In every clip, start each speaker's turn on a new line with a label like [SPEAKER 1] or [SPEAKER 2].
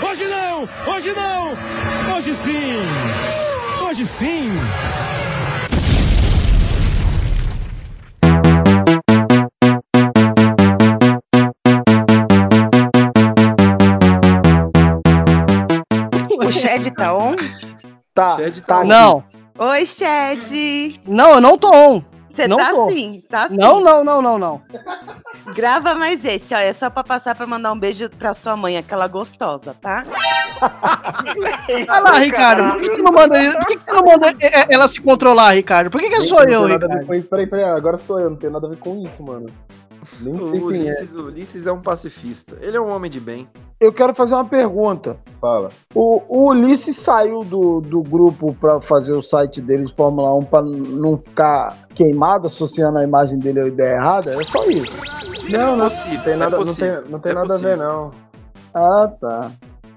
[SPEAKER 1] Hoje não! Hoje não! Hoje sim! Hoje sim!
[SPEAKER 2] O Shed tá on?
[SPEAKER 3] Tá,
[SPEAKER 4] Shed tá
[SPEAKER 3] tá.
[SPEAKER 4] on.
[SPEAKER 3] aqui.
[SPEAKER 5] Não,
[SPEAKER 2] Oi, Shed!
[SPEAKER 5] não, eu não tô on.
[SPEAKER 2] Você
[SPEAKER 5] Não
[SPEAKER 2] tá
[SPEAKER 5] tô.
[SPEAKER 2] assim, tá assim.
[SPEAKER 5] Não, não, não, não, não.
[SPEAKER 2] Grava mais esse, ó. É só pra passar pra mandar um beijo pra sua mãe, aquela gostosa, tá?
[SPEAKER 5] Olha lá, Ricardo, por que, que você não manda, isso? por que, que você não manda e- e- ela se controlar, Ricardo? Por que, que
[SPEAKER 3] Gente,
[SPEAKER 5] sou
[SPEAKER 3] não
[SPEAKER 5] eu,
[SPEAKER 3] tem nada a ver
[SPEAKER 5] Ricardo?
[SPEAKER 3] com isso. Peraí, peraí, agora sou eu, não tem nada a ver com isso, mano. Nem sei
[SPEAKER 4] O
[SPEAKER 3] quem é.
[SPEAKER 4] Ulisses, o Ulisses é um pacifista. Ele é um homem de bem.
[SPEAKER 3] Eu quero fazer uma pergunta.
[SPEAKER 4] Fala.
[SPEAKER 3] O, o Ulisses saiu do, do grupo pra fazer o site dele de Fórmula 1 pra não ficar queimado, associando a imagem dele à ideia errada? É só isso.
[SPEAKER 4] Não, não, possível,
[SPEAKER 3] Não tem nada,
[SPEAKER 4] é
[SPEAKER 3] não
[SPEAKER 4] possível,
[SPEAKER 3] tem, não tem
[SPEAKER 4] é
[SPEAKER 3] nada a
[SPEAKER 4] possível.
[SPEAKER 3] ver, não. Ah, tá.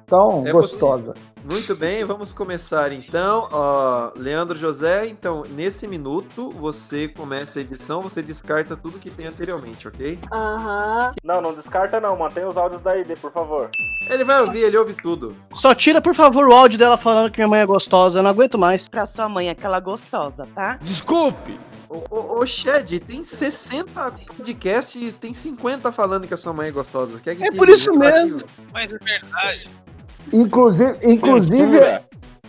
[SPEAKER 3] Então,
[SPEAKER 4] É
[SPEAKER 3] gostosa.
[SPEAKER 4] possível. Muito bem, vamos começar então. Ó, Leandro José, então, nesse minuto você começa a edição, você descarta tudo que tem anteriormente, ok?
[SPEAKER 6] Aham.
[SPEAKER 7] Não, não descarta não. Mantém os áudios da ID, por favor.
[SPEAKER 4] Ele vai ouvir, ele ouve tudo.
[SPEAKER 5] Só tira, por favor, o áudio dela falando que minha mãe é gostosa, eu não aguento mais.
[SPEAKER 2] Pra sua mãe, aquela gostosa, tá?
[SPEAKER 1] Desculpe!
[SPEAKER 4] Ô, ô, ô Shed, tem 60 podcasts e tem 50 falando que a sua mãe é gostosa. Quer que
[SPEAKER 5] É
[SPEAKER 4] te
[SPEAKER 5] por isso
[SPEAKER 4] desmotive?
[SPEAKER 8] Mas é verdade.
[SPEAKER 3] Inclusive, inclusive,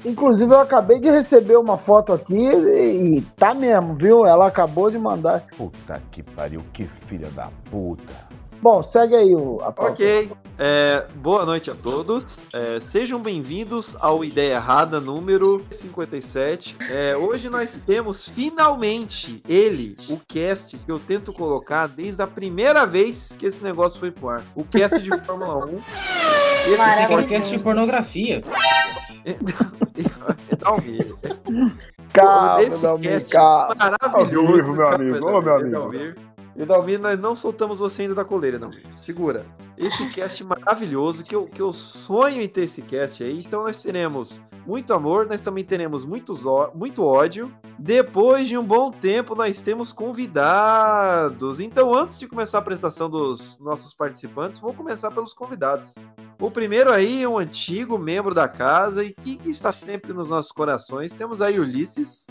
[SPEAKER 3] inclusive, eu acabei de receber uma foto aqui e, e tá mesmo, viu? Ela acabou de mandar.
[SPEAKER 9] Puta que pariu, que filha da puta.
[SPEAKER 3] Bom, segue aí o, a pauta.
[SPEAKER 4] Ok. É, boa noite a todos. É, sejam bem-vindos ao Ideia Errada número 57. É, hoje nós temos finalmente ele, o cast que eu tento colocar desde a primeira vez que esse negócio foi pro ar. O cast de Fórmula 1. Esse é
[SPEAKER 6] Maravilhoso.
[SPEAKER 4] podcast
[SPEAKER 6] Podcast de
[SPEAKER 8] pornografia.
[SPEAKER 4] dá um medo.
[SPEAKER 3] Calma,
[SPEAKER 4] Então, Esse
[SPEAKER 3] meu amigo,
[SPEAKER 4] cast
[SPEAKER 3] calma.
[SPEAKER 4] maravilhoso.
[SPEAKER 9] Ao vivo, meu
[SPEAKER 4] cara, é
[SPEAKER 9] amigo.
[SPEAKER 4] Edalmir,
[SPEAKER 9] Ô, meu amigo.
[SPEAKER 4] Edalmir. Edalmir, nós não soltamos você ainda da coleira, não. Segura. Esse cast maravilhoso, que eu, que eu sonho em ter esse cast aí. Então nós teremos muito amor, nós também teremos muitos, ó- muito ódio. Depois de um bom tempo, nós temos convidados. Então, antes de começar a apresentação dos nossos participantes, vou começar pelos convidados. O primeiro aí é um antigo membro da casa e que está sempre nos nossos corações. Temos aí Ulisses.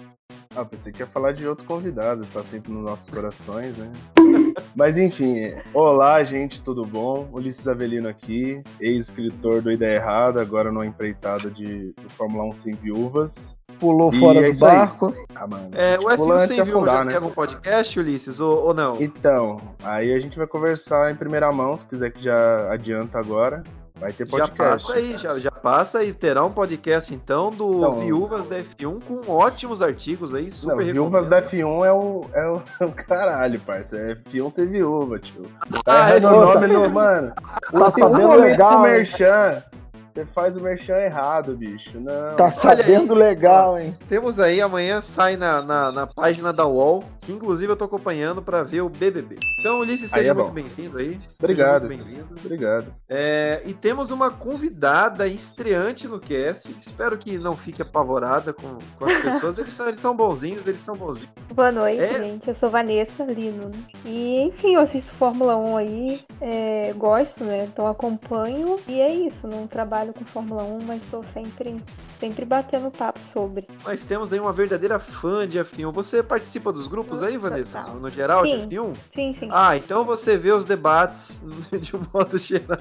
[SPEAKER 9] Ah, pensei que ia falar de outro convidado, tá sempre nos nossos corações, né? Mas enfim, é. olá gente, tudo bom? Ulisses Avelino aqui, ex-escritor do Ideia Errada, agora numa empreitada de, do Fórmula 1 Sem Viúvas.
[SPEAKER 3] Pulou
[SPEAKER 9] E
[SPEAKER 3] fora
[SPEAKER 9] é
[SPEAKER 3] do
[SPEAKER 9] isso aí.
[SPEAKER 3] barco.
[SPEAKER 9] Ah, mano.
[SPEAKER 4] É, o F1
[SPEAKER 9] Volante
[SPEAKER 4] sem viúva já
[SPEAKER 9] afundar, né?
[SPEAKER 4] tem algum podcast, Ulisses, ou, ou não?
[SPEAKER 9] Então, aí a gente vai conversar em primeira mão, se quiser que já adianta agora. Vai ter
[SPEAKER 4] Já
[SPEAKER 9] podcast.
[SPEAKER 4] passa aí, já, já passa aí. Terá um podcast, então, do
[SPEAKER 9] Então-
[SPEAKER 4] Viúvas da F1 com ótimos artigos aí, super
[SPEAKER 9] Não, viúvas
[SPEAKER 4] recomendo.
[SPEAKER 9] da F1 é o, é o, é o caralho, parça. É F1 ser viúva, tio.
[SPEAKER 4] Ah,
[SPEAKER 9] Tá errando
[SPEAKER 3] é
[SPEAKER 9] o
[SPEAKER 3] outra.
[SPEAKER 9] nome no. Mano,
[SPEAKER 3] Tá
[SPEAKER 9] tem um
[SPEAKER 3] sabendo
[SPEAKER 9] momento
[SPEAKER 3] legal,
[SPEAKER 9] com o
[SPEAKER 3] hein?
[SPEAKER 9] merchan. Você faz o merchan errado, bicho. Não.
[SPEAKER 3] Tá sabendo legal, hein?
[SPEAKER 4] Temos aí, amanhã sai na, na, na página da UOL, que inclusive eu tô acompanhando pra ver o BBB. Então, Ulisses,
[SPEAKER 9] Aí
[SPEAKER 4] seja
[SPEAKER 9] é
[SPEAKER 4] muito
[SPEAKER 9] bom.
[SPEAKER 4] bem-vindo aí.
[SPEAKER 9] Obrigado.
[SPEAKER 4] Seja muito bem-vindo.
[SPEAKER 9] Obrigado.
[SPEAKER 4] É, e temos uma convidada estreante no cast. Espero que não fique apavorada com, com as pessoas. Eles são, eles são bonzinhos, eles são bonzinhos.
[SPEAKER 6] Boa noite,
[SPEAKER 4] É?
[SPEAKER 6] gente. Eu sou Vanessa Lino. né? E, enfim, eu assisto Fórmula 1 aí. é, gosto, né? Então acompanho. E é isso. Não trabalho com Fórmula 1, mas estou sempre, sempre batendo papo sobre.
[SPEAKER 4] Nós temos aí uma verdadeira fã de F1. Você participa dos grupos aí,
[SPEAKER 6] Nossa,
[SPEAKER 4] Vanessa?
[SPEAKER 6] tá.
[SPEAKER 4] No geral,
[SPEAKER 6] Sim.
[SPEAKER 4] de F1?
[SPEAKER 6] Sim, sim.
[SPEAKER 4] Ah, então você vê os debates de um modo geral.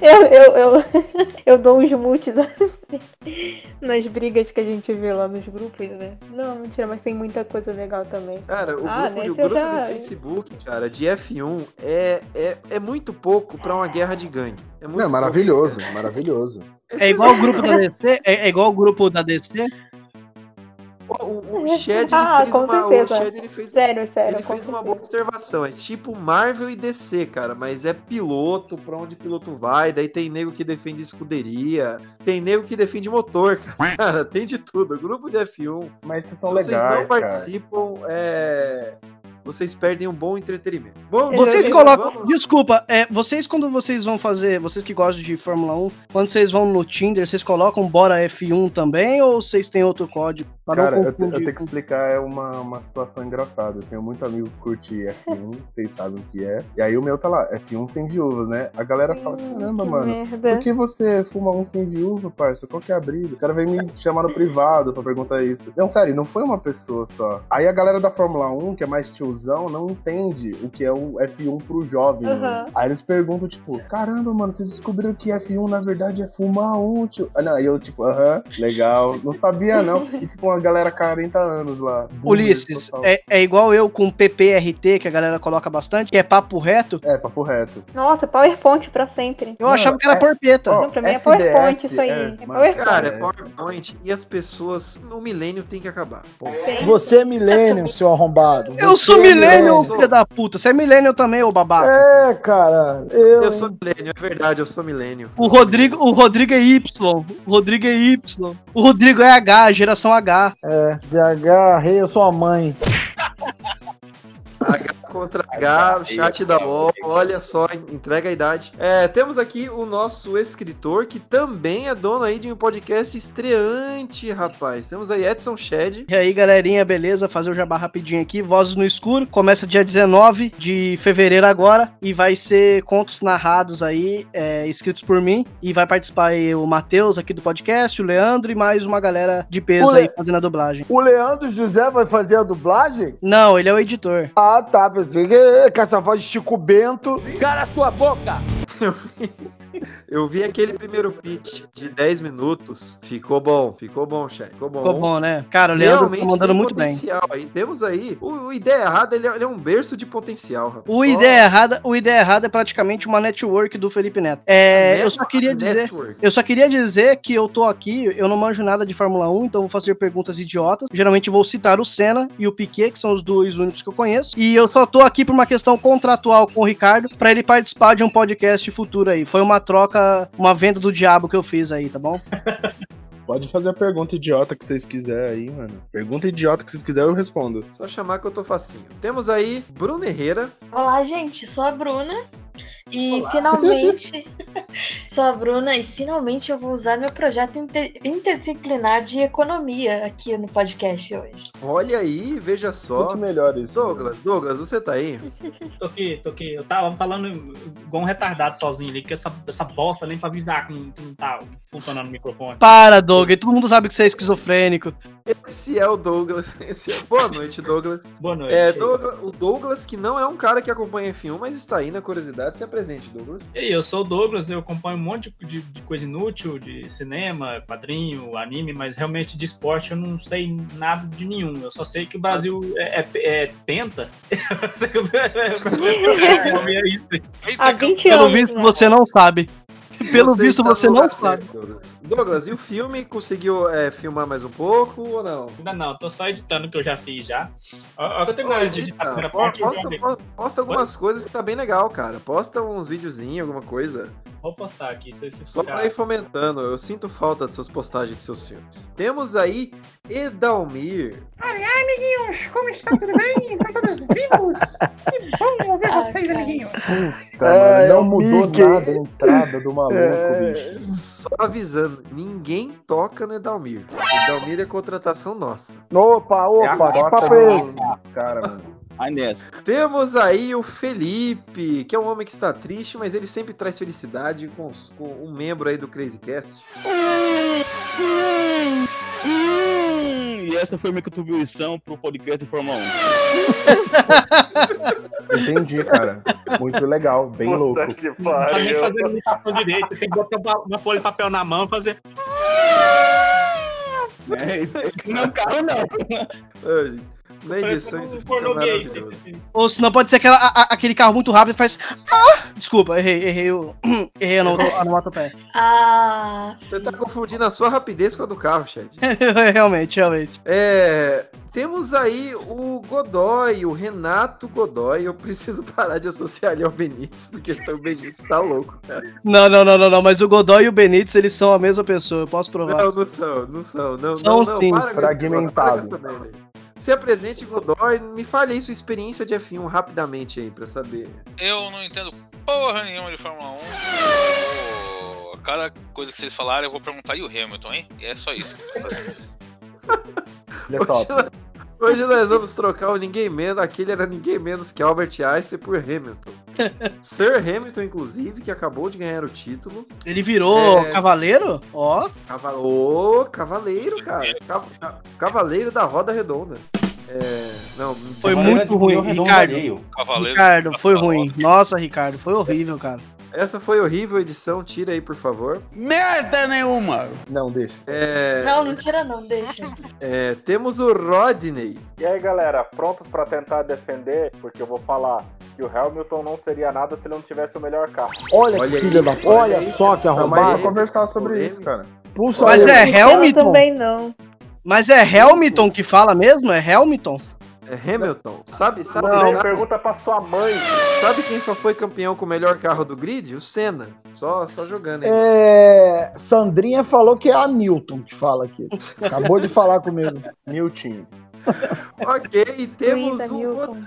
[SPEAKER 6] Eu, eu, eu, eu dou uns mutes nas, nas brigas que a gente vê lá nos grupos, né? Não, mentira, mas tem muita coisa legal também.
[SPEAKER 4] Cara, o
[SPEAKER 6] Ah,
[SPEAKER 4] grupo, de-
[SPEAKER 6] nesse
[SPEAKER 4] o
[SPEAKER 6] eu
[SPEAKER 4] grupo
[SPEAKER 6] já-
[SPEAKER 4] do Facebook, cara, de F1 é, é, é muito pouco pra uma guerra de gangue. É muito
[SPEAKER 3] Não,
[SPEAKER 4] pouco.
[SPEAKER 3] maravilhoso, maravilhoso.
[SPEAKER 5] É igual o grupo
[SPEAKER 4] sensacional.
[SPEAKER 5] da DC? É, é igual o grupo da DC?
[SPEAKER 4] O, o Shed, ele
[SPEAKER 6] Ah,
[SPEAKER 4] fez
[SPEAKER 6] com
[SPEAKER 4] uma, o
[SPEAKER 6] certeza.
[SPEAKER 4] Shed, ele fez
[SPEAKER 6] Sério, sério.
[SPEAKER 4] Ele
[SPEAKER 6] com
[SPEAKER 4] fez uma boa
[SPEAKER 6] certeza.
[SPEAKER 4] observação. É tipo Marvel e DC, cara, mas é piloto, pra onde piloto vai. Daí tem nego que defende escuderia, tem nego que defende motor, cara. Tem de tudo. Grupo de F1.
[SPEAKER 9] Mas vocês são
[SPEAKER 4] Se vocês
[SPEAKER 9] legais. cara.
[SPEAKER 4] não participam, é. vocês perdem um bom entretenimento.
[SPEAKER 5] Bom, vocês colocam. Desculpa, é, vocês quando vocês vão fazer, vocês que gostam de Fórmula 1, quando vocês vão no Tinder, vocês colocam Bora F1 também ou vocês têm outro código?
[SPEAKER 6] Tá
[SPEAKER 9] Pra Cara, eu, te- eu tenho que explicar é uma, uma situação engraçada. Eu tenho muito amigo que curte F1, vocês sabem o que é. E aí o meu tá lá, F1 sem viúvas, né? A galera fala: caramba,
[SPEAKER 6] Hum, que
[SPEAKER 9] mano,
[SPEAKER 6] merda.
[SPEAKER 9] por que você fuma um sem viúva, parça? Qual que é a briga? O cara veio me chamar no privado pra perguntar isso. Não, sério, não foi uma pessoa só. Aí a galera da Fórmula 1, que é mais tiozão, não entende o que é o F1 pro jovem.
[SPEAKER 6] Aham.
[SPEAKER 9] né? Aí eles perguntam, tipo, caramba, mano, vocês descobriram que F1 na verdade é fumar um, tio. Ah, não, aí eu, tipo, aham, legal. Não sabia, não. E tipo, uma galera 40 anos lá. Boomer
[SPEAKER 5] Ulisses,
[SPEAKER 9] total.
[SPEAKER 5] é, é igual eu com PPRT, que a galera coloca bastante, que é papo reto.
[SPEAKER 9] É, papo reto.
[SPEAKER 6] Nossa, PowerPoint pra sempre.
[SPEAKER 5] Eu
[SPEAKER 9] Não,
[SPEAKER 5] achava que era
[SPEAKER 9] é-
[SPEAKER 5] porpeta.
[SPEAKER 9] Ó,
[SPEAKER 6] Não, pra mim é
[SPEAKER 9] FDS,
[SPEAKER 6] PowerPoint isso aí. É
[SPEAKER 9] mano,
[SPEAKER 6] PowerPoint.
[SPEAKER 4] Cara, é
[SPEAKER 9] É.
[SPEAKER 4] PowerPoint e as pessoas. O milênio tem que acabar. Ponto.
[SPEAKER 3] Você é milênio, seu arrombado.
[SPEAKER 5] eu
[SPEAKER 3] Você
[SPEAKER 5] sou
[SPEAKER 3] é
[SPEAKER 5] milênio,
[SPEAKER 4] millennial.
[SPEAKER 5] filho da puta. Você é milênio também, ô babaca.
[SPEAKER 3] É, cara. Eu,
[SPEAKER 4] Eu sou milênio, é verdade, eu sou milênio.
[SPEAKER 5] O Rodrigo, o Rodrigo é Y. O Rodrigo é Y. O Rodrigo é H, geração H.
[SPEAKER 3] é, DH, rei, eu sou a mãe.
[SPEAKER 4] H contra H, chat da O, olha só, entrega a idade. É, temos aqui o nosso escritor, que também é dono aí de um podcast estreante, rapaz. Temos aí Edson Shed.
[SPEAKER 5] E aí, galerinha, beleza? Fazer o jabá rapidinho aqui. Vozes no Escuro. Começa dia 19 de fevereiro agora. E vai ser contos narrados aí, é, escritos por mim. E vai participar aí o Matheus aqui do podcast, o Leandro e mais uma galera de peso
[SPEAKER 3] O Le-
[SPEAKER 5] aí fazendo a dublagem.
[SPEAKER 3] O Leandro José vai fazer a dublagem?
[SPEAKER 5] Não, ele é o editor.
[SPEAKER 3] Ah, tá. Pensei que é com essa voz de Chico Bento.
[SPEAKER 4] Eu vi aquele primeiro pitch de 10 minutos. Ficou bom, ficou bom, Shed. Ficou bom.
[SPEAKER 5] Ficou bom, né? Cara, o Leandro tá mandando
[SPEAKER 4] tem
[SPEAKER 5] muito bem.
[SPEAKER 4] potencial aí. Temos aí. O, o Ideia Errada, ele é, ele é um berço de potencial, rapaz.
[SPEAKER 5] O ideia errada, o ideia errada é praticamente uma network do Felipe Neto. É, eu só queria dizer, eu só queria dizer que eu tô aqui, eu não manjo nada de Fórmula 1, então vou fazer perguntas idiotas. Geralmente vou citar o Senna e o Piquet, que são os dois únicos que eu conheço. E eu só tô aqui por uma questão contratual com o Ricardo pra ele participar de um podcast futuro aí. Foi uma troca, uma venda do diabo que eu fiz aí, tá bom?
[SPEAKER 9] Pode fazer a pergunta idiota que vocês quiserem aí, mano. Pergunta idiota que vocês quiserem, eu respondo.
[SPEAKER 4] Só chamar que eu tô facinho. Temos aí Bruno Herrera.
[SPEAKER 8] Olá, gente, sou a Bruna. E finalmente, sou a Bruna e finalmente eu vou usar meu projeto inter- interdisciplinar de economia aqui no podcast hoje.
[SPEAKER 4] Olha aí, veja só.
[SPEAKER 9] Muito melhor isso.
[SPEAKER 4] Douglas, Douglas, você tá aí?
[SPEAKER 10] Tô aqui, tô aqui. Eu tava falando igual um retardado sozinho ali, que essa, essa bosta nem pra avisar que não, que não tá funcionando o microfone.
[SPEAKER 5] Para, Doug, todo mundo sabe que você é esquizofrênico.
[SPEAKER 4] Esse é o Douglas. Esse é- Boa noite, Douglas.
[SPEAKER 10] Boa noite.
[SPEAKER 4] É, Douglas- O Douglas, que não é um cara que acompanha F1, mas está aí na curiosidade. Se apresente, Douglas.
[SPEAKER 10] E aí, eu sou o Douglas, eu acompanho um monte de, de- de coisa inútil, de cinema, quadrinho, anime, mas realmente de esporte eu não sei nada de nenhum. Eu só sei que o Brasil é, é- é penta. Eu sei que o nome é isso.
[SPEAKER 6] Há 20
[SPEAKER 5] Pelo
[SPEAKER 6] anos.
[SPEAKER 5] visto,
[SPEAKER 6] né?
[SPEAKER 5] você não sabe. Pelo
[SPEAKER 4] tá Você
[SPEAKER 5] visto,
[SPEAKER 4] está no
[SPEAKER 5] você não
[SPEAKER 4] lugar
[SPEAKER 5] sabe.
[SPEAKER 4] certo, Douglas. Douglas, e o filme? Conseguiu é, filmar mais um pouco ou não?
[SPEAKER 10] Ainda não, tô só editando o que eu já fiz já. Ó, ó, que eu
[SPEAKER 4] Ô,
[SPEAKER 10] terminar de editar a
[SPEAKER 4] Edita,
[SPEAKER 10] primeira
[SPEAKER 4] po-
[SPEAKER 10] parte. eu já
[SPEAKER 4] posta,
[SPEAKER 10] vejo.
[SPEAKER 4] po- posta algumas coisas que tá bem legal, cara. Posta uns videozinhos, alguma coisa.
[SPEAKER 10] Vou postar aqui, se você
[SPEAKER 4] Só pra ir fomentando. Eu sinto falta de suas postagens de seus filmes. Temos aí Edalmir.
[SPEAKER 8] Ah, cara.
[SPEAKER 9] Tá,
[SPEAKER 3] É,
[SPEAKER 9] mano,
[SPEAKER 3] é o
[SPEAKER 9] não mudou
[SPEAKER 3] Mickey.
[SPEAKER 9] nada a entrada do maluco,
[SPEAKER 3] É.
[SPEAKER 9] bicho.
[SPEAKER 4] Só avisando, ninguém toca no Edalmir. Edalmir é contratação nossa.
[SPEAKER 9] É
[SPEAKER 3] Opa, opa, que papo é esse?
[SPEAKER 9] Cara, mano.
[SPEAKER 11] Ai, nessa.
[SPEAKER 4] Temos aí o Felipe, que é um homem que está triste, mas ele sempre traz felicidade com, os- com um membro aí do Crazy Cast.
[SPEAKER 11] Hum, E essa foi minha contribuição pro podcast de Fórmula 1.
[SPEAKER 9] Entendi, cara. Muito legal, bem
[SPEAKER 7] Puta
[SPEAKER 9] louco.
[SPEAKER 7] que
[SPEAKER 10] Não tá nem
[SPEAKER 7] pariu.
[SPEAKER 10] fazendo imitação direito. Você tem que botar uma- uma folha de papel na mão e fazer.
[SPEAKER 11] É isso aí. Não é um carro, não.
[SPEAKER 4] Ai, Na
[SPEAKER 10] Parece
[SPEAKER 4] edição tá
[SPEAKER 10] um
[SPEAKER 4] isso fica
[SPEAKER 10] pornô gay.
[SPEAKER 4] maravilhoso.
[SPEAKER 5] Ou senão pode ser aquela, a- a- aquele carro muito rápido e faz. "Ah!" Desculpa, errei, errei o. Errei a no- a onomatopeia.
[SPEAKER 8] Ah,
[SPEAKER 4] Você tá confundindo a sua rapidez com a do carro, Chad.
[SPEAKER 5] realmente, realmente.
[SPEAKER 4] É, temos aí o Godoy, o Renato Godoy. Eu preciso parar de associar ele ao Benítez, porque o Benítez tá louco.
[SPEAKER 5] Não, não, não, não, não. Mas o Godoy e o Benítez, eles são a mesma pessoa, eu posso provar.
[SPEAKER 4] Não, não são, não são. Não,
[SPEAKER 5] São
[SPEAKER 4] não, não.
[SPEAKER 5] sim,
[SPEAKER 4] para com esse negócio, para com
[SPEAKER 9] fragmentado.
[SPEAKER 4] essa merda aí. Se apresente, Godoy. Me fale aí sua experiência de F1 rapidamente aí, pra saber.
[SPEAKER 12] Eu não entendo porra nenhuma de Fórmula 1. Cada coisa que vocês falaram, eu vou perguntar e o Hamilton, hein? E é só isso.
[SPEAKER 4] Ele é top. Hoje nós vamos trocar o ninguém menos, aquele era ninguém menos que Albert Einstein por Hamilton. Sir Hamilton, inclusive, que acabou de ganhar o título.
[SPEAKER 5] Ele virou é... cavaleiro? Ó. Oh.
[SPEAKER 4] Caval... Oh, cavaleiro, cara. Cav... Cavaleiro da roda redonda. É... Não,
[SPEAKER 5] foi
[SPEAKER 9] é
[SPEAKER 5] muito ruim, Ricardo. Cavaleiro Ricardo, foi ruim. Nossa, Ricardo, foi horrível, cara.
[SPEAKER 4] Essa foi horrível a edição, tira aí, por favor.
[SPEAKER 5] Merda nenhuma!
[SPEAKER 4] Não, deixa.
[SPEAKER 8] É... Não, não tira não, deixa.
[SPEAKER 4] É, temos o Rodney.
[SPEAKER 7] E aí, galera, prontos para tentar defender? Porque eu vou falar que o Hamilton não seria nada se ele não tivesse o melhor carro.
[SPEAKER 3] Olha, olha filha da... Olha, olha só que arrombado. Vamos
[SPEAKER 9] conversar sobre olha. isso, cara.
[SPEAKER 5] Pulsa Mas aí. é Hamilton?
[SPEAKER 6] Eu também não.
[SPEAKER 5] Mas é Hamilton que fala mesmo? É Hamilton?
[SPEAKER 4] É Hamilton. Sabe, sabe,
[SPEAKER 7] não,
[SPEAKER 4] sabe.
[SPEAKER 7] pergunta pra sua mãe.
[SPEAKER 4] Sabe quem só foi campeão com o melhor carro do grid? O Senna. Só, só jogando aí.
[SPEAKER 3] É... Sandrinha falou que é a Newton que fala aqui. Acabou de falar comigo.
[SPEAKER 9] Newton.
[SPEAKER 4] ok, e temos Eita, o, Rod...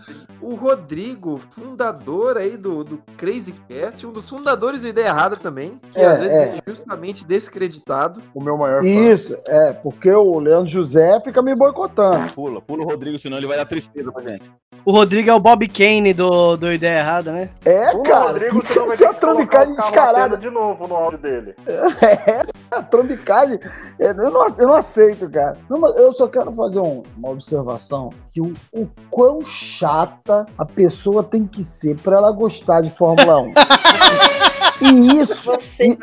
[SPEAKER 4] o, Rodrigo, fundador aí do, do Crazy Cast, um dos fundadores do Ideia Errada também, que é, às vezes é. é. justamente descreditado.
[SPEAKER 9] O meu maior
[SPEAKER 3] Isso, fã. é, porque o Leandro José fica me boicotando.
[SPEAKER 11] Pula, pula o Rodrigo, senão ele vai dar tristeza pra gente.
[SPEAKER 5] O Rodrigo é o Bob Kane do, do Ideia Errada, né?
[SPEAKER 3] É, Pula, cara. Rodrigo, isso é só trombicagem descarada.
[SPEAKER 7] De novo no áudio dele.
[SPEAKER 3] É, a trombicagem. é, Eu não, eu não aceito, cara. Eu só quero fazer um, uma observação que o, o, quão chata a pessoa tem que ser para ela gostar de Fórmula 1. e isso e,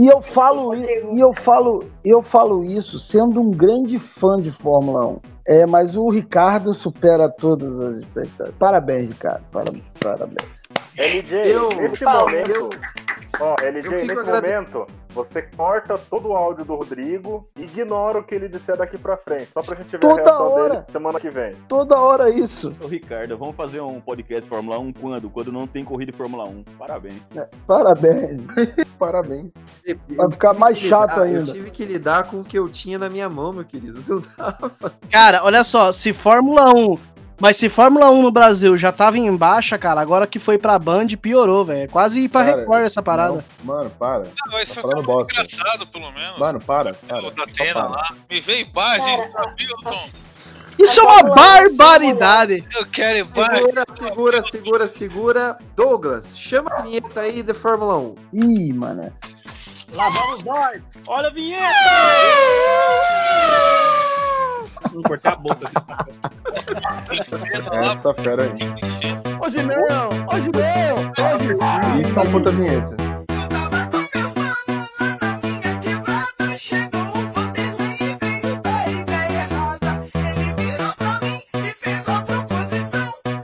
[SPEAKER 3] e, eu falo e eu falo eu falo isso sendo um grande fã de Fórmula 1. É, mas o Ricardo supera todas as expectativas. Parabéns, Ricardo. Parabéns. parabéns.
[SPEAKER 7] LJ, eu, nesse Paulo, momento, ó, LJ, nesse momento, você corta todo o áudio do Rodrigo, ignora o que ele disser daqui pra frente, só pra gente ver
[SPEAKER 3] Toda
[SPEAKER 7] a reação
[SPEAKER 3] hora.
[SPEAKER 7] dele semana que vem.
[SPEAKER 3] Toda hora isso.
[SPEAKER 11] Ô, Ricardo, vamos fazer um podcast Fórmula 1 quando? Quando não tem corrida de Fórmula 1. Parabéns.
[SPEAKER 3] É, parabéns. parabéns. Vai ficar mais chato
[SPEAKER 4] lidar,
[SPEAKER 3] ainda.
[SPEAKER 4] Eu tive que lidar com o que eu tinha na minha mão, meu querido. Não dava.
[SPEAKER 5] Cara, olha só, se Fórmula 1 mas se Fórmula 1 no Brasil já tava em baixa, cara, agora que foi pra Band, piorou, velho. É Quase ir pra cara, Record essa parada.
[SPEAKER 9] Não, mano, para.
[SPEAKER 12] Não, isso tá falando é bosta. engraçado, pelo menos.
[SPEAKER 9] Mano, para. para.
[SPEAKER 12] Da Atena lá. Me veio imagem do Hamilton.
[SPEAKER 5] Isso é uma barbaridade.
[SPEAKER 12] Eu quero
[SPEAKER 4] segura, segura, segura, segura. Douglas, chama a vinheta aí de Fórmula 1.
[SPEAKER 3] Ih, mano.
[SPEAKER 1] Lá vamos nós. Olha a vinheta!
[SPEAKER 10] Vou cortar a boca.
[SPEAKER 9] Essa fera aí.
[SPEAKER 1] Hoje não! Hoje
[SPEAKER 4] Então,
[SPEAKER 1] não! Hoje
[SPEAKER 9] não! Isso é uma puta vinheta.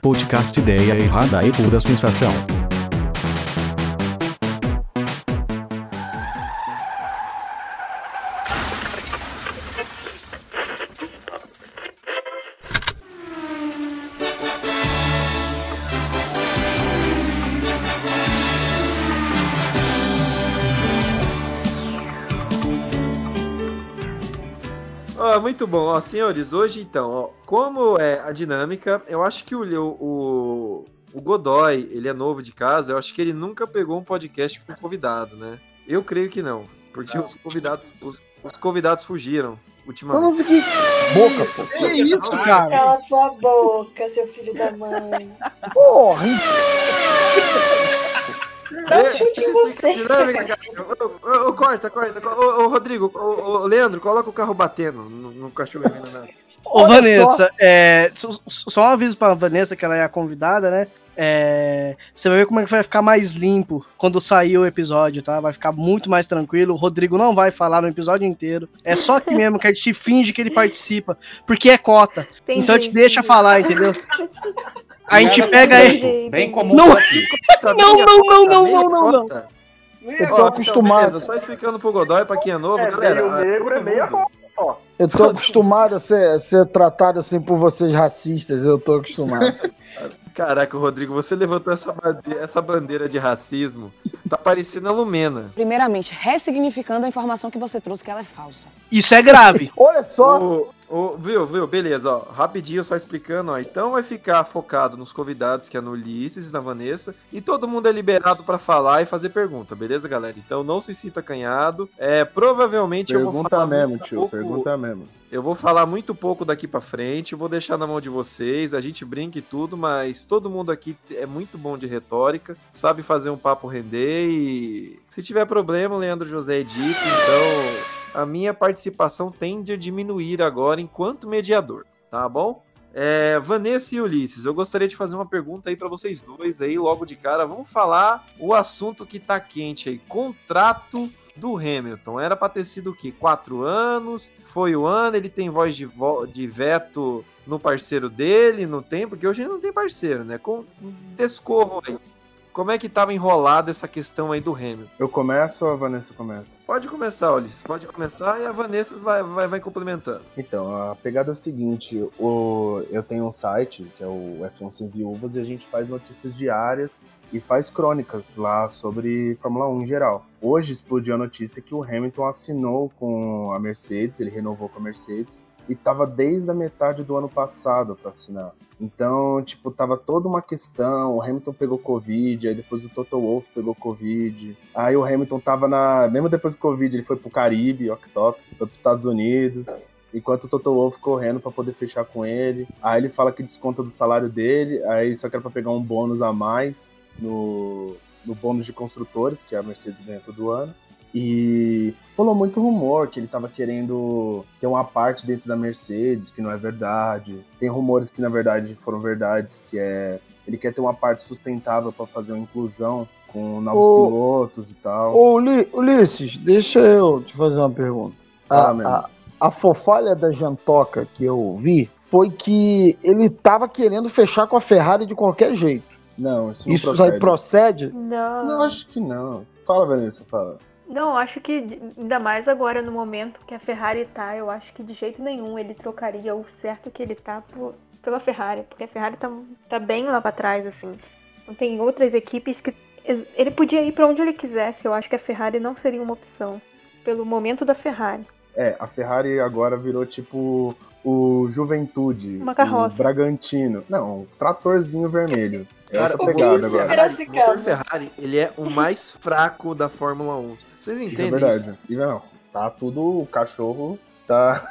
[SPEAKER 13] Podcast Ideia Errada e Pura Sensação.
[SPEAKER 4] muito bom. Ó, senhores, hoje então, ó, como é a dinâmica, eu acho que o, o, o, Godoy, ele é novo de casa, eu acho que ele nunca pegou um podcast com convidado, né? Eu creio que não, porque não. os convidados os, os, convidados fugiram ultimamente.
[SPEAKER 3] Que boca,
[SPEAKER 4] isso,
[SPEAKER 3] pô.
[SPEAKER 8] Que isso, cara? Cala tua boca, seu filho da mãe.
[SPEAKER 3] Porra!
[SPEAKER 8] Dá um chute em você. Dinâmica,
[SPEAKER 4] ô, ô, corta, corta. Ô, ô Rodrigo, ô, ô, Leandro, coloca o carro batendo no, no cachorro envenenado.
[SPEAKER 5] Ô, Olha Vanessa, só. É, só um aviso pra Vanessa, que ela é a convidada, né? É, você vai ver como é que vai ficar mais limpo quando sair o episódio, tá? Vai ficar muito mais tranquilo. O Rodrigo não vai falar no episódio inteiro. É só aqui mesmo que a gente finge que ele participa, porque é cota. Entendi. então a gente deixa falar, entendeu? A gente pega ele.
[SPEAKER 11] Bem comum.
[SPEAKER 5] Não, é.
[SPEAKER 9] Tá
[SPEAKER 5] não, não, não, não, não, não, não.
[SPEAKER 3] Eu tô acostumado.
[SPEAKER 4] então, Só explicando pro Godoy, pra quem é novo, galera.
[SPEAKER 7] O negro é meia cota.
[SPEAKER 3] Eu tô acostumado a ser, ser tratado assim por vocês racistas, eu tô acostumado.
[SPEAKER 4] Caraca, Rodrigo, você levantou essa bandeira, essa bandeira de racismo. Tá parecendo a Lumena.
[SPEAKER 14] Primeiramente, ressignificando a informação que você trouxe, que ela é falsa.
[SPEAKER 5] Isso é grave.
[SPEAKER 3] Olha só. O...
[SPEAKER 4] Ô, viu, viu, beleza, ó. Rapidinho, só explicando, ó. Então vai ficar focado nos convidados, que é no Ulisses, na Vanessa. E todo mundo é liberado pra falar e fazer pergunta, beleza, galera? Então não se sinta acanhado. É, provavelmente
[SPEAKER 9] pergunta
[SPEAKER 4] eu vou falar.
[SPEAKER 9] Mesmo, tio, pouco... Pergunta mesmo,
[SPEAKER 4] Eu vou falar muito pouco daqui pra frente, vou deixar na mão de vocês. A gente brinca e tudo, mas todo mundo aqui é muito bom de retórica, sabe fazer um papo render e. Se tiver problema, o Leandro José edita, então a minha participação tende a diminuir agora enquanto mediador, tá bom? É, Vanessa e Ulisses, eu gostaria de fazer uma pergunta aí para vocês dois aí logo de cara. Vamos falar o assunto que tá quente aí, contrato do Hamilton. Era para ter sido o quê? Quatro anos? Foi o ano? Ele tem voz de, vo de veto no parceiro dele? Não tem? Porque hoje ele não tem parceiro, né? Com descorro aí. Como é que estava enrolada essa questão aí do Hamilton?
[SPEAKER 9] Eu começo ou a Vanessa começa?
[SPEAKER 4] Pode começar, Ulisses. Pode começar e a Vanessa vai, vai, vai complementando.
[SPEAKER 9] Então, a pegada é o seguinte: o, eu tenho um site, que é o F1 Sem Viúvas, e a gente faz notícias diárias e faz crônicas lá sobre Fórmula 1 em geral. Hoje explodiu a notícia que o Hamilton assinou com a Mercedes, ele renovou com a Mercedes, e tava desde a metade do ano passado para assinar. Então, tipo, tava toda uma questão, o Hamilton pegou Covid, aí depois o Toto Wolff pegou Covid, aí o Hamilton tava na... Mesmo depois do Covid, ele foi pro Caribe, ó que top, foi pros Estados Unidos, enquanto o Toto Wolff correndo para poder fechar com ele, aí ele fala que desconta do salário dele, aí só que era pra pegar um bônus a mais no... No bônus de construtores, que a Mercedes ganha todo ano. E rolou muito rumor que ele estava querendo ter uma parte dentro da Mercedes, que não é verdade. Tem rumores que na verdade foram verdades, que é ele quer ter uma parte sustentável para fazer uma inclusão com novos
[SPEAKER 3] Ô,
[SPEAKER 9] pilotos e tal.
[SPEAKER 3] Ô, Uli- Ulisses, deixa eu te fazer uma pergunta. A, a, Ah, a fofalha da Jantoca que eu vi foi que ele estava querendo fechar com a Ferrari de qualquer jeito.
[SPEAKER 9] Não, isso, não
[SPEAKER 3] Isso aí procede?
[SPEAKER 6] Não.
[SPEAKER 9] Não, acho que não. Fala, Vanessa, fala.
[SPEAKER 6] Não, acho que ainda mais agora no momento que a Ferrari tá, eu acho que de jeito nenhum ele trocaria o certo que ele tá por, pela Ferrari, porque a Ferrari tá, tá bem lá para trás, assim. Não tem outras equipes que. Ele podia ir para onde ele quisesse, eu acho que a Ferrari não seria uma opção, pelo momento da Ferrari.
[SPEAKER 9] É, a Ferrari agora virou tipo o Juventude,
[SPEAKER 6] Uma carroça.
[SPEAKER 9] o Bragantino. Não, um tratorzinho vermelho. É
[SPEAKER 4] Cara,
[SPEAKER 9] outra
[SPEAKER 4] o
[SPEAKER 9] pegada
[SPEAKER 4] motor
[SPEAKER 9] agora.
[SPEAKER 4] Ferrari, o motor Ferrari, ele é o mais fraco da Fórmula 1. Vocês
[SPEAKER 9] Isso é
[SPEAKER 4] entendem isso?
[SPEAKER 9] verdade. E não, tá tudo o cachorro tá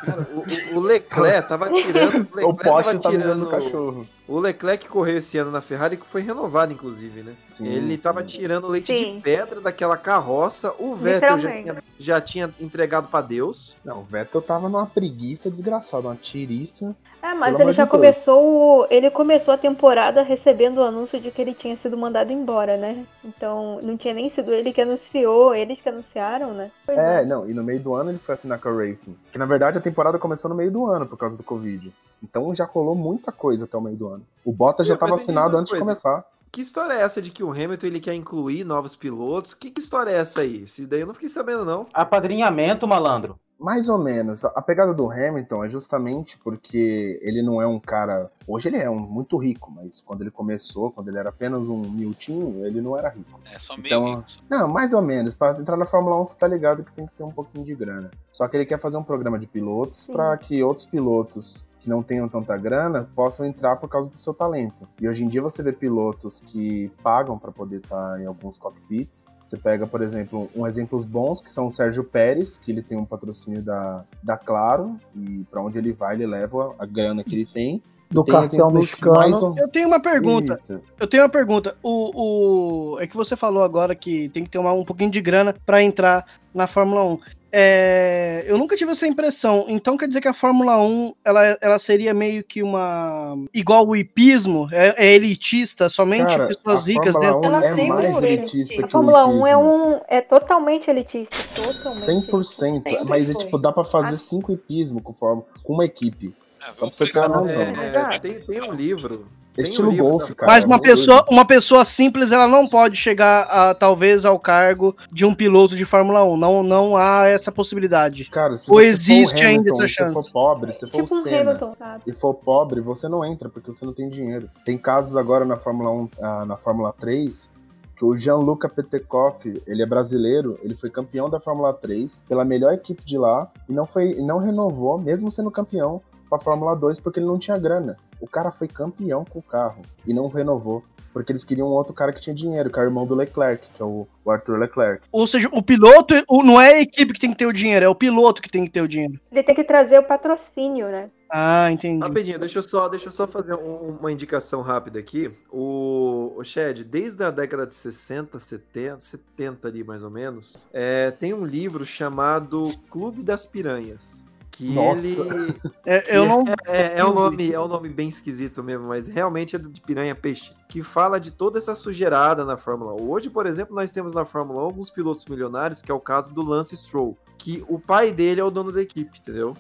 [SPEAKER 4] O, o Leclerc tava tirando. O,
[SPEAKER 9] o
[SPEAKER 4] Leclerc
[SPEAKER 9] poste
[SPEAKER 4] tava
[SPEAKER 9] tá virando
[SPEAKER 4] tirando
[SPEAKER 9] o cachorro.
[SPEAKER 4] O Leclerc que correu esse ano na Ferrari, que foi renovado, inclusive, né?
[SPEAKER 9] Sim,
[SPEAKER 4] ele
[SPEAKER 9] sim.
[SPEAKER 4] tava tirando leite
[SPEAKER 6] Sim.
[SPEAKER 4] de pedra daquela carroça. O Vettel já
[SPEAKER 6] Literalmente.
[SPEAKER 4] tinha, já tinha entregado pra Deus.
[SPEAKER 9] Não, o Vettel tava numa preguiça desgraçada, uma tiriça.
[SPEAKER 6] É,
[SPEAKER 9] Pelo
[SPEAKER 6] mas
[SPEAKER 9] amor
[SPEAKER 6] ele já
[SPEAKER 9] de Deus.
[SPEAKER 6] começou. o- Ele começou a temporada recebendo o anúncio de que ele tinha sido mandado embora, né? Então não tinha nem sido ele que anunciou, eles que anunciaram, né? Pois
[SPEAKER 9] É, não, e no meio do ano ele foi assinar com a Racing. Que na verdade a temporada começou no meio do ano por causa do Covid. Então já rolou muita coisa até o meio do ano. O Bottas já
[SPEAKER 4] Meu, mas
[SPEAKER 9] tava
[SPEAKER 4] me diz
[SPEAKER 9] assinado
[SPEAKER 4] uma
[SPEAKER 9] antes de
[SPEAKER 4] coisa.
[SPEAKER 9] começar.
[SPEAKER 4] Que história é essa de que o Hamilton ele quer incluir novos pilotos? Que, que história é essa aí? Isso daí eu não fiquei sabendo, não.
[SPEAKER 14] Apadrinhamento, malandro.
[SPEAKER 9] Mais ou menos. A pegada do Hamilton é justamente porque ele não é um cara. Hoje ele é um muito rico, mas quando ele começou, quando ele era apenas um miútinho, ele não era rico.
[SPEAKER 12] É só meio
[SPEAKER 9] Então, não, mais ou menos. Para entrar na Fórmula 1, você tá ligado que tem que ter um pouquinho de grana. Só que ele quer fazer um programa de pilotos
[SPEAKER 6] Sim.
[SPEAKER 9] para que outros pilotos que não tenham tanta grana possam entrar por causa do seu talento. E hoje em dia você vê pilotos que pagam para poder estar em alguns cockpits. Você pega, por exemplo, um exemplos bons que são o Sérgio Pérez, que ele tem um patrocínio da, da Claro e para onde ele vai ele leva a grana que ele tem.
[SPEAKER 3] Do
[SPEAKER 9] Tem
[SPEAKER 3] cartel
[SPEAKER 9] exemplos
[SPEAKER 3] mexicano.
[SPEAKER 9] mais um.
[SPEAKER 5] Eu tenho uma pergunta.
[SPEAKER 9] Isso.
[SPEAKER 5] Eu tenho uma pergunta. O, o- é que você falou agora que tem que ter uma- um pouquinho de grana pra entrar na Fórmula 1. É, eu nunca tive essa impressão. Então quer dizer que a Fórmula 1 ela, ela seria meio que uma igual o hipismo, é, é elitista, somente
[SPEAKER 9] Cara,
[SPEAKER 5] pessoas
[SPEAKER 9] a
[SPEAKER 5] ricas, né?
[SPEAKER 9] Fórmula 1
[SPEAKER 6] Ela
[SPEAKER 9] é
[SPEAKER 6] sempre
[SPEAKER 9] mais
[SPEAKER 6] foi
[SPEAKER 9] elitista que
[SPEAKER 6] é.
[SPEAKER 9] o
[SPEAKER 6] A Fórmula 1 é
[SPEAKER 9] hipismo.
[SPEAKER 6] um. é totalmente elitista. Totalmente.
[SPEAKER 9] 100%.
[SPEAKER 6] Sempre
[SPEAKER 9] mas, é,
[SPEAKER 6] foi.
[SPEAKER 9] tipo, dá pra fazer cinco hipismo com, forma- com uma equipe. Só pra você ter uma noção.
[SPEAKER 4] É, tem, tem um livro. Tem
[SPEAKER 9] Estilo
[SPEAKER 4] um livro
[SPEAKER 9] golfe,
[SPEAKER 4] da-
[SPEAKER 9] cara. é
[SPEAKER 5] Mas uma
[SPEAKER 9] muito doido.
[SPEAKER 5] pessoa, uma pessoa simples, ela não pode chegar, a, talvez, ao cargo de um piloto de Fórmula 1. Não, não há essa possibilidade.
[SPEAKER 9] Cara, se você for
[SPEAKER 5] Ou
[SPEAKER 9] o
[SPEAKER 5] existe ainda
[SPEAKER 9] Hamilton,
[SPEAKER 5] essa
[SPEAKER 9] Se
[SPEAKER 5] chance?
[SPEAKER 9] for pobre, se for
[SPEAKER 6] Tipo
[SPEAKER 9] o
[SPEAKER 6] um
[SPEAKER 9] Senna,
[SPEAKER 6] Hamilton, sabe?
[SPEAKER 9] e for pobre, você não entra, porque você não tem dinheiro. Tem casos agora na Fórmula 1, ah, na Fórmula 3, que o Gianluca Petekoff, ele é brasileiro, ele foi campeão da Fórmula 3 pela melhor equipe de lá e não foi e não renovou, mesmo sendo campeão, pra Fórmula 2 porque ele não tinha grana. O cara foi campeão com o carro e não renovou. Porque eles queriam um outro cara que tinha dinheiro, que é o irmão do Leclerc, que é o, Arthur Leclerc.
[SPEAKER 5] Ou seja, o piloto o, não é a equipe que tem que ter o dinheiro, é o piloto que tem que ter o dinheiro.
[SPEAKER 6] Ele tem que trazer o patrocínio, né?
[SPEAKER 5] Ah, entendi.
[SPEAKER 4] Rapidinho, deixa eu só, deixa eu só fazer um, uma indicação rápida aqui. O, o Shed, desde a década de 60, 70, 70 ali mais ou menos, é, tem um livro chamado Clube das Piranhas. Que Nossa. ele.
[SPEAKER 5] É,
[SPEAKER 4] que
[SPEAKER 5] eu não...
[SPEAKER 4] é, é, é, um nome, é um nome bem esquisito mesmo, mas realmente é de piranha-peixe. Que fala de toda essa sujeirada na Fórmula 1. Hoje, por exemplo, nós temos na Fórmula 1 alguns pilotos milionários, que é o caso do Lance Stroll, que o pai dele é o dono da equipe, entendeu?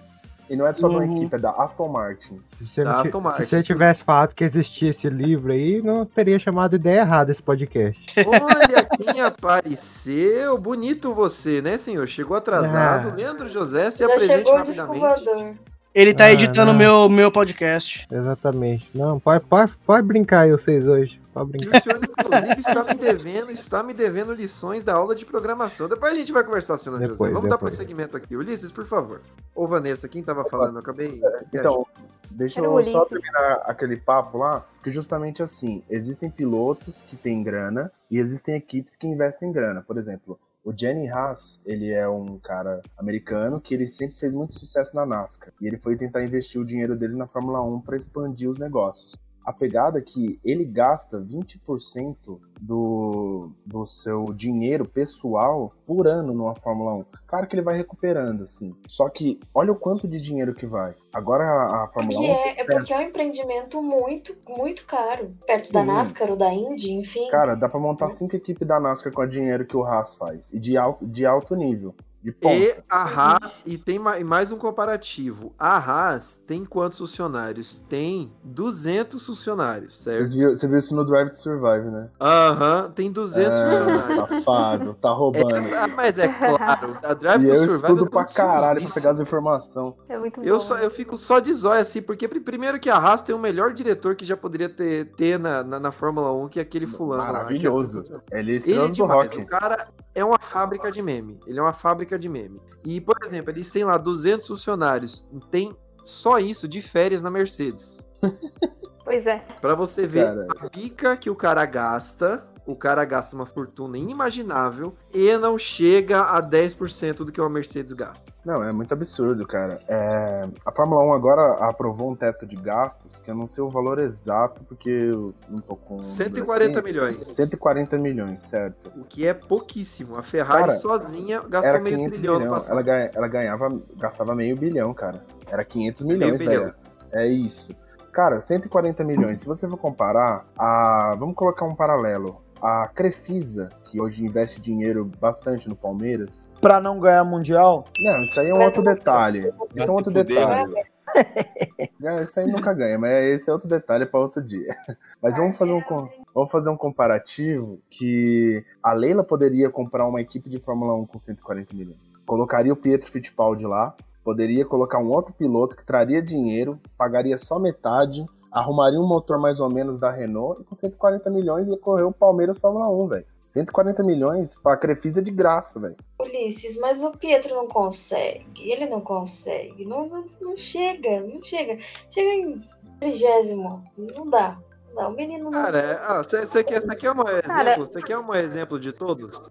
[SPEAKER 9] E não é só uhum. uma equipe, é da Aston Martin.
[SPEAKER 15] Se da Aston Martin. Se você tivesse falado que existia esse livro aí, não teria chamado ideia errada esse podcast.
[SPEAKER 4] Olha quem apareceu. Bonito você, né, senhor? Chegou atrasado. Ah. Leandro José se Já apresente rapidamente.
[SPEAKER 5] Ele tá ah, editando não. meu, meu podcast.
[SPEAKER 15] Exatamente. Não, pode, pode, pode brincar aí vocês hoje.
[SPEAKER 4] Que o senhor, inclusive, está me devendo, está me devendo lições da aula de programação. Depois a gente vai conversar, senhor depois, José. Vamos depois. dar prosseguimento aqui. Ulisses, por favor. Ô, Vanessa, quem estava falando? Eu acabei.
[SPEAKER 9] Então, deixa eu só terminar aquele papo lá, que justamente assim, existem pilotos que têm grana e existem equipes que investem grana. Por exemplo, o Jenny Haas, ele é um cara americano que ele sempre fez muito sucesso na NASCAR. E ele foi tentar investir o dinheiro dele na Fórmula 1 para expandir os negócios a pegada é que ele gasta 20% do, do seu dinheiro pessoal por ano numa Fórmula 1. Claro que ele vai recuperando, assim. Só que olha o quanto de dinheiro que vai. Agora a, a Fórmula
[SPEAKER 8] porque 1. É, é porque é um empreendimento muito, muito caro. Perto Sim. da NASCAR ou da Indy, enfim.
[SPEAKER 9] Cara, dá pra montar cinco equipes da NASCAR com o dinheiro que o Haas faz. E de alto, de alto nível.
[SPEAKER 4] E a Haas, e tem mais um comparativo. A Haas tem quantos funcionários? Tem 200 funcionários, certo?
[SPEAKER 9] Você viu, você viu isso no Drive to Survive, né?
[SPEAKER 4] Aham, uhum, tem 200 é, funcionários.
[SPEAKER 9] Ah, Safado, tá roubando. Essa,
[SPEAKER 4] mas é claro, a Drive
[SPEAKER 9] e
[SPEAKER 4] to
[SPEAKER 9] eu
[SPEAKER 4] Survive.
[SPEAKER 9] Estudo eu estudo pra caralho pra pegar as informações.
[SPEAKER 6] É muito
[SPEAKER 4] eu,
[SPEAKER 6] bom.
[SPEAKER 4] só, eu fico só de zóia assim, porque primeiro que a Haas tem o melhor diretor que já poderia ter, ter na, na, na Fórmula 1, que é assim. aquele fulano.
[SPEAKER 9] Maravilhoso.
[SPEAKER 4] Lá,
[SPEAKER 9] é Ele é demais.
[SPEAKER 4] do rock. O cara é uma fábrica de meme. Ele é uma fábrica de meme. E, por exemplo, eles têm lá 200 funcionários, tem só isso de férias na Mercedes.
[SPEAKER 6] Pois é.
[SPEAKER 4] Para você ver cara. a pica que o cara gasta, o cara gasta uma fortuna inimaginável e não chega a 10% do que uma Mercedes gasta.
[SPEAKER 9] Não, é muito absurdo, cara. É... A Fórmula 1 agora aprovou um teto de gastos que eu não sei o valor exato, porque eu não tô com.
[SPEAKER 4] 140 milhões.
[SPEAKER 9] 140 milhões, certo.
[SPEAKER 4] O que é pouquíssimo. A Ferrari cara, sozinha gastou meio trilhão no passado.
[SPEAKER 9] Ela, ganha, ela ganhava, gastava meio bilhão, cara. Era 500 milhões, meio bilhão. É isso. Cara, 140 milhões. Se você for comparar, a... vamos colocar um paralelo a Crefisa, que hoje investe dinheiro bastante no Palmeiras.
[SPEAKER 3] Pra não ganhar Mundial?
[SPEAKER 9] Não, isso aí é um outro detalhe. Isso é um outro
[SPEAKER 5] né?
[SPEAKER 9] detalhe. Não, É, isso aí nunca ganha, mas esse é outro detalhe para outro dia. Mas vamos fazer, um, vamos fazer um comparativo que a Leila poderia comprar uma equipe de Fórmula 1 com 140 milhões. Colocaria o Pietro Fittipaldi lá, poderia colocar um outro piloto que traria dinheiro, pagaria só metade, arrumaria um motor mais ou menos da Renault e com 140 milhões ia correr o Palmeiras Fórmula 1, velho. 140 milhões pra Crefisa é de graça, velho.
[SPEAKER 8] Ulisses, mas o Pietro não consegue. Ele não consegue. Não, não, não chega, não chega. Chega em trigésimo. Não dá. Não, o menino não.
[SPEAKER 4] Cara, você ah, quer, cê quer um exemplo? Você quer um exemplo de todos?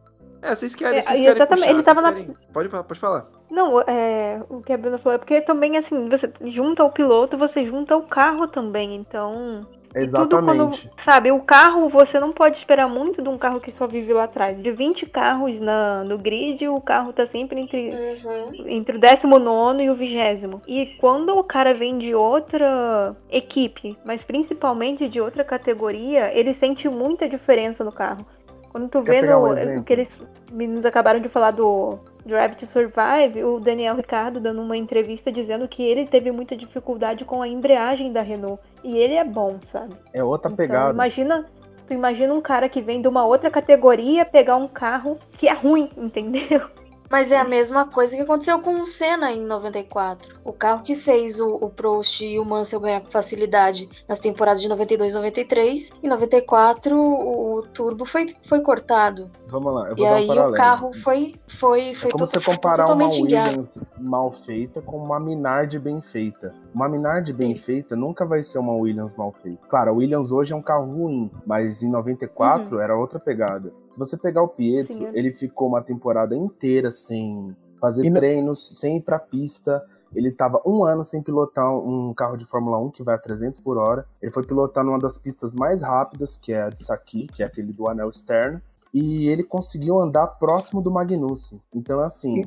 [SPEAKER 4] É, vocês querem. Vocês
[SPEAKER 6] é,
[SPEAKER 4] querem
[SPEAKER 6] puxar, ele tava querem...
[SPEAKER 4] na... pode, pode falar.
[SPEAKER 6] Não, é, o que a Bruna falou é porque também, assim, você junta o piloto, você junta o carro também, então.
[SPEAKER 9] Exatamente.
[SPEAKER 6] Quando, sabe, o carro, você não pode esperar muito de um carro que só vive lá atrás. De 20 carros na, no grid, o carro tá sempre entre, uhum. entre o 19 e o vigésimo. E quando o cara vem de outra equipe, mas principalmente de outra categoria, ele sente muita diferença no carro. Quando tu Quer vê no, um que eles meninos acabaram de falar do Drive to Survive, o Daniel Ricardo dando uma entrevista dizendo que ele teve muita dificuldade com a embreagem da Renault. E ele é bom, sabe?
[SPEAKER 9] É outra então, pegada.
[SPEAKER 6] Imagina, tu imagina um cara que vem de uma outra categoria pegar um carro que é ruim, entendeu?
[SPEAKER 8] Mas é a mesma coisa que aconteceu com o Senna em 94. O carro que fez o, o Prost e o Mansell ganhar com facilidade nas temporadas de 92 e 93. Em 94, o, o turbo foi, foi cortado.
[SPEAKER 9] Vamos lá, eu
[SPEAKER 8] E
[SPEAKER 9] vou dar um
[SPEAKER 8] aí
[SPEAKER 9] paralelo.
[SPEAKER 8] o carro foi, foi, foi
[SPEAKER 9] é como
[SPEAKER 8] to-
[SPEAKER 9] você comparar uma
[SPEAKER 8] totalmente guiado.
[SPEAKER 9] Williams mal feita com uma Minardi bem feita. Uma Minardi bem feita nunca vai ser uma Williams mal feita. Claro, a Williams hoje é um carro ruim, mas em 94 era outra pegada. Se você pegar o Pietro,
[SPEAKER 16] Sim.
[SPEAKER 9] ele ficou uma temporada inteira sem fazer
[SPEAKER 3] E no-
[SPEAKER 9] treinos, sem ir pra pista. Ele tava um ano sem pilotar um carro de Fórmula 1 que vai a 300 por hora. Ele foi pilotar numa das pistas mais rápidas, que é a de Saki, que é aquele do anel externo. E ele conseguiu andar próximo do Magnussen. Então, assim,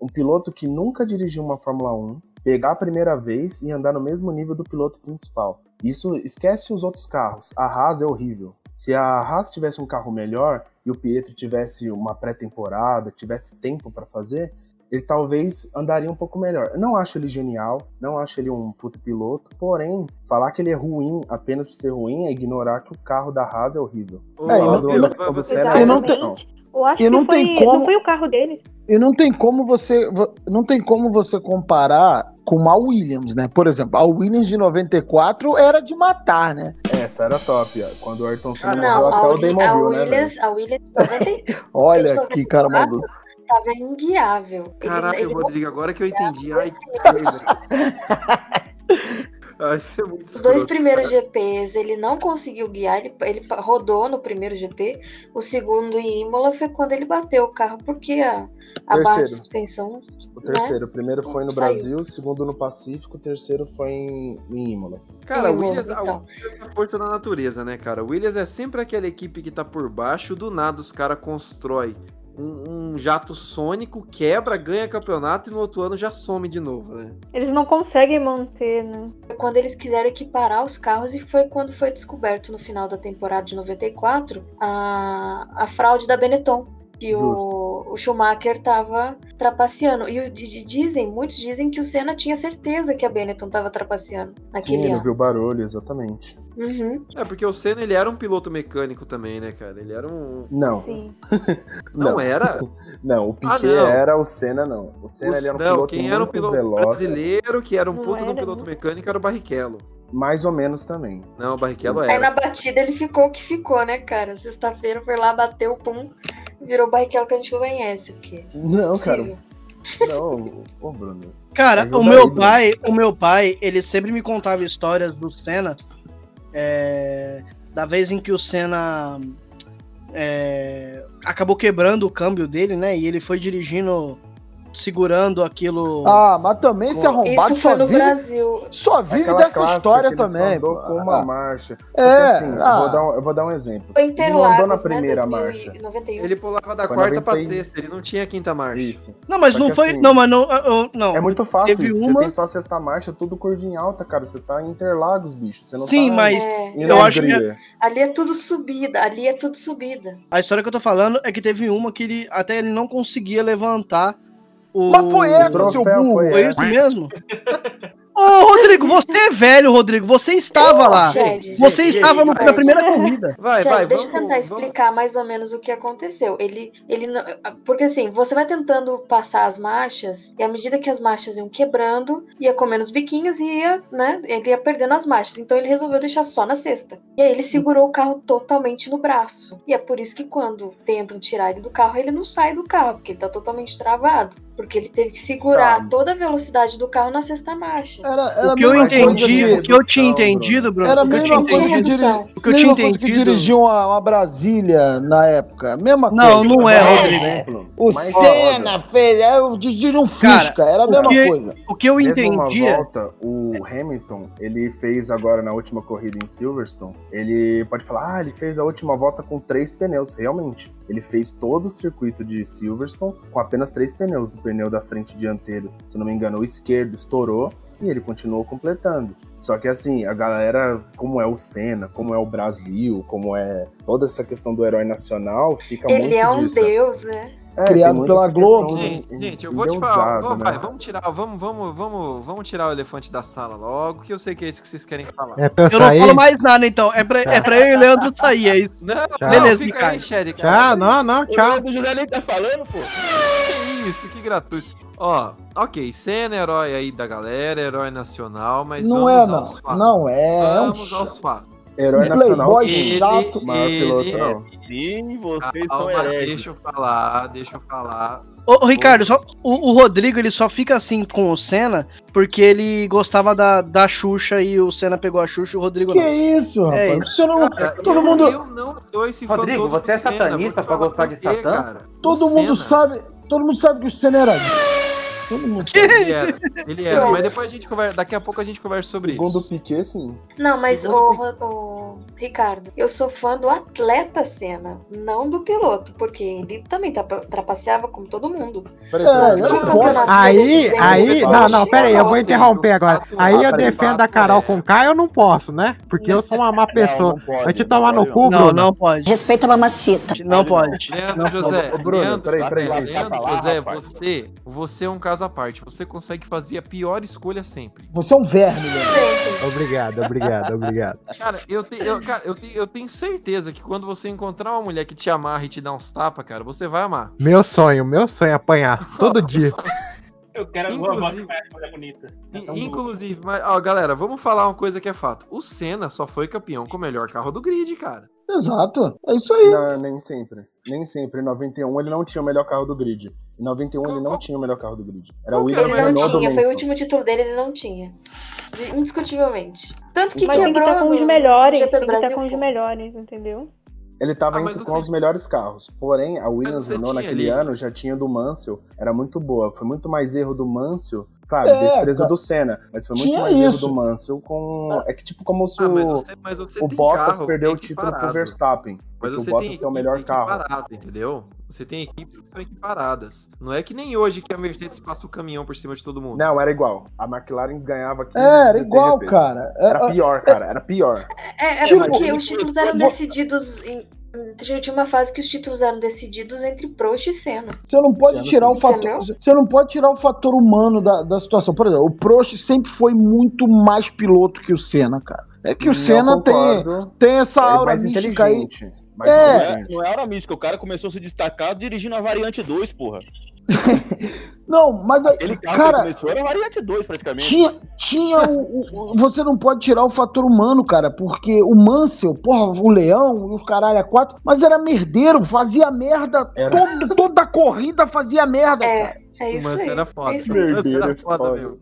[SPEAKER 9] um piloto que nunca dirigiu uma Fórmula 1, pegar a primeira vez e andar no mesmo nível do piloto principal. Isso esquece os outros carros. A Haas é horrível. Se a Haas tivesse um carro melhor e o Pietro tivesse uma pré-temporada, tivesse tempo para fazer, ele talvez andaria um pouco melhor. Eu não acho ele genial, não acho ele um puto piloto, porém, falar que ele é ruim apenas por ser ruim é ignorar que o carro da Haas é horrível.
[SPEAKER 3] Ô, Aldo, eu- eu- eu não tenho-
[SPEAKER 6] Eu acho
[SPEAKER 3] E
[SPEAKER 6] que
[SPEAKER 3] não
[SPEAKER 6] foi,
[SPEAKER 3] tem como-
[SPEAKER 6] não foi o carro dele.
[SPEAKER 3] E não tem como você vo- não tem como você comparar com uma Williams, né? Por exemplo, a Williams de 94 era de matar, né?
[SPEAKER 9] É, Essa era top, ó. quando o Ayrton Senna morreu,
[SPEAKER 8] Não,
[SPEAKER 9] até
[SPEAKER 8] a,
[SPEAKER 9] o
[SPEAKER 8] Willi-
[SPEAKER 9] Damon
[SPEAKER 8] a
[SPEAKER 9] viu, né? velho?
[SPEAKER 8] Williams, a Williams 94
[SPEAKER 3] Olha que cara maldoso.
[SPEAKER 8] um tava inguiável. Ele-
[SPEAKER 4] Caralho,
[SPEAKER 8] ele não
[SPEAKER 4] Rodrigo, agora que eu entendi. Ai, Ai, isso é muito
[SPEAKER 8] Os dois
[SPEAKER 4] escroto,
[SPEAKER 8] primeiros
[SPEAKER 4] cara.
[SPEAKER 8] GPs ele não conseguiu guiar, ele, ele pa- rodou no primeiro GP. O segundo em Imola foi quando ele bateu o carro, porque a, a barra de
[SPEAKER 9] Terceiro.
[SPEAKER 8] suspensão. né?
[SPEAKER 9] O terceiro, o primeiro foi no
[SPEAKER 8] Saiu.
[SPEAKER 9] Brasil, o segundo no Pacífico, o terceiro foi em, em Imola.
[SPEAKER 4] Cara, a
[SPEAKER 8] Sim,
[SPEAKER 4] Williams, a
[SPEAKER 8] então.
[SPEAKER 4] Williams é a força da natureza, né, cara? O Williams é sempre aquela equipe que tá por baixo, do nada os caras constrói um, um jato sônico, quebra, ganha campeonato e no outro ano já some de novo, né?
[SPEAKER 6] Eles não conseguem manter, né?
[SPEAKER 8] Foi quando eles quiseram equiparar os carros e foi quando foi descoberto no final da temporada de 94 a, a fraude da Benetton. Que o, o Schumacher estava trapaceando. E o- di- dizem, muitos dizem que o Senna tinha certeza que a Benetton estava trapaceando naquele
[SPEAKER 9] Sim, não
[SPEAKER 8] ano.
[SPEAKER 9] viu barulho, exatamente.
[SPEAKER 8] Uhum.
[SPEAKER 4] É, porque o Senna, ele era um piloto mecânico também, né, cara? Ele era um...
[SPEAKER 9] Não.
[SPEAKER 4] Não era? Ah,
[SPEAKER 9] Não, o Piquet
[SPEAKER 4] não.
[SPEAKER 9] era, o Senna não. O Senna
[SPEAKER 4] Os-
[SPEAKER 9] ele era um
[SPEAKER 4] não,
[SPEAKER 9] piloto
[SPEAKER 4] quem
[SPEAKER 9] muito
[SPEAKER 4] era o piloto
[SPEAKER 9] veloz,
[SPEAKER 4] brasileiro, que era um
[SPEAKER 8] Não
[SPEAKER 4] puto do
[SPEAKER 8] era,
[SPEAKER 4] piloto mecânico, era o Barrichello.
[SPEAKER 9] mais ou menos também.
[SPEAKER 4] Não, o Barrichello
[SPEAKER 8] Aí na
[SPEAKER 4] era.
[SPEAKER 8] batida ele ficou o que ficou, né, cara? Sexta-feira foi lá, bateu, pum, virou Barrichello que a gente conhece. Porque...
[SPEAKER 9] Não, cara.
[SPEAKER 8] Possível.
[SPEAKER 9] Não, ô Bruno.
[SPEAKER 5] Cara,
[SPEAKER 9] Ajuda
[SPEAKER 5] o
[SPEAKER 9] aí,
[SPEAKER 5] meu
[SPEAKER 9] Bruno.
[SPEAKER 5] pai, o meu pai, ele sempre me contava histórias do Senna, é, da vez em que o Senna é, acabou quebrando o câmbio dele, né? E ele foi dirigindo, segurando aquilo.
[SPEAKER 3] Ah, mas também esse arrombado só vive,
[SPEAKER 8] Brasil.
[SPEAKER 3] só vive
[SPEAKER 9] Aquela
[SPEAKER 3] dessa
[SPEAKER 9] clássica
[SPEAKER 3] história
[SPEAKER 9] que ele só
[SPEAKER 3] também.
[SPEAKER 9] andou
[SPEAKER 3] pô.
[SPEAKER 9] com uma
[SPEAKER 3] Ah.
[SPEAKER 9] marcha. Só que
[SPEAKER 3] É,
[SPEAKER 9] assim,
[SPEAKER 3] ah.
[SPEAKER 9] eu, vou dar um, eu vou dar um exemplo.
[SPEAKER 8] Foi
[SPEAKER 9] Ele não andou na
[SPEAKER 8] Interlagos,
[SPEAKER 9] primeira
[SPEAKER 8] né,
[SPEAKER 9] marcha.
[SPEAKER 8] 2091.
[SPEAKER 4] Ele pulava da
[SPEAKER 9] Foi
[SPEAKER 4] quarta pra
[SPEAKER 9] 91.
[SPEAKER 4] sexta, ele não tinha quinta marcha.
[SPEAKER 5] Não, mas
[SPEAKER 9] Só
[SPEAKER 5] não
[SPEAKER 9] que
[SPEAKER 5] foi.
[SPEAKER 9] assim,
[SPEAKER 5] não, mas não. eu- eu- não.
[SPEAKER 9] É muito fácil
[SPEAKER 5] Teve
[SPEAKER 9] isso.
[SPEAKER 5] uma-
[SPEAKER 9] Você tem só a sexta marcha, tudo curvinha alta, cara. Você tá em Interlagos, bicho. Você não
[SPEAKER 5] Sim,
[SPEAKER 9] tá
[SPEAKER 5] mas
[SPEAKER 9] em
[SPEAKER 5] eu acho que-
[SPEAKER 9] Hungria.
[SPEAKER 8] é, Ali é tudo subida, ali é tudo subida.
[SPEAKER 5] A história que eu tô falando é que teve uma que ele até ele não conseguia levantar o.
[SPEAKER 3] Mas foi essa,
[SPEAKER 5] o
[SPEAKER 3] seu
[SPEAKER 5] troféu,
[SPEAKER 3] burro.
[SPEAKER 5] Foi, isso mesmo? Ô, Rodrigo, você é velho, Rodrigo. Você estava lá.
[SPEAKER 8] Gente,
[SPEAKER 5] Você
[SPEAKER 8] gente,
[SPEAKER 5] estava no-
[SPEAKER 8] vai.
[SPEAKER 5] na primeira corrida.
[SPEAKER 4] Vai,
[SPEAKER 8] Gente,
[SPEAKER 4] vai,
[SPEAKER 8] deixa
[SPEAKER 4] vamos.
[SPEAKER 8] eu tentar explicar mais ou menos o que aconteceu. Ele, ele, não- porque assim, você vai tentando passar as marchas e à medida que as marchas iam quebrando, ia comendo os biquinhos e ia, né? Ele ia perdendo as marchas. Então ele resolveu deixar só na sexta. E aí ele segurou o carro totalmente no braço. E é por isso que quando tentam tirar ele do carro, ele não sai do carro porque ele tá totalmente travado. Porque ele teve que segurar toda a velocidade do carro na sexta marcha.
[SPEAKER 3] Tá. Era
[SPEAKER 5] o que eu
[SPEAKER 3] a mesma coisa
[SPEAKER 5] entendi,
[SPEAKER 3] que-
[SPEAKER 5] o que eu tinha entendido, Bruno,
[SPEAKER 3] Era a
[SPEAKER 5] o que eu
[SPEAKER 3] mesma
[SPEAKER 5] tinha
[SPEAKER 3] coisa que,
[SPEAKER 5] entendido,
[SPEAKER 3] diri...
[SPEAKER 5] o que eu tinha
[SPEAKER 3] mesma coisa que
[SPEAKER 5] entendido-
[SPEAKER 3] dirigiu uma, uma Brasília na época. Mesma
[SPEAKER 5] Não,
[SPEAKER 3] coisa.
[SPEAKER 5] não é,
[SPEAKER 9] Exemplo.
[SPEAKER 5] Rodrigo.
[SPEAKER 3] O
[SPEAKER 9] Mas-
[SPEAKER 3] Senna fez, é, eu dirigi um Fusca, era a mesma
[SPEAKER 5] que-
[SPEAKER 3] coisa.
[SPEAKER 5] O que eu
[SPEAKER 9] Teve uma
[SPEAKER 5] entendi é-
[SPEAKER 9] volta, o Hamilton, ele fez agora na última corrida em Silverstone, ele pode falar, ah, ele fez a última volta com três pneus, realmente. Ele fez todo o circuito de Silverstone com apenas três pneus. O pneu da frente dianteiro, se não me engano, o esquerdo estourou e ele continuou completando. Só que assim, a galera, como é o Senna, como é o Brasil, como é toda essa questão do herói nacional, fica muito
[SPEAKER 8] Ele é um
[SPEAKER 9] disso.
[SPEAKER 8] deus, né?
[SPEAKER 9] É, tem
[SPEAKER 3] Criado
[SPEAKER 9] muita
[SPEAKER 3] pela
[SPEAKER 9] essa
[SPEAKER 3] Globo.
[SPEAKER 9] questão
[SPEAKER 4] Gente,
[SPEAKER 9] de-
[SPEAKER 4] gente, eu
[SPEAKER 9] de
[SPEAKER 4] vou te
[SPEAKER 9] deusado,
[SPEAKER 4] falar, vamos,
[SPEAKER 9] né?
[SPEAKER 4] vai, vamos tirar, vamos, vamos, vamos, vamos tirar o elefante da sala logo, que eu sei que é isso que vocês querem falar.
[SPEAKER 15] É pra eu
[SPEAKER 5] Eu não
[SPEAKER 15] sair?
[SPEAKER 5] falo mais nada, então. É pra, é pra eu e o Leandro sair, é isso.
[SPEAKER 4] Não,
[SPEAKER 15] Tchau.
[SPEAKER 5] Beleza,
[SPEAKER 4] fica
[SPEAKER 5] Ricardo.
[SPEAKER 4] aí, Shed,
[SPEAKER 15] Tchau, não, não,
[SPEAKER 11] O
[SPEAKER 15] tchau.
[SPEAKER 11] Leandro José nem tá falando, pô.
[SPEAKER 4] Que isso, que gratuito. Ó, ok, Senna é herói aí da galera, herói nacional, mas
[SPEAKER 3] não
[SPEAKER 4] vamos
[SPEAKER 3] é,
[SPEAKER 4] aos
[SPEAKER 3] não.
[SPEAKER 4] fatos.
[SPEAKER 3] Não é.
[SPEAKER 4] Vamos aos fatos.
[SPEAKER 9] Herói nacional.
[SPEAKER 3] Playboy
[SPEAKER 4] Ele-
[SPEAKER 3] chato.
[SPEAKER 9] Maior piloto,
[SPEAKER 4] ele-
[SPEAKER 9] não.
[SPEAKER 11] Sim, vocês são
[SPEAKER 4] Calma,
[SPEAKER 11] hereges.
[SPEAKER 4] deixa eu falar, deixa eu falar.
[SPEAKER 5] Ô, ô, Ricardo, só- o, o Rodrigo ele só fica assim com o Senna porque ele gostava da, da Xuxa e o Senna pegou a Xuxa e o Rodrigo
[SPEAKER 3] Que
[SPEAKER 5] não.
[SPEAKER 3] isso, rapaz?
[SPEAKER 5] É
[SPEAKER 3] Você não- todo mundo,
[SPEAKER 4] Eu não sou esse
[SPEAKER 14] Rodrigo,
[SPEAKER 4] fã todo
[SPEAKER 14] você é
[SPEAKER 4] do Senna,
[SPEAKER 14] satanista
[SPEAKER 4] vou te
[SPEAKER 14] pra
[SPEAKER 4] falar
[SPEAKER 14] gostar
[SPEAKER 4] por
[SPEAKER 14] de Satã?
[SPEAKER 4] cara.
[SPEAKER 3] todo
[SPEAKER 4] O
[SPEAKER 3] mundo
[SPEAKER 4] Senna,
[SPEAKER 3] sabe. Todo mundo sabe que o Senna era. Todo mundo sabe.
[SPEAKER 4] Ele era, ele era, mas depois a gente conversa, daqui a pouco a gente conversa sobre
[SPEAKER 9] Segundo
[SPEAKER 4] isso.
[SPEAKER 9] o Piquet, sim.
[SPEAKER 8] Não, mas
[SPEAKER 4] Segundo
[SPEAKER 8] o, o Ricardo, eu sou fã do atleta Senna, não do piloto, porque ele também tra- trapaceava como todo mundo.
[SPEAKER 9] Peraí,
[SPEAKER 3] É,
[SPEAKER 9] peraí.
[SPEAKER 3] eu não
[SPEAKER 8] Não,
[SPEAKER 3] gosto.
[SPEAKER 8] campeonato
[SPEAKER 15] Aí,
[SPEAKER 8] brasileiro,
[SPEAKER 15] aí,
[SPEAKER 8] eu
[SPEAKER 15] não, não,
[SPEAKER 8] acho
[SPEAKER 15] pera aí, eu vou
[SPEAKER 8] legal,
[SPEAKER 15] interromper agora. Aí eu
[SPEAKER 9] Ah,
[SPEAKER 15] defendo a Carol com K, eu não posso, né? Porque eu sou uma má pessoa.
[SPEAKER 11] não pode,
[SPEAKER 15] Vai te
[SPEAKER 11] não
[SPEAKER 15] tomar
[SPEAKER 11] pode,
[SPEAKER 15] no cu,
[SPEAKER 5] Não,
[SPEAKER 15] Bruno.
[SPEAKER 5] não pode.
[SPEAKER 16] Respeita a mamacita.
[SPEAKER 5] Não pode.
[SPEAKER 4] Leandro José,
[SPEAKER 9] ô, Bruno,
[SPEAKER 4] Leandro,
[SPEAKER 9] peraí, peraí,
[SPEAKER 4] José,
[SPEAKER 9] gente.
[SPEAKER 4] Leandro
[SPEAKER 9] Vai lá,
[SPEAKER 4] José,
[SPEAKER 9] rapaz.
[SPEAKER 4] você, você é um caso à parte. Você consegue fazer a pior escolha sempre.
[SPEAKER 3] Você é um verme, velho.
[SPEAKER 15] Obrigado, obrigado, obrigado.
[SPEAKER 4] Cara, eu, te- eu- cara, eu te- eu tenho certeza que quando você encontrar uma mulher que te amarra e te dá uns tapas, cara, você vai amar.
[SPEAKER 15] Meu sonho, meu sonho é apanhar todo dia.
[SPEAKER 10] Eu quero
[SPEAKER 4] Inclusive-
[SPEAKER 10] uma mulher bonita. é
[SPEAKER 4] In- Inclusive, mas, ó, galera, vamos falar uma coisa que é fato. O Senna só foi campeão com o melhor carro do grid, cara.
[SPEAKER 3] Exato. É isso aí.
[SPEAKER 9] Não, nem sempre. Nem sempre. Em 91 ele não tinha o melhor carro do grid. Em 91 ele não tinha o melhor carro do grid. Era o
[SPEAKER 4] Qual que
[SPEAKER 9] Williams
[SPEAKER 8] Ele
[SPEAKER 4] era
[SPEAKER 8] não
[SPEAKER 9] Renault do
[SPEAKER 8] tinha, foi o
[SPEAKER 9] Manson.
[SPEAKER 8] último título dele, ele não tinha. Indiscutivelmente. Tanto que
[SPEAKER 6] Mas tem que
[SPEAKER 8] quebrou
[SPEAKER 6] estar com os
[SPEAKER 8] no
[SPEAKER 6] melhores,
[SPEAKER 8] GP
[SPEAKER 6] tem
[SPEAKER 8] do
[SPEAKER 6] que estar
[SPEAKER 8] Brasil,
[SPEAKER 6] com os
[SPEAKER 8] pô.
[SPEAKER 6] melhores, entendeu?
[SPEAKER 9] Ele tava
[SPEAKER 4] Ah,
[SPEAKER 9] entre
[SPEAKER 4] mas
[SPEAKER 9] com
[SPEAKER 4] você-
[SPEAKER 9] os melhores carros. Porém, a Williams
[SPEAKER 4] você
[SPEAKER 9] Renault
[SPEAKER 4] tinha
[SPEAKER 9] naquele
[SPEAKER 4] ali-
[SPEAKER 9] ano já tinha do Mansell. Era muito boa. Foi muito mais erro do Mansell. Claro,
[SPEAKER 3] É,
[SPEAKER 9] destreza
[SPEAKER 3] cara.
[SPEAKER 9] do Senna. Mas foi muito
[SPEAKER 3] Tinha
[SPEAKER 9] mais
[SPEAKER 3] isso.
[SPEAKER 9] erro do Mansell com. É que tipo como se
[SPEAKER 4] Ah,
[SPEAKER 9] o,
[SPEAKER 4] mas você, mas você
[SPEAKER 9] o
[SPEAKER 4] tem
[SPEAKER 9] Bottas
[SPEAKER 4] carro
[SPEAKER 9] perdeu o título pro
[SPEAKER 4] equiparado.
[SPEAKER 9] Verstappen.
[SPEAKER 4] Mas
[SPEAKER 9] porque
[SPEAKER 4] você
[SPEAKER 9] o Bottas
[SPEAKER 4] tem
[SPEAKER 9] que é o melhor
[SPEAKER 4] equipe
[SPEAKER 9] carro.
[SPEAKER 4] equiparada, entendeu? Você tem equipes que são equiparadas. Não é que nem hoje que a Mercedes passa o caminhão por cima de todo mundo.
[SPEAKER 9] Tipo, Não, era igual. A McLaren ganhava aqui.
[SPEAKER 3] É, era igual, cara. É,
[SPEAKER 9] Era pior, cara. Era pior.
[SPEAKER 8] É, é
[SPEAKER 3] Tipo,
[SPEAKER 8] porque os títulos eram
[SPEAKER 3] eu vou-
[SPEAKER 8] decididos em. Tinha uma fase que os títulos eram decididos entre Prost e Senna.
[SPEAKER 3] Você não pode
[SPEAKER 9] Você não
[SPEAKER 3] tirar o
[SPEAKER 8] sabe,
[SPEAKER 3] fator.
[SPEAKER 8] entendeu?
[SPEAKER 3] Você não pode tirar o fator humano da, da situação. Por exemplo, o Prost sempre foi muito mais piloto que o Senna, cara. É que o
[SPEAKER 9] Não
[SPEAKER 3] Senna tem,
[SPEAKER 9] concordo.
[SPEAKER 3] tem essa
[SPEAKER 9] Ele é
[SPEAKER 3] aura
[SPEAKER 9] mais
[SPEAKER 3] mística aí.
[SPEAKER 9] inteligente. Mais
[SPEAKER 3] É.
[SPEAKER 11] Não é-
[SPEAKER 9] inteligente.
[SPEAKER 11] Não é hora mística, o cara começou a se destacar dirigindo a variante 2, porra.
[SPEAKER 3] Não, mas aí,
[SPEAKER 11] Aquele carro que ele
[SPEAKER 3] cara,
[SPEAKER 11] começou era a variante 2, praticamente.
[SPEAKER 3] tinha, tinha o, o- você não pode tirar o fator humano, cara, porque o Mansell, porra, o Leão e o caralho a quatro, mas era merdeiro, fazia merda,
[SPEAKER 9] Era.
[SPEAKER 3] todo- toda a corrida fazia merda, cara.
[SPEAKER 8] É, é
[SPEAKER 4] O
[SPEAKER 8] isso
[SPEAKER 4] Mansell
[SPEAKER 8] aí.
[SPEAKER 4] era foda.
[SPEAKER 8] É isso aí.
[SPEAKER 4] O Mansell
[SPEAKER 9] Merdeiro
[SPEAKER 4] era
[SPEAKER 9] é
[SPEAKER 4] foda,
[SPEAKER 9] foda.
[SPEAKER 4] meu.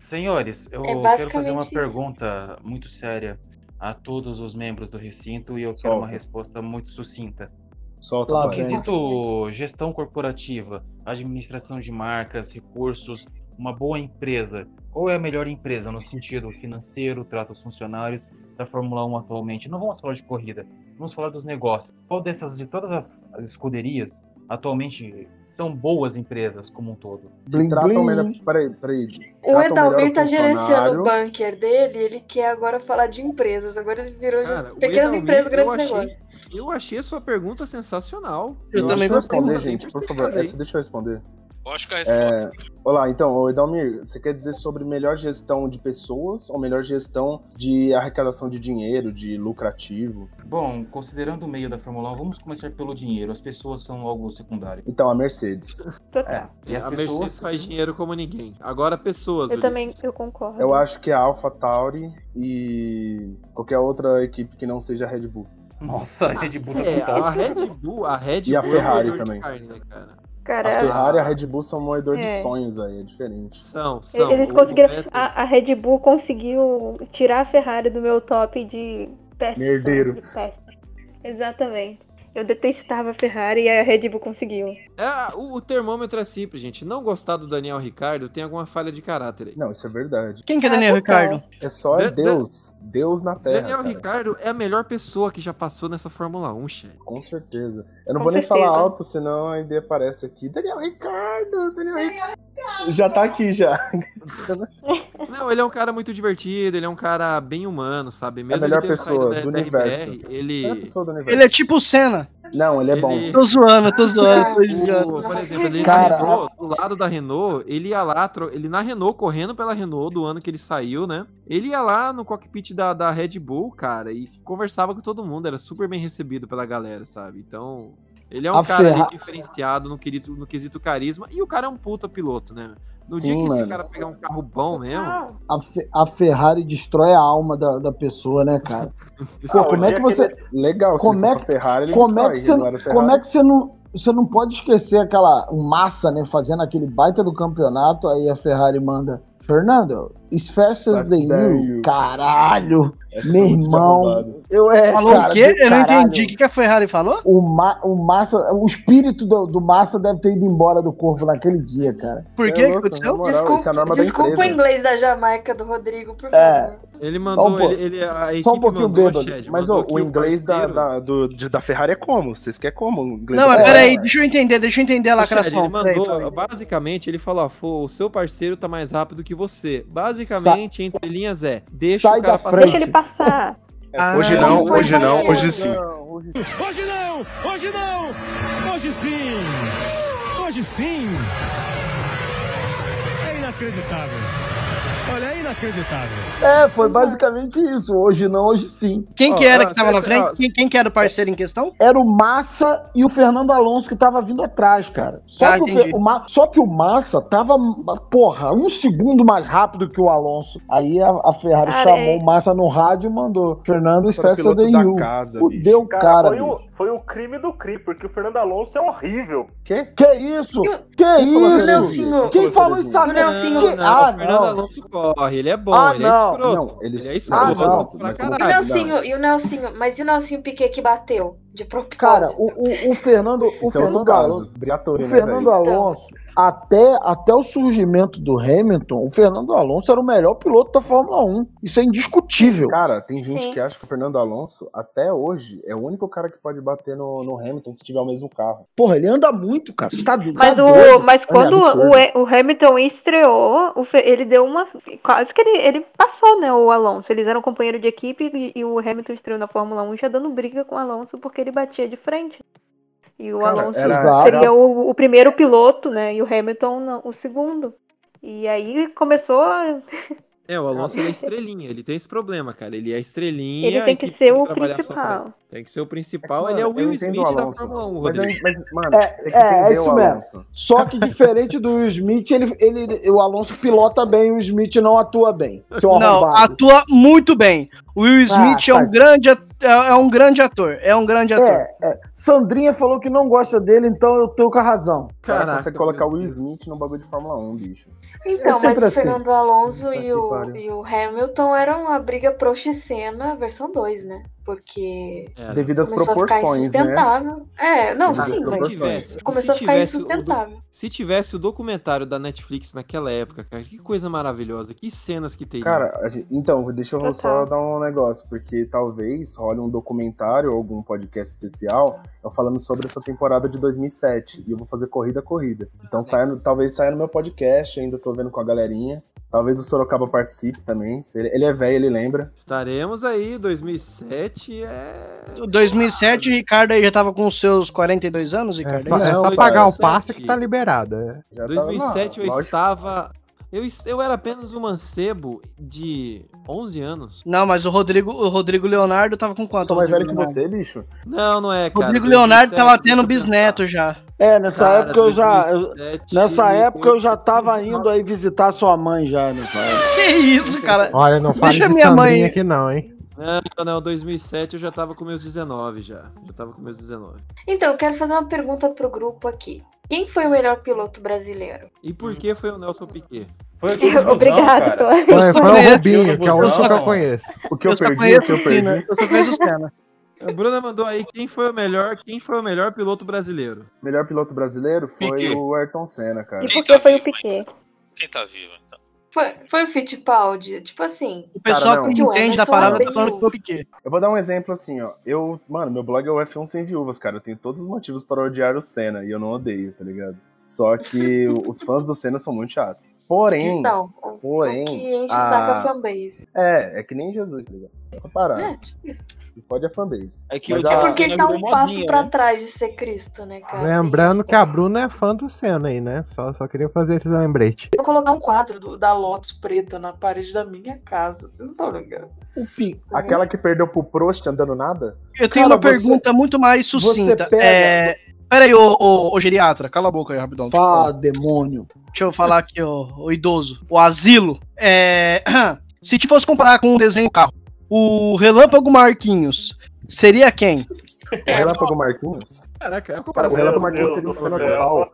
[SPEAKER 14] Senhores, eu
[SPEAKER 8] É
[SPEAKER 14] quero fazer
[SPEAKER 8] basicamente
[SPEAKER 14] uma
[SPEAKER 8] isso.
[SPEAKER 14] pergunta muito séria a todos os membros do recinto e eu quero
[SPEAKER 9] Solta.
[SPEAKER 14] uma resposta muito sucinta.
[SPEAKER 9] Solta
[SPEAKER 3] Lá
[SPEAKER 9] a
[SPEAKER 3] vem.
[SPEAKER 9] bola.
[SPEAKER 14] Quesito gestão corporativa, administração de marcas, recursos, uma boa empresa. Qual é a melhor empresa no sentido financeiro, trata os funcionários da Fórmula 1 atualmente? Não vamos falar de corrida, vamos falar dos negócios. Qual dessas, de todas as as escuderias, atualmente são boas empresas como um todo?
[SPEAKER 9] E Tratam
[SPEAKER 3] blim.
[SPEAKER 9] melhor. Peraí, peraí.
[SPEAKER 8] O
[SPEAKER 9] Tratam melhor
[SPEAKER 14] um
[SPEAKER 8] Edalmir tá gerenciando
[SPEAKER 9] funcionário.
[SPEAKER 8] o bunker dele, ele quer agora falar de empresas. Agora ele virou
[SPEAKER 4] Cara, o
[SPEAKER 8] pequenas
[SPEAKER 4] Edalmir,
[SPEAKER 8] empresas,
[SPEAKER 4] eu
[SPEAKER 8] grandes
[SPEAKER 4] achei,
[SPEAKER 8] negócios.
[SPEAKER 4] eu achei a sua pergunta sensacional.
[SPEAKER 5] Eu
[SPEAKER 9] Não,
[SPEAKER 5] também
[SPEAKER 9] deixa eu
[SPEAKER 5] gostei.
[SPEAKER 9] responder,
[SPEAKER 4] muito.
[SPEAKER 9] gente, por favor. Essa, deixa eu responder.
[SPEAKER 12] Eu acho que a resposta
[SPEAKER 9] É, Olá, então, ô, Edalmir, você quer dizer sobre melhor gestão de pessoas ou melhor gestão de arrecadação de dinheiro, de lucrativo?
[SPEAKER 14] Bom, considerando o meio da Fórmula 1, vamos começar pelo dinheiro. As pessoas são algo secundário.
[SPEAKER 9] Então, a Mercedes.
[SPEAKER 6] Total.
[SPEAKER 14] É, e as
[SPEAKER 4] a Mercedes
[SPEAKER 14] pessoas.
[SPEAKER 4] faz dinheiro como ninguém. Agora pessoas,
[SPEAKER 6] Eu também,
[SPEAKER 4] Ulisses.
[SPEAKER 6] eu concordo.
[SPEAKER 9] Eu acho que é a Alpha Tauri e qualquer outra equipe que não seja a Red Bull.
[SPEAKER 14] Nossa, a Red Bull tá
[SPEAKER 4] É,
[SPEAKER 14] total.
[SPEAKER 4] a Red Bull, a Red Bull
[SPEAKER 9] E a
[SPEAKER 4] é um
[SPEAKER 9] Ferrari
[SPEAKER 4] moedor de
[SPEAKER 9] também.
[SPEAKER 4] carne, né, cara?
[SPEAKER 9] A
[SPEAKER 3] é-
[SPEAKER 6] Cara,
[SPEAKER 9] Ferrari e a Red Bull são um moedor
[SPEAKER 6] É.
[SPEAKER 9] de sonhos, velho. É diferente.
[SPEAKER 4] São, são.
[SPEAKER 6] eles
[SPEAKER 4] O
[SPEAKER 6] conseguiram.
[SPEAKER 4] Vettel-
[SPEAKER 6] A, a Red Bull conseguiu tirar a Ferrari do meu top de péssimo.
[SPEAKER 9] Merdeiro.
[SPEAKER 6] de péssimo. Exatamente. Eu detestava a Ferrari e a Red Bull conseguiu.
[SPEAKER 4] É, o, o termômetro é simples, gente. Não gostar do Daniel Ricardo tem alguma falha de caráter aí.
[SPEAKER 9] Não, isso é verdade.
[SPEAKER 5] Quem que é
[SPEAKER 6] Ah,
[SPEAKER 5] Daniel
[SPEAKER 6] total.
[SPEAKER 5] Ricardo?
[SPEAKER 9] É só é
[SPEAKER 4] Da- da-
[SPEAKER 9] Deus. Deus na Terra.
[SPEAKER 4] Daniel
[SPEAKER 9] cara.
[SPEAKER 4] Ricardo é a melhor pessoa que já passou nessa Fórmula 1, chefe.
[SPEAKER 9] Com certeza. Eu não
[SPEAKER 6] Com
[SPEAKER 9] vou nem
[SPEAKER 6] certeza.
[SPEAKER 9] falar alto, senão ainda aparece aqui. Daniel Ricardo, Daniel Ricardo. Já tá aqui, já.
[SPEAKER 4] Não, ele é um cara muito divertido, ele é um cara bem humano, sabe? Mesmo
[SPEAKER 9] É melhor
[SPEAKER 4] ele tendo saído
[SPEAKER 9] pessoa
[SPEAKER 4] da-
[SPEAKER 9] do
[SPEAKER 4] da
[SPEAKER 9] universo.
[SPEAKER 4] RBR, ele.
[SPEAKER 9] É a pessoa do universo.
[SPEAKER 5] Ele é tipo o Senna.
[SPEAKER 9] Não, ele é bom. é
[SPEAKER 4] ele-
[SPEAKER 5] Tô zoando, tô zoando, tô zoando.
[SPEAKER 4] O- por exemplo, ele
[SPEAKER 3] Cara,
[SPEAKER 4] na Renault, do lado da Renault, ele ia lá, tro- ele na Renault, correndo pela Renault do ano que ele saiu, né? Ele ia lá no cockpit da, da Red Bull, cara, e conversava com todo mundo, era super bem recebido pela galera, sabe? Então, Ele é um
[SPEAKER 3] A
[SPEAKER 4] cara ali
[SPEAKER 3] Ferra-
[SPEAKER 4] diferenciado no, quesito, no quesito carisma e o cara é um puta piloto, né? No dia
[SPEAKER 3] Sim,
[SPEAKER 4] que esse
[SPEAKER 3] mano.
[SPEAKER 4] cara pegar um carro bom mesmo,
[SPEAKER 3] A, Fe- a Ferrari destrói a alma da, da pessoa, né, cara? Pô, como é que você.
[SPEAKER 9] Legal,
[SPEAKER 3] Como é
[SPEAKER 9] for
[SPEAKER 3] que-
[SPEAKER 9] Ferrari, ele
[SPEAKER 3] Como é,
[SPEAKER 9] destrói,
[SPEAKER 3] que você,
[SPEAKER 9] ele não era Ferrari.
[SPEAKER 3] como é que você não. Você não pode esquecer aquela o massa, né? Fazendo aquele baita do campeonato, aí a Ferrari manda. Fernando, it's faster
[SPEAKER 9] Faster
[SPEAKER 3] than
[SPEAKER 9] than
[SPEAKER 3] you.
[SPEAKER 9] you."
[SPEAKER 3] Caralho!
[SPEAKER 9] Essa
[SPEAKER 3] Meu
[SPEAKER 9] foi muito
[SPEAKER 3] irmão,
[SPEAKER 9] arrombada.
[SPEAKER 3] eu é.
[SPEAKER 5] Falou
[SPEAKER 3] cara,
[SPEAKER 5] o quê?
[SPEAKER 3] do
[SPEAKER 5] Eu não
[SPEAKER 3] caralho.
[SPEAKER 5] entendi. O que, que a Ferrari falou?
[SPEAKER 3] O, ma, o Massa, o espírito do, do Massa deve ter ido embora do corpo naquele dia, cara.
[SPEAKER 5] Por que que aconteceu?
[SPEAKER 9] isso é a norma da
[SPEAKER 8] Desculpa o
[SPEAKER 9] empresa.
[SPEAKER 8] inglês da Jamaica do Rodrigo, por
[SPEAKER 3] É.
[SPEAKER 8] favor.
[SPEAKER 4] ele mandou.
[SPEAKER 9] Só um po-
[SPEAKER 4] ele, ele- a
[SPEAKER 9] Só um
[SPEAKER 4] equipe
[SPEAKER 9] pouquinho
[SPEAKER 4] mandou,
[SPEAKER 9] bêbado.
[SPEAKER 4] Chad,
[SPEAKER 9] mas
[SPEAKER 4] mandou um
[SPEAKER 9] ó,
[SPEAKER 4] que
[SPEAKER 9] o inglês da,
[SPEAKER 4] parceiro-
[SPEAKER 9] da, do- de- da Ferrari é como? Vocês querem como? O inglês
[SPEAKER 5] Não,
[SPEAKER 9] da
[SPEAKER 5] mas
[SPEAKER 9] Ferrari? é-
[SPEAKER 5] peraí, deixa eu entender, deixa eu entender a
[SPEAKER 4] Ô, Chad,
[SPEAKER 5] lacração.
[SPEAKER 4] ele
[SPEAKER 5] peraí,
[SPEAKER 4] mandou,
[SPEAKER 5] peraí.
[SPEAKER 4] basicamente, ele falou: ah, "Fô, o seu parceiro tá mais rápido que você. Basicamente, entre linhas é, deixa
[SPEAKER 3] Sai
[SPEAKER 4] o cara
[SPEAKER 3] da
[SPEAKER 4] passar.
[SPEAKER 3] frente. Deixa
[SPEAKER 6] ele
[SPEAKER 9] Tá.
[SPEAKER 6] passar.
[SPEAKER 9] É, Hoje
[SPEAKER 5] Ah,
[SPEAKER 9] não,
[SPEAKER 5] como
[SPEAKER 9] hoje
[SPEAKER 5] foi
[SPEAKER 9] não,
[SPEAKER 5] maneiro.
[SPEAKER 9] hoje sim.
[SPEAKER 1] Hoje não! Hoje não! Hoje sim! Hoje sim! É inacreditável! Olha, é inacreditável!
[SPEAKER 3] É, foi basicamente isso. Hoje não, hoje sim. é,
[SPEAKER 5] Quem
[SPEAKER 4] Ó,
[SPEAKER 5] que era
[SPEAKER 4] ó,
[SPEAKER 5] que tava na
[SPEAKER 4] cê-
[SPEAKER 5] frente?
[SPEAKER 4] ó,
[SPEAKER 5] Quem, quem que era o parceiro em questão?
[SPEAKER 3] Era o Massa e o Fernando Alonso que tava vindo atrás, cara. Só,
[SPEAKER 5] Ah,
[SPEAKER 3] que, o Fe-
[SPEAKER 5] entendi.
[SPEAKER 3] o Ma- só que o Massa tava, porra, um segundo mais rápido que o Alonso. Aí a, a Ferrari
[SPEAKER 6] Cara,
[SPEAKER 3] chamou
[SPEAKER 6] é-
[SPEAKER 3] o Massa no rádio e mandou. Fernando
[SPEAKER 9] Para o
[SPEAKER 3] Espessa de
[SPEAKER 9] é piloto da
[SPEAKER 3] You.
[SPEAKER 9] casa, bicho.
[SPEAKER 3] Fudeu o
[SPEAKER 7] Cara,
[SPEAKER 3] cara,
[SPEAKER 11] um-
[SPEAKER 7] foi, o,
[SPEAKER 3] bicho.
[SPEAKER 7] foi o crime do crime, porque o Fernando Alonso é horrível.
[SPEAKER 9] Quê?
[SPEAKER 3] Que isso? Que
[SPEAKER 9] falou
[SPEAKER 3] isso?
[SPEAKER 8] Nelsinho.
[SPEAKER 3] Quem falou isso?
[SPEAKER 8] Não, não,
[SPEAKER 3] Que- Ah,
[SPEAKER 4] o Fernando
[SPEAKER 3] não.
[SPEAKER 4] Alonso corre, ele é bom,
[SPEAKER 3] Ah,
[SPEAKER 4] ele é
[SPEAKER 3] não,
[SPEAKER 4] escroto.
[SPEAKER 9] Não, ele,
[SPEAKER 4] Ele é escroto
[SPEAKER 3] Ah, não.
[SPEAKER 4] pra
[SPEAKER 8] E o
[SPEAKER 4] caralho.
[SPEAKER 8] Nelsinho, e o Nelsinho, mas e o Nelsinho Piquet que bateu? De propósito.
[SPEAKER 3] Cara, o, o, o Fernando, o
[SPEAKER 9] Isso é outro
[SPEAKER 3] Fernando Alonso.
[SPEAKER 9] caso. Briatore,
[SPEAKER 3] O
[SPEAKER 9] né, velho?
[SPEAKER 3] Fernando Alonso, até, até o surgimento do Hamilton, o Fernando Alonso era o melhor piloto da Fórmula 1. Isso é indiscutível.
[SPEAKER 9] Cara, tem gente
[SPEAKER 8] Sim.
[SPEAKER 9] que acha que o Fernando Alonso, até hoje, é o único cara que pode bater no, no Hamilton se tiver o mesmo carro.
[SPEAKER 3] Porra, ele anda muito, cara. Você tá do- tá
[SPEAKER 6] Mas, o,
[SPEAKER 3] doido.
[SPEAKER 6] mas quando
[SPEAKER 3] Olha, absurdo.
[SPEAKER 6] o, o Hamilton estreou, o Fe- ele deu uma. Quase que ele, ele passou, né? O Alonso. Eles eram companheiro de equipe e, e o Hamilton estreou na Fórmula 1 já dando briga com o Alonso porque ele batia de frente. E o
[SPEAKER 9] Cara,
[SPEAKER 6] Alonso
[SPEAKER 9] era-
[SPEAKER 6] seria
[SPEAKER 9] era-
[SPEAKER 6] o, o primeiro piloto, né? E o Hamilton não, o segundo. E aí começou. a-
[SPEAKER 4] É, o Alonso ele é estrelinha, ele tem esse problema, cara. Ele é estrelinha.
[SPEAKER 6] Ele
[SPEAKER 4] a
[SPEAKER 6] tem que
[SPEAKER 4] equipe
[SPEAKER 6] ser o
[SPEAKER 4] trabalhar só pra ele.
[SPEAKER 6] principal.
[SPEAKER 4] Tem que ser o principal,
[SPEAKER 9] Mano,
[SPEAKER 4] ele é o
[SPEAKER 9] eu
[SPEAKER 4] Will
[SPEAKER 9] entendo
[SPEAKER 4] Smith
[SPEAKER 9] o
[SPEAKER 4] da
[SPEAKER 9] Alonso,
[SPEAKER 4] Fórmula 1,
[SPEAKER 9] Mas, eu-
[SPEAKER 4] Rodrigo.
[SPEAKER 9] mas, mano,
[SPEAKER 3] É,
[SPEAKER 9] tem que
[SPEAKER 3] é,
[SPEAKER 9] entender
[SPEAKER 3] é isso
[SPEAKER 9] o
[SPEAKER 3] mesmo.
[SPEAKER 9] Alonso.
[SPEAKER 3] Só que diferente do Will Smith, ele, ele, o Alonso pilota bem, o Smith não atua bem. Seu
[SPEAKER 5] Não,
[SPEAKER 3] arrombado.
[SPEAKER 5] atua muito bem. O Will
[SPEAKER 3] Ah,
[SPEAKER 5] Smith é, um
[SPEAKER 3] sabe.
[SPEAKER 5] grande, at- é é um grande ator. É um grande ator.
[SPEAKER 3] É, é. Sandrinha falou que não gosta dele, então eu tô com a razão.
[SPEAKER 9] Cara,
[SPEAKER 4] Caraca,
[SPEAKER 9] você colocar
[SPEAKER 4] meu
[SPEAKER 9] o Will
[SPEAKER 4] Deus.
[SPEAKER 9] Smith no bagulho de Fórmula 1, bicho.
[SPEAKER 3] É
[SPEAKER 8] Então, mas
[SPEAKER 3] sempre
[SPEAKER 8] o
[SPEAKER 3] assim.
[SPEAKER 8] Fernando Alonso
[SPEAKER 9] Puta
[SPEAKER 8] e
[SPEAKER 9] que
[SPEAKER 8] o,
[SPEAKER 9] pariu.
[SPEAKER 8] e o Hamilton eram a briga Prost e Senna versão 2, né? Porque
[SPEAKER 4] Era.
[SPEAKER 9] Devido às
[SPEAKER 8] começou a ficar
[SPEAKER 9] proporções, né?
[SPEAKER 8] insustentável. É, não,
[SPEAKER 9] Devido às
[SPEAKER 8] sim, mas
[SPEAKER 4] se
[SPEAKER 9] proporções.
[SPEAKER 4] tivesse,
[SPEAKER 8] começou a
[SPEAKER 4] se
[SPEAKER 8] ficar
[SPEAKER 4] tivesse o do-
[SPEAKER 8] insustentável.
[SPEAKER 4] se tivesse o documentário da Netflix naquela época, cara, que coisa maravilhosa, que cenas que teria.
[SPEAKER 9] Cara, a gente- então, deixa eu
[SPEAKER 6] Total.
[SPEAKER 9] só dar um negócio, porque talvez role um documentário ou algum podcast especial eu falando sobre essa temporada de 2007, e eu vou fazer corrida a corrida. Então, saia no- talvez saia no meu podcast, ainda tô vendo com a galerinha. Talvez o Sorocaba participe também. se Ele, ele é velho, ele lembra.
[SPEAKER 4] Estaremos aí, 2007 é.
[SPEAKER 5] 2007, Ricardo aí já tava com os seus 42 anos,
[SPEAKER 15] É
[SPEAKER 5] Ricardo.
[SPEAKER 15] só,
[SPEAKER 5] é
[SPEAKER 15] é
[SPEAKER 5] isso?
[SPEAKER 15] só
[SPEAKER 4] Não,
[SPEAKER 15] pagar o
[SPEAKER 4] 17.
[SPEAKER 15] passo que tá liberado. é.
[SPEAKER 9] Já tava lá,
[SPEAKER 4] 2007 eu
[SPEAKER 9] lógico.
[SPEAKER 4] estava. Eu, es- eu era apenas um mancebo de 11 anos.
[SPEAKER 5] Não, mas o Rodrigo, o Rodrigo Leonardo tava com quanto?
[SPEAKER 9] Sou mais
[SPEAKER 5] Rodrigo
[SPEAKER 9] velho que
[SPEAKER 5] Leonardo?
[SPEAKER 9] você, bicho.
[SPEAKER 4] Não, não é, cara.
[SPEAKER 5] Rodrigo Leonardo
[SPEAKER 4] 2007,
[SPEAKER 5] tava tendo
[SPEAKER 4] deixa eu
[SPEAKER 5] bisneto já.
[SPEAKER 3] É, nessa
[SPEAKER 4] Cara,
[SPEAKER 3] época eu já. eu-
[SPEAKER 4] 2007,
[SPEAKER 3] Nessa época eu já tava
[SPEAKER 4] 2019.
[SPEAKER 3] indo aí visitar sua mãe já, né? cara?
[SPEAKER 5] Que isso, cara?
[SPEAKER 15] Olha, não fale de
[SPEAKER 5] Deixa minha
[SPEAKER 15] Sandrinha
[SPEAKER 5] mãe-
[SPEAKER 15] aqui não, hein?
[SPEAKER 4] Não, não, 2007 eu já tava com meus 19 já. Já tava com meus 19.
[SPEAKER 8] Então, eu quero fazer uma pergunta pro grupo aqui. Quem foi o melhor piloto brasileiro?
[SPEAKER 4] E por que foi o Nelson Piquet?
[SPEAKER 14] Foi aquele busão,
[SPEAKER 6] Obrigado,
[SPEAKER 14] cara.
[SPEAKER 6] Cláudio.
[SPEAKER 15] Foi, foi o
[SPEAKER 5] conheço,
[SPEAKER 15] Rubinho, que é o
[SPEAKER 14] eu
[SPEAKER 15] único
[SPEAKER 14] só-
[SPEAKER 15] que eu conheço.
[SPEAKER 9] O que eu,
[SPEAKER 5] só
[SPEAKER 9] perdi, o
[SPEAKER 5] conheço
[SPEAKER 9] que eu
[SPEAKER 5] o Senna,
[SPEAKER 9] perdi.
[SPEAKER 5] Eu só conheço o Senna.
[SPEAKER 4] A Bruna mandou aí quem foi o melhor, quem foi o melhor piloto brasileiro.
[SPEAKER 9] Melhor piloto brasileiro foi
[SPEAKER 12] Piquet.
[SPEAKER 9] o Ayrton Senna, cara. então-
[SPEAKER 6] E
[SPEAKER 12] Quem
[SPEAKER 6] por
[SPEAKER 12] tá
[SPEAKER 6] que foi o
[SPEAKER 12] vivo
[SPEAKER 6] Piquet?
[SPEAKER 12] Quem tá vivo, então?
[SPEAKER 8] Foi, foi o Fittipaldi. Tipo assim,
[SPEAKER 5] O pessoal
[SPEAKER 9] Cara, não.
[SPEAKER 5] que entende
[SPEAKER 8] Anderson
[SPEAKER 5] da
[SPEAKER 8] é
[SPEAKER 5] parada tá
[SPEAKER 8] Ribeiro.
[SPEAKER 5] falando que foi o Piquet.
[SPEAKER 9] Eu vou dar um exemplo assim, ó. Eu, mano, meu blog é o F1 sem viúvas, cara. Eu tenho todos os motivos para odiar o Senna e eu não odeio, tá ligado? Só que o- os fãs do Senna são muito chatos. Porém,
[SPEAKER 8] então, o,
[SPEAKER 9] porém,
[SPEAKER 8] o que enche
[SPEAKER 9] a-
[SPEAKER 8] o saco é a fanbase.
[SPEAKER 9] é, é que nem Jesus, tá ligado? Só parar,
[SPEAKER 8] É, tipo isso.
[SPEAKER 9] e fode a fanbase.
[SPEAKER 11] É que
[SPEAKER 9] Mas
[SPEAKER 11] o
[SPEAKER 9] a-
[SPEAKER 11] Ayrton
[SPEAKER 8] Porque ele
[SPEAKER 11] Senna
[SPEAKER 8] tá um
[SPEAKER 11] virou
[SPEAKER 8] passo
[SPEAKER 11] modinha,
[SPEAKER 8] pra
[SPEAKER 11] né?
[SPEAKER 8] trás de ser Cristo, né, cara?
[SPEAKER 15] Lembrando
[SPEAKER 8] Isso,
[SPEAKER 15] que a
[SPEAKER 8] cara.
[SPEAKER 15] Bruna é fã do Senna aí, né? Só, só queria fazer esse lembrete.
[SPEAKER 16] Vou colocar um quadro do- da Lotus preta na parede da minha casa. Vocês não estão ligando.
[SPEAKER 3] O Pi-
[SPEAKER 8] né?
[SPEAKER 9] Aquela que perdeu pro Prost andando nada?
[SPEAKER 5] Eu tenho
[SPEAKER 3] Cara,
[SPEAKER 5] uma
[SPEAKER 3] você-
[SPEAKER 5] pergunta muito mais sucinta.
[SPEAKER 3] você pega-
[SPEAKER 5] É, Pera aí, ô, ô, ô, geriatra, cala a boca aí rapidão.
[SPEAKER 3] Pá, demônio.
[SPEAKER 5] Deixa eu falar aqui, ó, o idoso. O asilo. É... Se te fosse comparar com um desenho carro, o Relâmpago Marquinhos seria quem?
[SPEAKER 9] É, Relâmpago Marquinhos?
[SPEAKER 4] Caraca, é
[SPEAKER 9] Cara,
[SPEAKER 4] uma
[SPEAKER 9] o
[SPEAKER 4] comparação.
[SPEAKER 9] Relâmpago Marquinhos seria um fenomenal.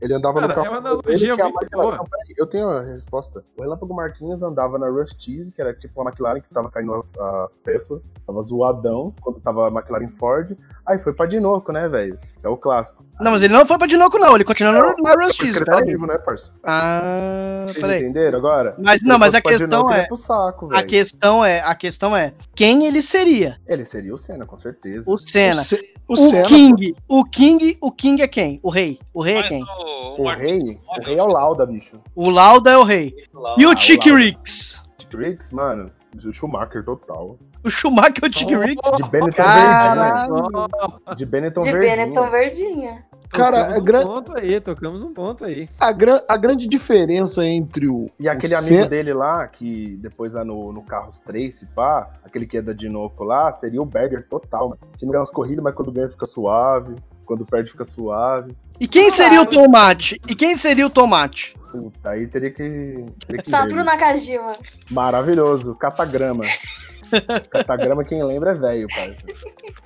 [SPEAKER 9] Ele andava
[SPEAKER 4] Cara,
[SPEAKER 9] no
[SPEAKER 4] é
[SPEAKER 9] carro.
[SPEAKER 4] uma analogia
[SPEAKER 9] ele que é a
[SPEAKER 4] muito
[SPEAKER 9] McLaren-
[SPEAKER 4] boa.
[SPEAKER 9] Não, peraí, eu tenho a resposta. O Relâmpago Marquinhos andava na Rush Cheese, que era tipo a McLaren que tava caindo as, as peças. Tava zoadão quando tava a McLaren Ford. Aí foi pra Dinoco, né, velho? É o clássico.
[SPEAKER 5] Não, mas ele não foi pra Dinoco, não. Ele continua no na Rush
[SPEAKER 9] Porque
[SPEAKER 5] X,
[SPEAKER 9] ele
[SPEAKER 5] tá?
[SPEAKER 9] tá vivo, né, parça?
[SPEAKER 5] Ah,
[SPEAKER 9] Vocês
[SPEAKER 5] peraí.
[SPEAKER 9] entenderam agora?
[SPEAKER 5] Mas
[SPEAKER 9] Se
[SPEAKER 5] não,
[SPEAKER 9] ele
[SPEAKER 5] mas
[SPEAKER 9] fosse
[SPEAKER 5] a
[SPEAKER 9] pra
[SPEAKER 5] questão
[SPEAKER 9] Dinoco, ele
[SPEAKER 5] é-
[SPEAKER 9] ia pro saco,
[SPEAKER 5] A
[SPEAKER 9] Tipo, velho.
[SPEAKER 5] questão é, a questão é, quem ele seria?
[SPEAKER 9] Ele seria o Senna, com certeza.
[SPEAKER 5] O Senna.
[SPEAKER 9] O
[SPEAKER 5] O,
[SPEAKER 9] Se- o Senna,
[SPEAKER 5] King. O King, o King é quem? O rei. O rei é quem?
[SPEAKER 9] O rei, o rei é o Lauda, bicho.
[SPEAKER 5] O Lauda é o rei. E o Chick
[SPEAKER 9] Lauda.
[SPEAKER 5] Ricks?
[SPEAKER 9] Chick Ricks, mano, o Schumacher total.
[SPEAKER 5] O Schumacher é o Chick Ricks?
[SPEAKER 9] De né? Benetton
[SPEAKER 5] Caralho.
[SPEAKER 9] Verdinha. De Benetton
[SPEAKER 8] De
[SPEAKER 9] Verdinha.
[SPEAKER 8] Benetton né, Verdinha.
[SPEAKER 3] Cara,
[SPEAKER 4] tocamos
[SPEAKER 3] é
[SPEAKER 4] um
[SPEAKER 3] gran-
[SPEAKER 4] ponto aí, tocamos um ponto aí.
[SPEAKER 3] A, gran- a grande diferença entre o.
[SPEAKER 9] E aquele
[SPEAKER 3] o
[SPEAKER 9] amigo
[SPEAKER 3] Senna-
[SPEAKER 9] dele lá, que depois lá no, no Carros 3, se pá, aquele que é da Dinoco lá, seria o Berger total, mano. Que não ganha as corridas, mas quando ganha fica suave. Quando perde fica suave.
[SPEAKER 5] E quem seria o Tomate? E quem seria o Tomate?
[SPEAKER 9] Puta, aí teria que. Teria que ver,
[SPEAKER 8] Sabru
[SPEAKER 9] né?
[SPEAKER 8] Nakajima.
[SPEAKER 9] Maravilhoso, catagrama. catagrama, quem lembra é velho, parça.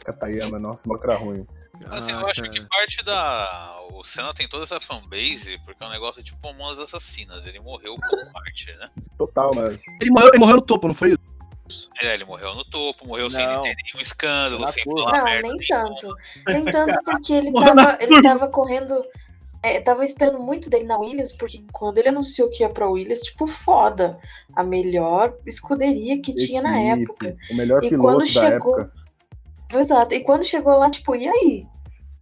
[SPEAKER 9] Catagrama, nossa, lacra ruim.
[SPEAKER 12] Assim,
[SPEAKER 9] Ah,
[SPEAKER 12] eu
[SPEAKER 9] tá.
[SPEAKER 12] acho que parte da. O Senna tem toda essa fanbase, porque é um negócio tipo Mamonas Assassinas. Ele morreu como mártir, né?
[SPEAKER 9] Total, mano.
[SPEAKER 5] Ele morreu, ele morreu no topo, não foi isso?
[SPEAKER 12] É, ele morreu no topo, morreu sem
[SPEAKER 9] Não.
[SPEAKER 12] ter nenhum escândalo,
[SPEAKER 9] Na
[SPEAKER 12] sem
[SPEAKER 9] curva.
[SPEAKER 12] falar
[SPEAKER 8] Não,
[SPEAKER 12] merda.
[SPEAKER 8] nem tanto. Nem tanto porque ele
[SPEAKER 5] Mano,
[SPEAKER 8] tava, ele tava correndo. É, tava esperando muito dele na Williams, porque quando ele anunciou que ia pra Williams, tipo, foda. A melhor escuderia que tinha na
[SPEAKER 9] Equipe,
[SPEAKER 8] época.
[SPEAKER 9] O melhor
[SPEAKER 8] E
[SPEAKER 9] piloto da
[SPEAKER 8] quando chegou-
[SPEAKER 9] época.
[SPEAKER 8] Exato. E quando chegou lá, tipo, e aí?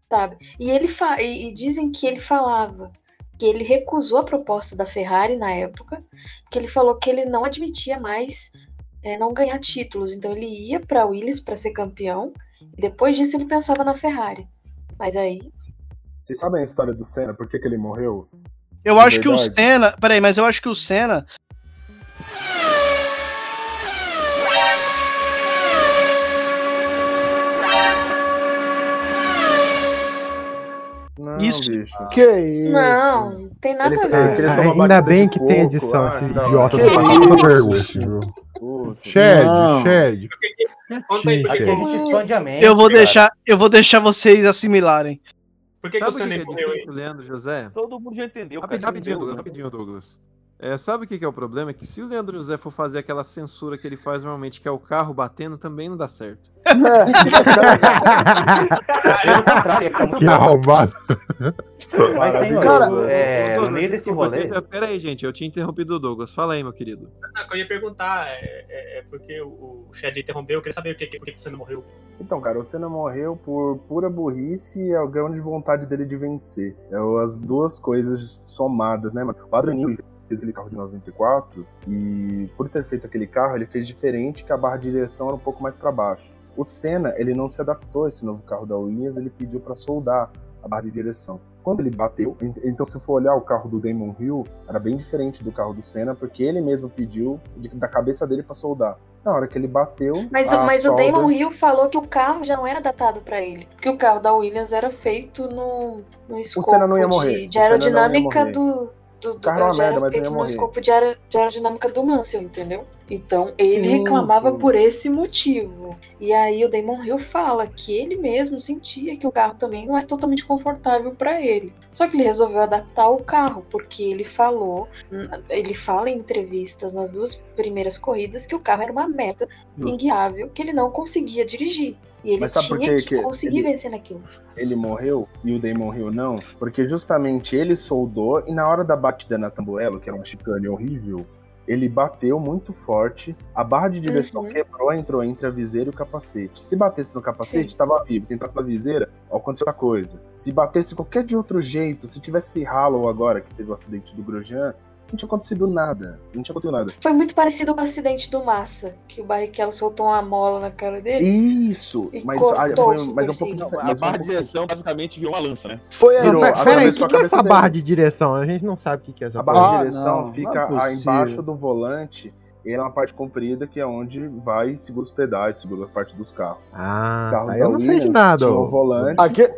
[SPEAKER 8] Sabe? E ele fa... e, e dizem que ele falava que ele recusou a proposta da Ferrari na época, porque ele falou que ele não admitia mais eh, não ganhar títulos. Então ele ia para Williams para ser campeão. E depois disso ele pensava na Ferrari. Mas aí,
[SPEAKER 9] Vocês sabem a história do Senna? Por que, que ele morreu?
[SPEAKER 5] Eu
[SPEAKER 9] De
[SPEAKER 5] acho que o
[SPEAKER 9] É verdade.
[SPEAKER 5] Senna. Peraí, mas eu acho que o Senna.
[SPEAKER 9] Não,
[SPEAKER 5] Isso.
[SPEAKER 9] bicho.
[SPEAKER 3] Que é isso?
[SPEAKER 8] não, não tem nada a ver.
[SPEAKER 9] ele toma
[SPEAKER 15] Ah, ainda
[SPEAKER 9] batida
[SPEAKER 15] bem
[SPEAKER 9] de
[SPEAKER 15] que tem
[SPEAKER 9] coco,
[SPEAKER 15] edição,
[SPEAKER 9] ah,
[SPEAKER 15] esse
[SPEAKER 9] não.
[SPEAKER 15] idiota
[SPEAKER 9] Que
[SPEAKER 15] do Patrick
[SPEAKER 9] isso?
[SPEAKER 15] Overwolf, viu?
[SPEAKER 9] Puta.
[SPEAKER 15] Shed,
[SPEAKER 3] Não.
[SPEAKER 15] Shed.
[SPEAKER 16] Conta aí,
[SPEAKER 15] Sim,
[SPEAKER 16] porque a gente expande a mente.
[SPEAKER 5] Eu vou
[SPEAKER 16] cara.
[SPEAKER 5] deixar, eu vou deixar vocês assimilarem.
[SPEAKER 16] Por que, que
[SPEAKER 4] sabe
[SPEAKER 16] o
[SPEAKER 4] o
[SPEAKER 16] Senna
[SPEAKER 4] que, que é
[SPEAKER 16] morreu, hein?
[SPEAKER 4] difícil, Leandro José?
[SPEAKER 11] Todo mundo já entendeu. cara.
[SPEAKER 4] Rapidinho, rapidinho, Douglas,
[SPEAKER 11] Entendeu, né?
[SPEAKER 4] rapidinho, Douglas. É, sabe o que, que é o problema? É que se o Leandro José for fazer aquela censura que ele faz normalmente, que é o carro batendo, também não dá certo.
[SPEAKER 9] É.
[SPEAKER 16] Pelo contrário, ia ficar muito
[SPEAKER 15] Que
[SPEAKER 16] bom.
[SPEAKER 15] arrombado.
[SPEAKER 16] Mas, senhores,
[SPEAKER 3] Cara,
[SPEAKER 16] é,
[SPEAKER 4] Douglas,
[SPEAKER 16] no meio desse
[SPEAKER 4] desculpa,
[SPEAKER 16] rolê,
[SPEAKER 4] eu- Pera aí, gente, eu tinha interrompido o Douglas. Fala aí, meu querido.
[SPEAKER 10] Não, que eu ia perguntar, é, é- é porque o, o Chad interrompeu, eu queria saber o que, por que que você não morreu.
[SPEAKER 9] Então, cara, o Senna morreu por pura burrice e a grande vontade dele de vencer. É as duas coisas somadas, né, mano? O Adrian Newey fez aquele carro de 94 e por ter feito aquele carro, ele fez diferente que a barra de direção era um pouco mais para baixo. O Senna, ele não se adaptou a esse novo carro da Williams, ele pediu para soldar a barra de direção. Quando ele bateu, en- então se for olhar o carro do Damon Hill, era bem diferente do carro do Senna, porque ele mesmo pediu de- da cabeça dele para soldar. Na hora que ele bateu,
[SPEAKER 8] Mas,
[SPEAKER 9] a
[SPEAKER 8] o- mas o
[SPEAKER 9] solda-
[SPEAKER 8] Damon Hill falou que o carro já não era datado para ele. Porque o carro da Williams era feito no, no escopo
[SPEAKER 9] Senna não ia morrer,
[SPEAKER 8] de,
[SPEAKER 9] o
[SPEAKER 8] de
[SPEAKER 9] Senna não ia
[SPEAKER 8] aerodinâmica
[SPEAKER 9] morrer.
[SPEAKER 8] do. do, do
[SPEAKER 9] carro era uma
[SPEAKER 8] Então, já era
[SPEAKER 9] merda, mas não
[SPEAKER 8] feito
[SPEAKER 9] ia
[SPEAKER 8] no
[SPEAKER 9] morrer.
[SPEAKER 8] escopo de, aero- de aerodinâmica do Mansell, entendeu? Então ele
[SPEAKER 9] Sim,
[SPEAKER 8] reclamava
[SPEAKER 9] sim.
[SPEAKER 8] por esse motivo. E aí o Damon Hill fala que ele mesmo sentia que o carro também não é totalmente confortável para ele. Só que ele resolveu adaptar o carro, porque ele falou, ele fala em entrevistas nas duas primeiras corridas que o carro era uma merda
[SPEAKER 9] Justo.
[SPEAKER 8] inguiável que ele não conseguia dirigir. E ele
[SPEAKER 9] Mas sabe por
[SPEAKER 8] tinha
[SPEAKER 9] que
[SPEAKER 8] que,
[SPEAKER 9] que
[SPEAKER 8] conseguir
[SPEAKER 9] ele-
[SPEAKER 8] vencer naquilo.
[SPEAKER 9] ele morreu e o Damon Hill não, porque justamente ele soldou e na hora da batida na Tambuelo, que era uma chicane horrível, ele bateu muito forte, a barra de direção
[SPEAKER 8] Uhum.
[SPEAKER 9] quebrou, entrou entre a viseira e o capacete. Se batesse no capacete,
[SPEAKER 8] Sim.
[SPEAKER 9] estava vivo. Se entrasse na viseira, aconteceu outra coisa. Se batesse qualquer de outro jeito, se tivesse Halo agora, que teve o acidente do Grosjean, não tinha acontecido nada. Não tinha acontecido nada.
[SPEAKER 8] Foi muito parecido com o acidente do Massa, que o Barrichello soltou uma mola na cara dele.
[SPEAKER 9] Isso!
[SPEAKER 8] E
[SPEAKER 9] Mas,
[SPEAKER 8] cortou
[SPEAKER 9] ah, foi,
[SPEAKER 8] o
[SPEAKER 9] mas é um pouco
[SPEAKER 8] supercílio.
[SPEAKER 9] difer-
[SPEAKER 11] Então, A
[SPEAKER 9] mas foi um
[SPEAKER 11] barra
[SPEAKER 9] pouco
[SPEAKER 11] de direção basicamente virou uma lança, né?
[SPEAKER 3] Foi
[SPEAKER 9] Virou,
[SPEAKER 3] Mas
[SPEAKER 9] atravessou
[SPEAKER 3] Peraí, o
[SPEAKER 9] a
[SPEAKER 3] que, que é
[SPEAKER 9] cabeça
[SPEAKER 15] essa
[SPEAKER 9] dele.
[SPEAKER 15] barra de direção? A gente não sabe o que que é essa
[SPEAKER 9] A barra
[SPEAKER 3] Ah,
[SPEAKER 9] de direção
[SPEAKER 3] não,
[SPEAKER 9] fica
[SPEAKER 3] não é
[SPEAKER 9] a- embaixo
[SPEAKER 3] possível.
[SPEAKER 9] do volante e ela é uma parte comprida que é onde vai e segura os pedais, segura a parte dos carros.
[SPEAKER 15] Ah,
[SPEAKER 9] Os carros
[SPEAKER 15] aí eu
[SPEAKER 9] da
[SPEAKER 15] não sei de
[SPEAKER 9] Williams
[SPEAKER 15] nada.
[SPEAKER 9] tinham
[SPEAKER 15] ó.
[SPEAKER 9] volante.
[SPEAKER 3] Aque-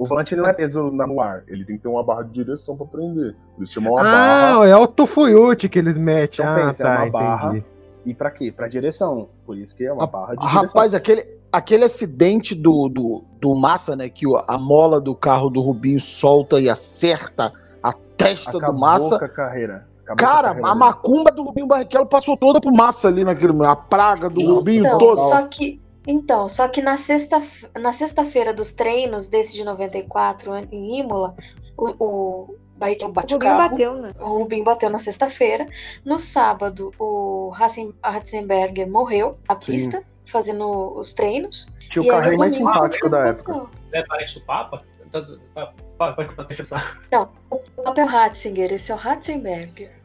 [SPEAKER 9] O volante ele não é preso na, no ar, ele tem que ter uma barra de direção pra prender. Eles chamam uma
[SPEAKER 15] ah,
[SPEAKER 9] barra.
[SPEAKER 15] é o Tofuyute que eles metem. Então, ah, pensa, tá,
[SPEAKER 9] é uma
[SPEAKER 15] entendi.
[SPEAKER 9] barra. E pra quê? Pra direção. Por isso que é uma
[SPEAKER 3] Ah,
[SPEAKER 9] barra de direção.
[SPEAKER 3] Rapaz, aquele, aquele acidente do, do, do Massa, né? Que o- a mola do carro do Rubinho solta e acerta a testa do Massa.
[SPEAKER 9] com a carreira. Acabou com
[SPEAKER 3] Cara,
[SPEAKER 9] carreira
[SPEAKER 3] a
[SPEAKER 9] dele.
[SPEAKER 3] macumba do Rubinho Barrichello passou toda pro Massa ali naquele. A praga do Rubinho
[SPEAKER 8] Então,
[SPEAKER 3] toda.
[SPEAKER 8] só que, então, só que na sexta, na sexta-feira dos treinos desse de 94 em Imola, o, o Barrichello bate o
[SPEAKER 6] Rubinho
[SPEAKER 8] carro.
[SPEAKER 6] bateu, né?
[SPEAKER 8] O Rubinho bateu na sexta-feira. No sábado, o Hassen- Ratzenberger morreu à
[SPEAKER 9] Sim.
[SPEAKER 8] pista, fazendo os treinos.
[SPEAKER 9] Tinha
[SPEAKER 8] E
[SPEAKER 9] o
[SPEAKER 8] aí,
[SPEAKER 9] carrinho mais
[SPEAKER 8] domingo,
[SPEAKER 9] simpático da época.
[SPEAKER 8] aconteceu.
[SPEAKER 10] É parente do Papa? Então, pa- pa- Pode pode pensar.
[SPEAKER 8] Não, o Papa é o Ratzinger, esse é o Ratzenberger.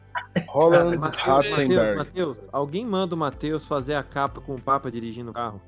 [SPEAKER 9] Roland
[SPEAKER 4] Matheus, Matheus,
[SPEAKER 9] Ratzenberg.
[SPEAKER 4] Matheus, alguém manda o Matheus fazer a capa com o Papa dirigindo o carro?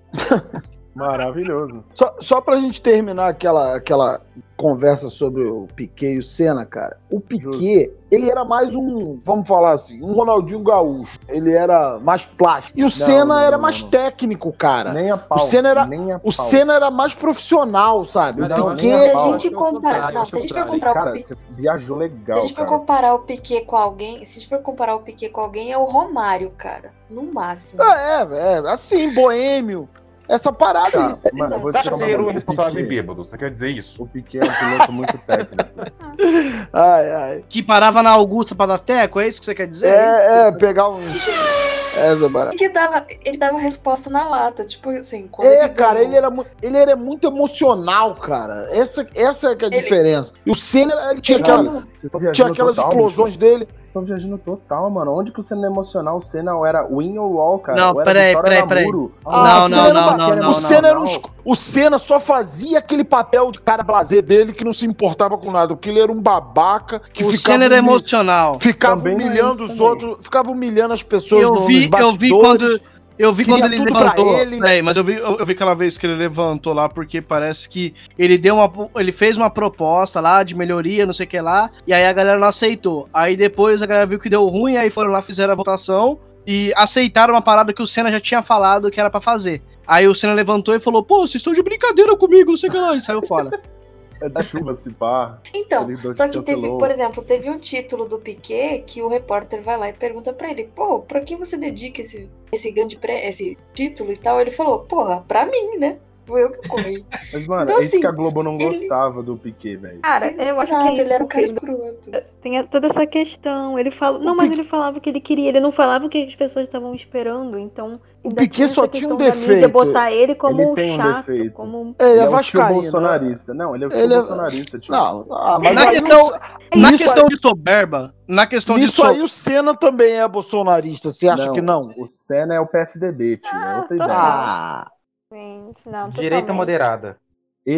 [SPEAKER 9] Maravilhoso.
[SPEAKER 3] Só, só pra gente terminar aquela, aquela conversa sobre o Piquet e o Senna, cara. O Piquet, ele era mais um, vamos falar assim, um Ronaldinho Gaúcho. Ele era mais plástico. E o
[SPEAKER 9] Não,
[SPEAKER 3] Senna
[SPEAKER 9] não,
[SPEAKER 3] era
[SPEAKER 9] não,
[SPEAKER 3] mais
[SPEAKER 9] não.
[SPEAKER 3] técnico, cara.
[SPEAKER 9] Nem a pau.
[SPEAKER 3] o Senna era,
[SPEAKER 9] nem a
[SPEAKER 3] o
[SPEAKER 9] pau.
[SPEAKER 3] Senna era mais profissional, sabe?
[SPEAKER 9] Não,
[SPEAKER 3] o
[SPEAKER 9] nem
[SPEAKER 3] Piquet...
[SPEAKER 8] a
[SPEAKER 9] pau.
[SPEAKER 8] gente comparar- não, se a gente for comprar o
[SPEAKER 9] Cara,
[SPEAKER 8] Piquet-
[SPEAKER 9] você viajou
[SPEAKER 8] Se a
[SPEAKER 9] legal,
[SPEAKER 8] gente for
[SPEAKER 9] cara.
[SPEAKER 8] comparar o Piquet com alguém, se a gente for comparar o Piquet com alguém, é o Romário, cara. No máximo.
[SPEAKER 3] É, é, assim, boêmio. Essa parada aí.
[SPEAKER 9] Mano, Tá, eu vou te falar uma
[SPEAKER 17] Parceiro
[SPEAKER 5] um
[SPEAKER 9] coisa, o
[SPEAKER 17] irresponsável e
[SPEAKER 9] Piquet-
[SPEAKER 17] bêbado, você quer dizer isso?
[SPEAKER 9] O Piquet é um piloto muito técnico.
[SPEAKER 3] Ai, ai.
[SPEAKER 5] Que parava na Augusta pra dar teco, é isso que você quer dizer?
[SPEAKER 3] É, é, pegar um. Essa parada.
[SPEAKER 8] Ele dava, ele dava resposta na lata, tipo assim, quando
[SPEAKER 3] É,
[SPEAKER 8] ele
[SPEAKER 3] cara,
[SPEAKER 8] ganhou-
[SPEAKER 3] ele era, mu- ele era muito emocional, cara. Essa, essa é que é a
[SPEAKER 8] Ele-
[SPEAKER 3] diferença. E o Senna, ele tinha,
[SPEAKER 9] Não,
[SPEAKER 3] aquela-
[SPEAKER 9] vocês estão viajando
[SPEAKER 3] tinha aquelas
[SPEAKER 9] total,
[SPEAKER 3] explosões dele.
[SPEAKER 9] Vocês estão viajando total, mano. Onde que o Senna é emocional? O Senna era win ou wall, cara?
[SPEAKER 5] Não,
[SPEAKER 9] Ou era
[SPEAKER 5] peraí,
[SPEAKER 9] vitória
[SPEAKER 5] peraí,
[SPEAKER 9] na
[SPEAKER 5] peraí.
[SPEAKER 9] muro?
[SPEAKER 5] Ah,
[SPEAKER 3] o
[SPEAKER 5] não,
[SPEAKER 3] Senna era
[SPEAKER 5] não,
[SPEAKER 3] uma-
[SPEAKER 5] não, não,
[SPEAKER 3] O Senna era
[SPEAKER 5] não.
[SPEAKER 3] um esco- o Senna só fazia aquele papel de cara blazer dele que não se importava com nada, porque ele era um babaca que
[SPEAKER 5] O
[SPEAKER 3] ficava
[SPEAKER 5] Senna era
[SPEAKER 3] humil-
[SPEAKER 5] emocional.
[SPEAKER 3] Ficava
[SPEAKER 5] Também não é
[SPEAKER 3] humilhando
[SPEAKER 5] isso
[SPEAKER 3] os
[SPEAKER 5] também.
[SPEAKER 3] outros, ficava humilhando as pessoas
[SPEAKER 5] Eu
[SPEAKER 3] no-
[SPEAKER 5] vi,
[SPEAKER 3] nos
[SPEAKER 5] eu vi
[SPEAKER 3] bastidores.
[SPEAKER 5] quando. Eu vi
[SPEAKER 3] Queria
[SPEAKER 5] quando ele
[SPEAKER 3] tudo pra
[SPEAKER 5] levantou.
[SPEAKER 3] ele.
[SPEAKER 5] Peraí, mas eu vi, eu, eu vi aquela vez que ele levantou lá, porque parece que ele deu uma. Ele fez uma proposta lá de melhoria, não sei o que lá. E aí a galera não aceitou. Aí depois a galera viu que deu ruim, aí foram lá, fizeram a votação e aceitaram uma parada que o Senna já tinha falado que era pra fazer. Aí o Senna levantou e falou: Pô, vocês estão de brincadeira comigo, não sei o que lá, e saiu fora.
[SPEAKER 9] É da chuva, se pá.
[SPEAKER 8] Então,
[SPEAKER 9] Ele
[SPEAKER 8] só que teve,
[SPEAKER 9] cancelou.
[SPEAKER 8] por exemplo, teve um título do Piquet que o repórter vai lá e pergunta pra ele, pô, pra que você dedica esse, esse grande pré, esse título e tal? Ele falou, porra, pra mim, né? Foi eu que corri.
[SPEAKER 9] Mas, mano,
[SPEAKER 8] Então,
[SPEAKER 9] é isso que a
[SPEAKER 8] assim,
[SPEAKER 9] Globo não
[SPEAKER 8] ele-
[SPEAKER 9] gostava do Piquet, velho.
[SPEAKER 6] Cara, eu acho
[SPEAKER 8] Nada,
[SPEAKER 6] que é isso,
[SPEAKER 8] ele era um cara
[SPEAKER 6] porque
[SPEAKER 8] escroto.
[SPEAKER 6] tem a- toda essa questão. Ele fala, não, mas ele falava o que ele queria, ele não falava o que as pessoas estavam esperando, então
[SPEAKER 3] O
[SPEAKER 6] ainda
[SPEAKER 3] Piquet
[SPEAKER 6] essa
[SPEAKER 3] só tinha um
[SPEAKER 6] questão da mídia
[SPEAKER 3] defeito.
[SPEAKER 6] botar ele como
[SPEAKER 9] Ele
[SPEAKER 6] um
[SPEAKER 9] tem um
[SPEAKER 6] chato,
[SPEAKER 9] defeito.
[SPEAKER 6] como um
[SPEAKER 3] Ele é
[SPEAKER 9] um
[SPEAKER 3] vascaíno,
[SPEAKER 9] tio bolsonarista. Não, ele é o tio
[SPEAKER 3] Ele é-
[SPEAKER 9] bolsonarista, tio. é
[SPEAKER 3] Não, ah, mas
[SPEAKER 5] na
[SPEAKER 3] aí
[SPEAKER 5] questão,
[SPEAKER 6] É
[SPEAKER 3] o-
[SPEAKER 5] na
[SPEAKER 3] isso
[SPEAKER 5] questão
[SPEAKER 3] aí-
[SPEAKER 5] de soberba, na questão de
[SPEAKER 3] Isso
[SPEAKER 5] so-
[SPEAKER 3] aí o Senna também é bolsonarista, você acha que não?
[SPEAKER 9] O Senna é o PSDB, tio. É outra ideia.
[SPEAKER 6] tá
[SPEAKER 3] Ah,
[SPEAKER 6] Gente, não,
[SPEAKER 9] Direita
[SPEAKER 6] totalmente.
[SPEAKER 9] moderada.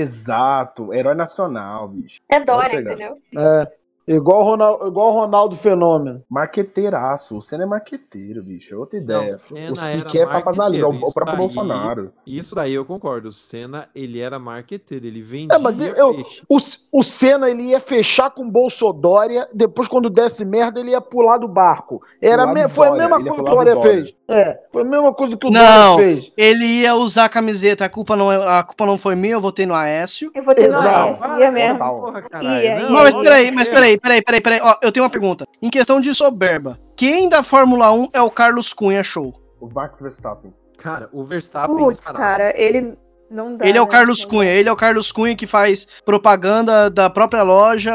[SPEAKER 9] Exato. Herói nacional, bicho.
[SPEAKER 8] É
[SPEAKER 9] Outra
[SPEAKER 8] Dória,
[SPEAKER 9] ideia.
[SPEAKER 8] entendeu?
[SPEAKER 3] é. Igual o Ronaldo, igual o Ronaldo Fenômeno.
[SPEAKER 9] Marqueteiraço. O Senna é marqueteiro, bicho. É outra ideia.
[SPEAKER 4] Senna
[SPEAKER 9] Os
[SPEAKER 4] era
[SPEAKER 9] Piquet é
[SPEAKER 4] marqueteiro,
[SPEAKER 9] papazalho. O
[SPEAKER 4] isso
[SPEAKER 9] próprio
[SPEAKER 4] daí-
[SPEAKER 9] Bolsonaro.
[SPEAKER 4] Isso daí eu concordo. O Senna, ele era marqueteiro, ele vendia.
[SPEAKER 3] É, mas eu- eu-
[SPEAKER 4] peixe.
[SPEAKER 3] o, o Senna ele ia fechar com o Bolsodória, depois quando desse merda ele ia pular do barco. Era
[SPEAKER 9] Pular
[SPEAKER 3] me-
[SPEAKER 9] do
[SPEAKER 3] foi a
[SPEAKER 9] Dória,
[SPEAKER 3] mesma
[SPEAKER 9] ele ia
[SPEAKER 3] coisa que o
[SPEAKER 9] pular do
[SPEAKER 3] Dória
[SPEAKER 9] Dória.
[SPEAKER 3] fez. É, foi a mesma coisa que o
[SPEAKER 5] Não,
[SPEAKER 3] Dória fez.
[SPEAKER 5] ele ia usar a camiseta, a culpa, não, é- a culpa não foi minha, eu votei no Aécio.
[SPEAKER 6] Eu botei no
[SPEAKER 3] Exato.
[SPEAKER 6] AS, ia mesmo.
[SPEAKER 4] Porra,
[SPEAKER 6] Ia,
[SPEAKER 4] caralho.
[SPEAKER 6] ia.
[SPEAKER 5] Não, mas peraí, mas peraí, peraí, peraí, peraí. Ó, eu tenho uma pergunta. Em questão de soberba, quem da Fórmula 1 é o Carlos Cunha Show?
[SPEAKER 9] O Max Verstappen.
[SPEAKER 4] Cara, o Verstappen
[SPEAKER 6] Putz,
[SPEAKER 4] disparado.
[SPEAKER 6] cara, ele não dá.
[SPEAKER 5] ele é o
[SPEAKER 6] né?
[SPEAKER 5] Carlos
[SPEAKER 6] Não
[SPEAKER 5] Cunha, ele é o Carlos Cunha que faz propaganda da própria loja.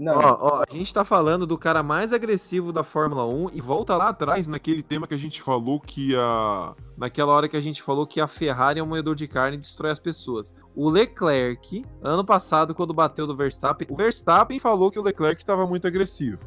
[SPEAKER 9] Não,
[SPEAKER 4] Ó, ó, a gente tá falando do cara mais agressivo da Fórmula 1 e volta lá atrás naquele tema que a gente falou que a. Naquela hora que a gente falou que a Ferrari é um moedor de carne e destrói as pessoas. O Leclerc, ano passado, quando bateu do Verstappen, o Verstappen falou que o Leclerc tava muito agressivo.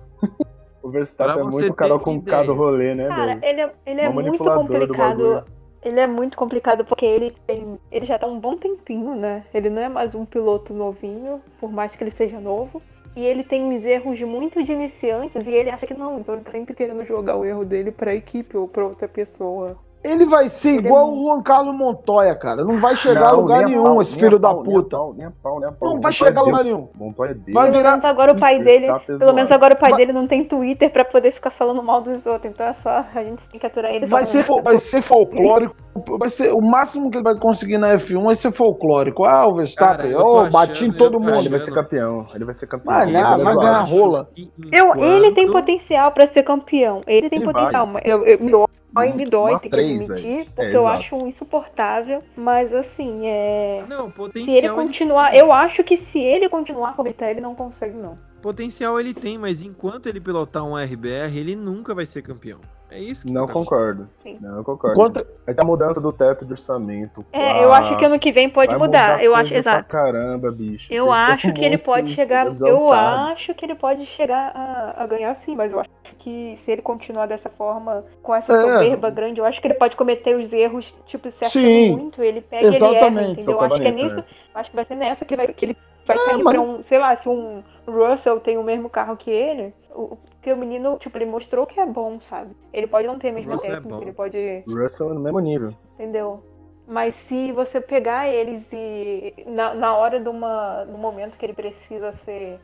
[SPEAKER 9] O Verstappen
[SPEAKER 4] Pra
[SPEAKER 9] é
[SPEAKER 4] você
[SPEAKER 9] muito
[SPEAKER 4] ter
[SPEAKER 9] Carol com
[SPEAKER 4] ideia.
[SPEAKER 9] K do rolê, né,
[SPEAKER 6] Cara,
[SPEAKER 9] velho?
[SPEAKER 6] ele é, ele é
[SPEAKER 9] Uma
[SPEAKER 6] muito
[SPEAKER 9] manipuladora do
[SPEAKER 6] complicado.
[SPEAKER 9] bagulho.
[SPEAKER 6] Ele é muito complicado porque ele, tem- ele já tá um bom tempinho, né? Ele não é mais um piloto novinho, por mais que ele seja novo. E ele tem uns erros muito de iniciantes e ele acha que não, então ele tá sempre querendo jogar o erro dele pra equipe ou pra outra pessoa.
[SPEAKER 3] Ele vai ser ele igual é... o Juan Carlos Montoya, cara. Não vai chegar não, a lugar nenhum, pau, esse filho da pau, puta. Nem a pau, nem a pau, não vai chegar a lugar nenhum.
[SPEAKER 6] Montoya é Deus. Vai
[SPEAKER 9] tá
[SPEAKER 6] virar... Pelo menos agora o pai dele,
[SPEAKER 3] tá
[SPEAKER 6] pelo menos agora o pai vai... dele não tem Twitter pra poder ficar falando mal dos outros. Então é só a gente tem que aturar ele.
[SPEAKER 3] Vai ser, fo... vai ser folclórico. Vai ser o máximo que ele vai conseguir na F1 vai ser folclórico. Ah, o Verstappen, cara, oh, achando, bati em todo mundo. Achando.
[SPEAKER 9] Ele vai ser campeão. Ele vai ser campeão.
[SPEAKER 3] Vai, ganhar, vai ganhar rola.
[SPEAKER 6] Eu, ele tem potencial pra ser campeão. Ele tem potencial. Eu, eu, dói, me dói ter que admitir, porque é, eu acho insuportável, mas assim, é.
[SPEAKER 4] Não, potencial.
[SPEAKER 6] Se ele continuar, ele... eu acho que se ele continuar com ele não consegue, não.
[SPEAKER 4] Potencial ele tem, mas enquanto ele pilotar um RBR, ele nunca vai ser campeão. É isso que
[SPEAKER 9] Não tá concordo. Não concordo. Contra... Vai ter a mudança do teto de orçamento.
[SPEAKER 6] É, lá. eu acho que ano que vem pode mudar. mudar. Eu acho, exato.
[SPEAKER 9] caramba, bicho.
[SPEAKER 6] Eu Vocês acho que ele pode chegar. Exaltado. Eu acho que ele pode chegar a, a, ganhar sim, mas eu acho que se ele continuar dessa forma, com essa é. soberba grande, eu acho que ele pode cometer os erros, tipo, se
[SPEAKER 3] sim.
[SPEAKER 6] muito, ele pega
[SPEAKER 3] Exatamente.
[SPEAKER 6] ele erra, Eu acho que é nisso. Nessa. Acho que vai ser nessa que, vai, que ele vai sair é, mas... pra um, sei lá, se um Russell tem o mesmo carro que ele porque o menino, tipo, ele mostrou que é bom, sabe? Ele pode não ter a mesma Russell técnica, é ele pode.
[SPEAKER 9] Russell é no mesmo nível.
[SPEAKER 6] Entendeu? Mas se você pegar eles e. Na, na hora de uma, no momento que ele precisa ser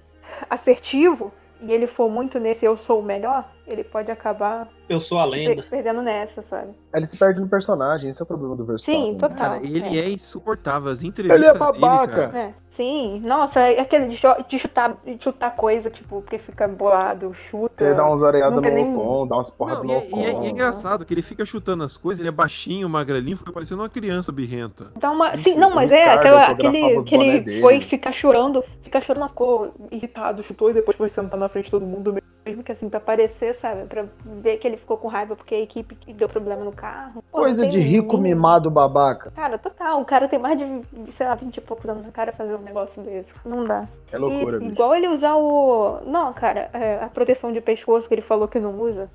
[SPEAKER 6] assertivo, e ele for muito nesse eu sou o melhor, ele pode acabar.
[SPEAKER 10] Eu sou a lenda.
[SPEAKER 6] Se perdendo nessa, sabe?
[SPEAKER 9] Ele se perde no personagem, esse é o problema do Verstappen.
[SPEAKER 6] Sim, total. Cara,
[SPEAKER 4] ele é. é insuportável, as entrevistas.
[SPEAKER 3] Ele é babaca.
[SPEAKER 6] Dele, é. Sim, nossa, é aquele de, de, chutar, de chutar coisa, tipo, porque fica bolado, chuta.
[SPEAKER 9] Ele dá umas areiadas no nem... Ocon, dá umas porras no
[SPEAKER 4] Ocon. E, é, é, engraçado que ele fica chutando as coisas, ele é baixinho, magrelinho, fica parecendo uma criança birrenta.
[SPEAKER 6] Dá uma... Sim, não,
[SPEAKER 3] um
[SPEAKER 6] mas é aquela, aquele que ele foi ficar chorando, ficar chorando na cor, irritado, chutou e depois foi sentar na frente de todo mundo mesmo que assim, pra parecer, sabe? Pra ver que ele ficou com raiva porque a equipe deu problema no carro.
[SPEAKER 3] Pô, Coisa de rico
[SPEAKER 9] um-
[SPEAKER 3] ninguém. mimado babaca.
[SPEAKER 6] Cara, total. O cara tem mais de, sei lá, 20 e poucos anos na cara fazer um negócio desse. Não dá.
[SPEAKER 9] É loucura, e, bicho.
[SPEAKER 6] Igual ele usar o. Não, cara, é, a proteção de pescoço que ele falou que não usa.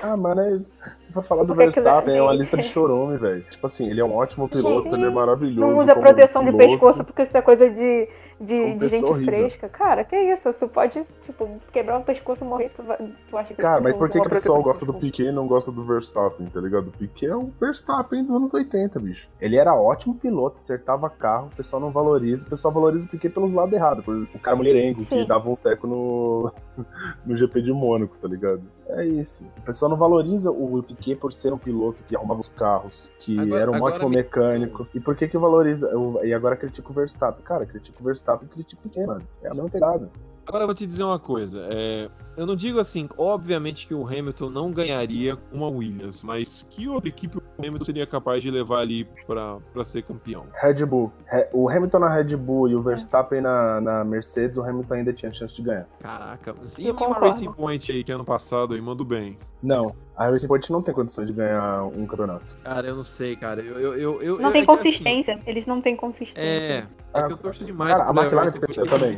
[SPEAKER 9] Ah, mano, é... se for falar do porque Verstappen, é uma lista de chorome, velho. Tipo assim, ele é um ótimo piloto, ele é maravilhoso.
[SPEAKER 6] Não usa proteção piloto. de pescoço porque isso é coisa de de, de gente horrível. fresca. Cara, que isso? Tu pode, tipo, quebrar o pescoço e morrer, tu, vai, tu acha que...
[SPEAKER 9] Cara, mas por que, que o pessoal gosta do Piquet e não gosta do Verstappen, tá ligado? O Piquet é um Verstappen dos anos 80, bicho. Ele era ótimo piloto, acertava carro, o pessoal não valoriza, o pessoal valoriza o Piquet pelos lados errados, por o cara mulherengo, Sim. que dava uns tecos no, no GP de Mônaco, tá ligado? É isso. O pessoal não valoriza o Piquet por ser um piloto que arrumava os carros, que agora, era um ótimo me... mecânico. E por que que valoriza? Eu, e agora critica o Verstappen. Cara, critica o Verstappen e critica o Piquet, mano. É a mesma pegada.
[SPEAKER 4] Agora eu vou te dizer uma coisa. É... eu não digo assim, obviamente que o Hamilton não ganharia uma Williams, mas que outra equipe o Hamilton seria capaz de levar ali para ser campeão?
[SPEAKER 9] Red Bull. O Hamilton na Red Bull e o Verstappen na, na Mercedes, o Hamilton ainda tinha chance de ganhar.
[SPEAKER 4] Caraca, e uma Racing Point aí que ano passado aí mandou bem.
[SPEAKER 9] Não, a Racing Point não tem condições de ganhar um campeonato.
[SPEAKER 4] Cara, eu não sei, cara. Eu, eu, eu,
[SPEAKER 6] não
[SPEAKER 4] eu,
[SPEAKER 6] tem é consistência. Assim, Eles não têm consistência.
[SPEAKER 4] É, é que eu torço demais.
[SPEAKER 9] Ah, Cara, a McLaren eu também.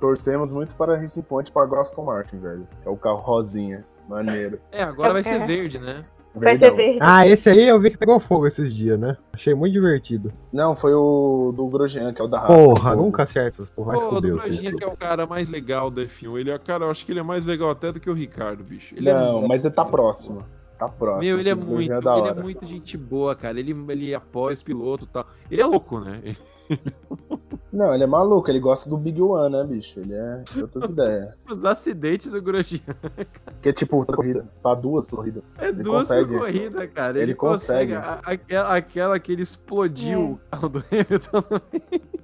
[SPEAKER 9] Torcemos muito para a Racing Point para o Aston Martin, velho. É o carro rosinha. Maneiro.
[SPEAKER 4] É, agora vai ser verde, né?
[SPEAKER 6] Vai ser verde.
[SPEAKER 15] Ah, esse aí eu vi que pegou fogo esses dias, né? Achei muito divertido.
[SPEAKER 9] Não, foi o do Grosjean, que é o da Haas.
[SPEAKER 15] Porra, nunca acerta as porra.
[SPEAKER 4] Pô, o do Grosjean que é o cara mais legal da F1. Ele é, cara, eu acho que ele é mais legal até do que o Ricardo, bicho. Ele
[SPEAKER 9] não, é mas ele tá próximo. Tá próximo.
[SPEAKER 4] Meu, ele é muito, é ele é muito gente boa, cara. Ele, ele apoia os pilotos e tal. Ele é louco, né? Ele...
[SPEAKER 9] Não, ele é maluco, ele gosta do Big One, né, bicho? Ele é de outras ideias.
[SPEAKER 4] Os acidentes do Grosjean.
[SPEAKER 9] Que é tipo corrida, pra duas corridas.
[SPEAKER 4] É ele duas consegue. corrida, cara.
[SPEAKER 9] Ele, ele consegue.
[SPEAKER 4] consegue. A, a, aquela que ele explodiu hum. o carro do Hamilton.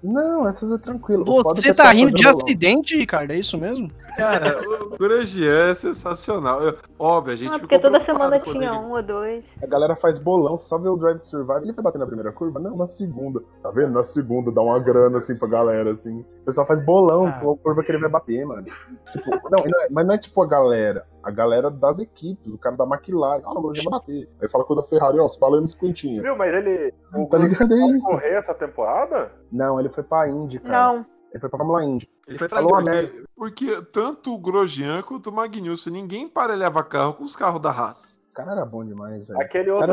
[SPEAKER 9] Não, essas é um. tranquilo.
[SPEAKER 5] Você tá rindo de rolão. acidente, Ricardo? É isso mesmo?
[SPEAKER 4] Cara, o Grosjean é sensacional. Eu, óbvio, a gente
[SPEAKER 18] tipo,
[SPEAKER 4] ah,
[SPEAKER 6] Porque toda semana tinha ele... um ou dois.
[SPEAKER 9] A galera faz bolão, só vê o Drive to Survive. Ele vai bater na primeira curva? Não, na segunda. Tá vendo? Na segunda, dá uma grana assim pra galera, assim. O pessoal faz bolão ah. com a curva que ele vai bater, mano. Tipo, não, não é, mas não é tipo a galera. A galera das equipes, o cara da McLaren. Ah, não, o vai bater. Aí fala com o da Ferrari, ó, você fala nos cantinhos.
[SPEAKER 7] Viu, mas ele.
[SPEAKER 9] Não tá ligado
[SPEAKER 7] a isso. correr essa temporada?
[SPEAKER 9] Não, ele foi pra Indy, cara.
[SPEAKER 6] Não.
[SPEAKER 9] Ele foi pra Fórmula Indy.
[SPEAKER 4] Ele foi traidor, porque, porque tanto o Grosjean quanto o Magnussen, ninguém parelhava carro com os carros da Haas
[SPEAKER 9] cara era bom demais, velho.
[SPEAKER 7] Aquele
[SPEAKER 9] outro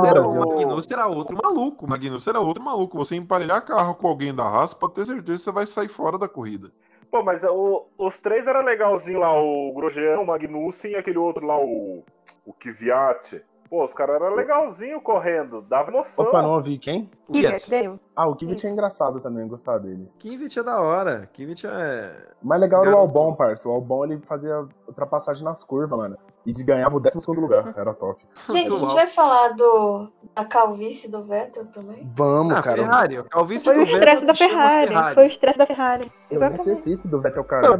[SPEAKER 4] Magnus era, outro maluco. Magnus era outro maluco. Você emparelhar carro com alguém da raça, pode ter certeza que você vai sair fora da corrida.
[SPEAKER 7] Pô, mas é, o, os três era legalzinho lá, o Grosjean, o Magnussen e aquele outro lá, o, o Kvyat. Pô, os caras eram legalzinho correndo, dava emoção.
[SPEAKER 9] Opa, não ouvi quem?
[SPEAKER 6] O Kivet.
[SPEAKER 9] Ah, o Kivet é engraçado também, eu gostava dele.
[SPEAKER 4] Kivet é da hora. Kivet é.
[SPEAKER 9] Mais legal era o Albon, parça. O Albon ele fazia ultrapassagem nas curvas, mano. E de ganhava o 12 lugar. Era top.
[SPEAKER 8] Gente, a gente vai falar do, da calvície do Vettel também?
[SPEAKER 9] Vamos,
[SPEAKER 4] Ah,
[SPEAKER 9] cara.
[SPEAKER 4] Ferrari, a calvície
[SPEAKER 6] Foi o
[SPEAKER 4] do
[SPEAKER 6] estresse
[SPEAKER 4] Vettel
[SPEAKER 6] da
[SPEAKER 4] chama
[SPEAKER 6] Ferrari. Foi o estresse da Ferrari.
[SPEAKER 9] Eu
[SPEAKER 6] Vai
[SPEAKER 9] necessito do Vettel, cara.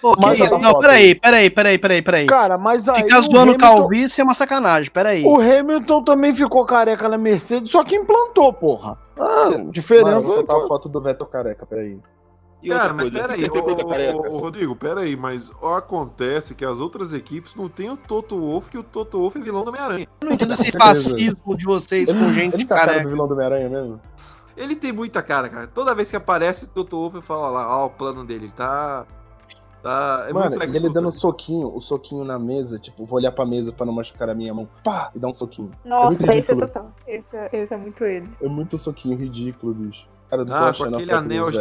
[SPEAKER 5] Pô, que
[SPEAKER 9] Mas
[SPEAKER 5] isso?
[SPEAKER 9] essa
[SPEAKER 5] Não,
[SPEAKER 9] foto
[SPEAKER 5] peraí, peraí, peraí, peraí, peraí.
[SPEAKER 3] Cara, mas aí.
[SPEAKER 5] Ficar
[SPEAKER 3] o
[SPEAKER 5] zoando
[SPEAKER 3] Hamilton-
[SPEAKER 5] calvície é uma sacanagem, peraí.
[SPEAKER 3] O Hamilton também ficou careca na Mercedes, só que implantou, porra. Ah,
[SPEAKER 9] Mano,
[SPEAKER 3] diferença.
[SPEAKER 9] vou soltar a foto do Vettel careca, peraí.
[SPEAKER 11] E outra
[SPEAKER 4] Cara, mas
[SPEAKER 11] coisa,
[SPEAKER 4] peraí,
[SPEAKER 11] você foi contra a
[SPEAKER 4] ô,
[SPEAKER 11] careca.
[SPEAKER 4] ô, ô, Rodrigo, peraí, mas acontece que as outras equipes não tem o Toto Wolff, que o Toto Wolff é vilão do Homem-Aranha.
[SPEAKER 5] Eu não entendo esse
[SPEAKER 9] Com certeza.
[SPEAKER 5] fascismo de vocês com
[SPEAKER 9] Ele,
[SPEAKER 5] gente
[SPEAKER 9] ele tá a cara
[SPEAKER 5] careca.
[SPEAKER 9] do vilão do Homem-Aranha mesmo?
[SPEAKER 4] Ele tem muita cara, cara. Toda vez que aparece o Toto Wolff, eu falo ó lá, ó, o plano dele, tá... tá é
[SPEAKER 9] Mano,
[SPEAKER 4] muito Lex
[SPEAKER 9] ele
[SPEAKER 4] Luthor.
[SPEAKER 9] dando um soquinho, o soquinho na mesa, tipo, vou olhar pra mesa pra não machucar a minha mão, pá, e dá um soquinho.
[SPEAKER 6] Nossa,
[SPEAKER 9] muito
[SPEAKER 6] esse é
[SPEAKER 9] ridículo.
[SPEAKER 6] total. Esse é, esse é muito ele.
[SPEAKER 9] É muito soquinho ridículo, bicho. Cara, eu tô
[SPEAKER 4] Ah, com
[SPEAKER 9] achando a
[SPEAKER 4] aquele
[SPEAKER 9] um foto do é.
[SPEAKER 4] anel
[SPEAKER 9] Vettel,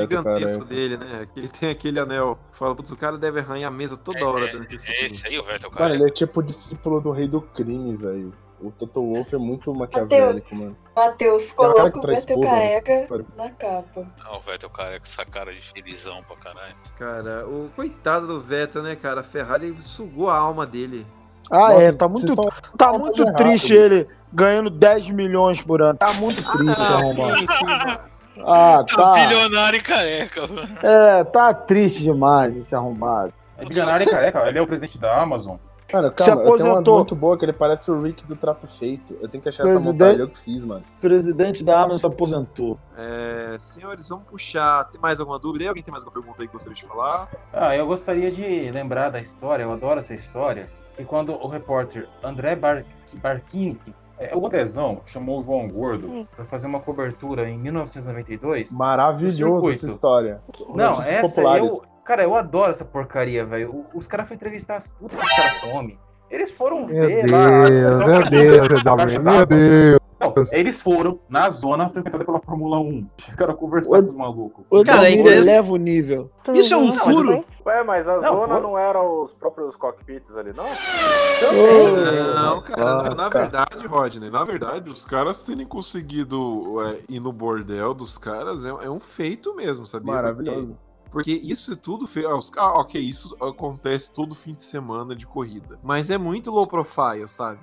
[SPEAKER 9] caralho.
[SPEAKER 4] gigantesco dele, né? Que Ele tem aquele anel. Fala, putz, o cara deve arranhar a mesa toda hora. dando aquele
[SPEAKER 12] É
[SPEAKER 4] soquinho.
[SPEAKER 12] esse aí, o Vettel, cara.
[SPEAKER 9] Mano, ele é tipo o discípulo do rei do crime, velho. O Toto Wolff é muito maquiavélico, mano.
[SPEAKER 8] Matheus
[SPEAKER 9] cara
[SPEAKER 8] coloca
[SPEAKER 9] que
[SPEAKER 8] o
[SPEAKER 9] traz
[SPEAKER 8] Vettel
[SPEAKER 9] porra, né?
[SPEAKER 8] careca
[SPEAKER 9] Pera-
[SPEAKER 8] na capa.
[SPEAKER 12] Não, o Vettel, cara, é com essa cara de felizão pra caralho.
[SPEAKER 4] Cara, o coitado do Vettel, né, cara? A Ferrari sugou a alma dele.
[SPEAKER 3] Ah,
[SPEAKER 9] Nossa,
[SPEAKER 3] é, tá
[SPEAKER 9] vocês
[SPEAKER 3] muito,
[SPEAKER 9] tão-
[SPEAKER 3] tá
[SPEAKER 9] tão
[SPEAKER 3] muito
[SPEAKER 9] errado,
[SPEAKER 3] triste
[SPEAKER 9] bicho.
[SPEAKER 3] ele ganhando 10 milhões por ano. Tá muito triste,
[SPEAKER 4] Ah, sim,
[SPEAKER 3] arrombado.
[SPEAKER 4] sim, mano.
[SPEAKER 3] Ah,
[SPEAKER 12] Tá
[SPEAKER 3] tá.
[SPEAKER 12] bilionário e careca, mano.
[SPEAKER 3] É, tá triste demais esse arrombado.
[SPEAKER 11] É bilionário e careca, ele é o presidente da Amazon.
[SPEAKER 9] Mano,
[SPEAKER 3] Se
[SPEAKER 9] calma, eu tenho uma
[SPEAKER 3] aposentou.
[SPEAKER 9] muito boa que ele parece o Rick do Trato Feito. Eu tenho que achar essa
[SPEAKER 3] Presidente-
[SPEAKER 9] montagem, eu que fiz, mano.
[SPEAKER 3] Presidente da Amazon se aposentou.
[SPEAKER 4] É, senhores, vamos puxar. Tem mais alguma dúvida? aí? Alguém tem mais alguma pergunta aí que gostaria de falar?
[SPEAKER 14] Ah, eu gostaria de lembrar da história, eu adoro essa história, que quando o repórter André Bar Barkinski, é, o Andrezão, chamou o João Gordo para fazer uma cobertura em 1992.
[SPEAKER 9] Maravilhoso
[SPEAKER 14] Circuito.
[SPEAKER 9] essa história.
[SPEAKER 14] Não,
[SPEAKER 9] Notícias
[SPEAKER 14] essa
[SPEAKER 9] populares.
[SPEAKER 14] eu. Cara, eu adoro essa porcaria, velho. O- Os caras foram entrevistar as putas que os caras comem. Eles foram
[SPEAKER 15] Meu
[SPEAKER 14] ver
[SPEAKER 15] Deus,
[SPEAKER 14] lá.
[SPEAKER 15] meu Deus, Edalmir, meu Deus.
[SPEAKER 14] Não, eles foram na zona frequentada pela Fórmula 1. Chegaram a conversar
[SPEAKER 3] Oi.
[SPEAKER 14] com os malucos.
[SPEAKER 3] O
[SPEAKER 5] Cara,
[SPEAKER 3] Edalmir
[SPEAKER 5] ainda-
[SPEAKER 3] eleva o nível.
[SPEAKER 11] Tá
[SPEAKER 5] Isso é
[SPEAKER 6] Não,
[SPEAKER 5] um
[SPEAKER 6] mas
[SPEAKER 5] furo?
[SPEAKER 6] também-
[SPEAKER 7] Ué, mas a zona
[SPEAKER 14] foi.
[SPEAKER 7] não era os próprios cockpits ali, não?
[SPEAKER 4] Não, cara,
[SPEAKER 9] Ah,
[SPEAKER 4] na
[SPEAKER 9] tá.
[SPEAKER 4] verdade, Rodney, na verdade, os caras terem conseguido é, ir no bordel dos caras é, é um feito mesmo, sabia?
[SPEAKER 9] Maravilhoso.
[SPEAKER 4] Porque isso tudo fez. Ah, os- ah, ok, isso acontece todo fim de semana de corrida. Mas é muito low profile, sabe?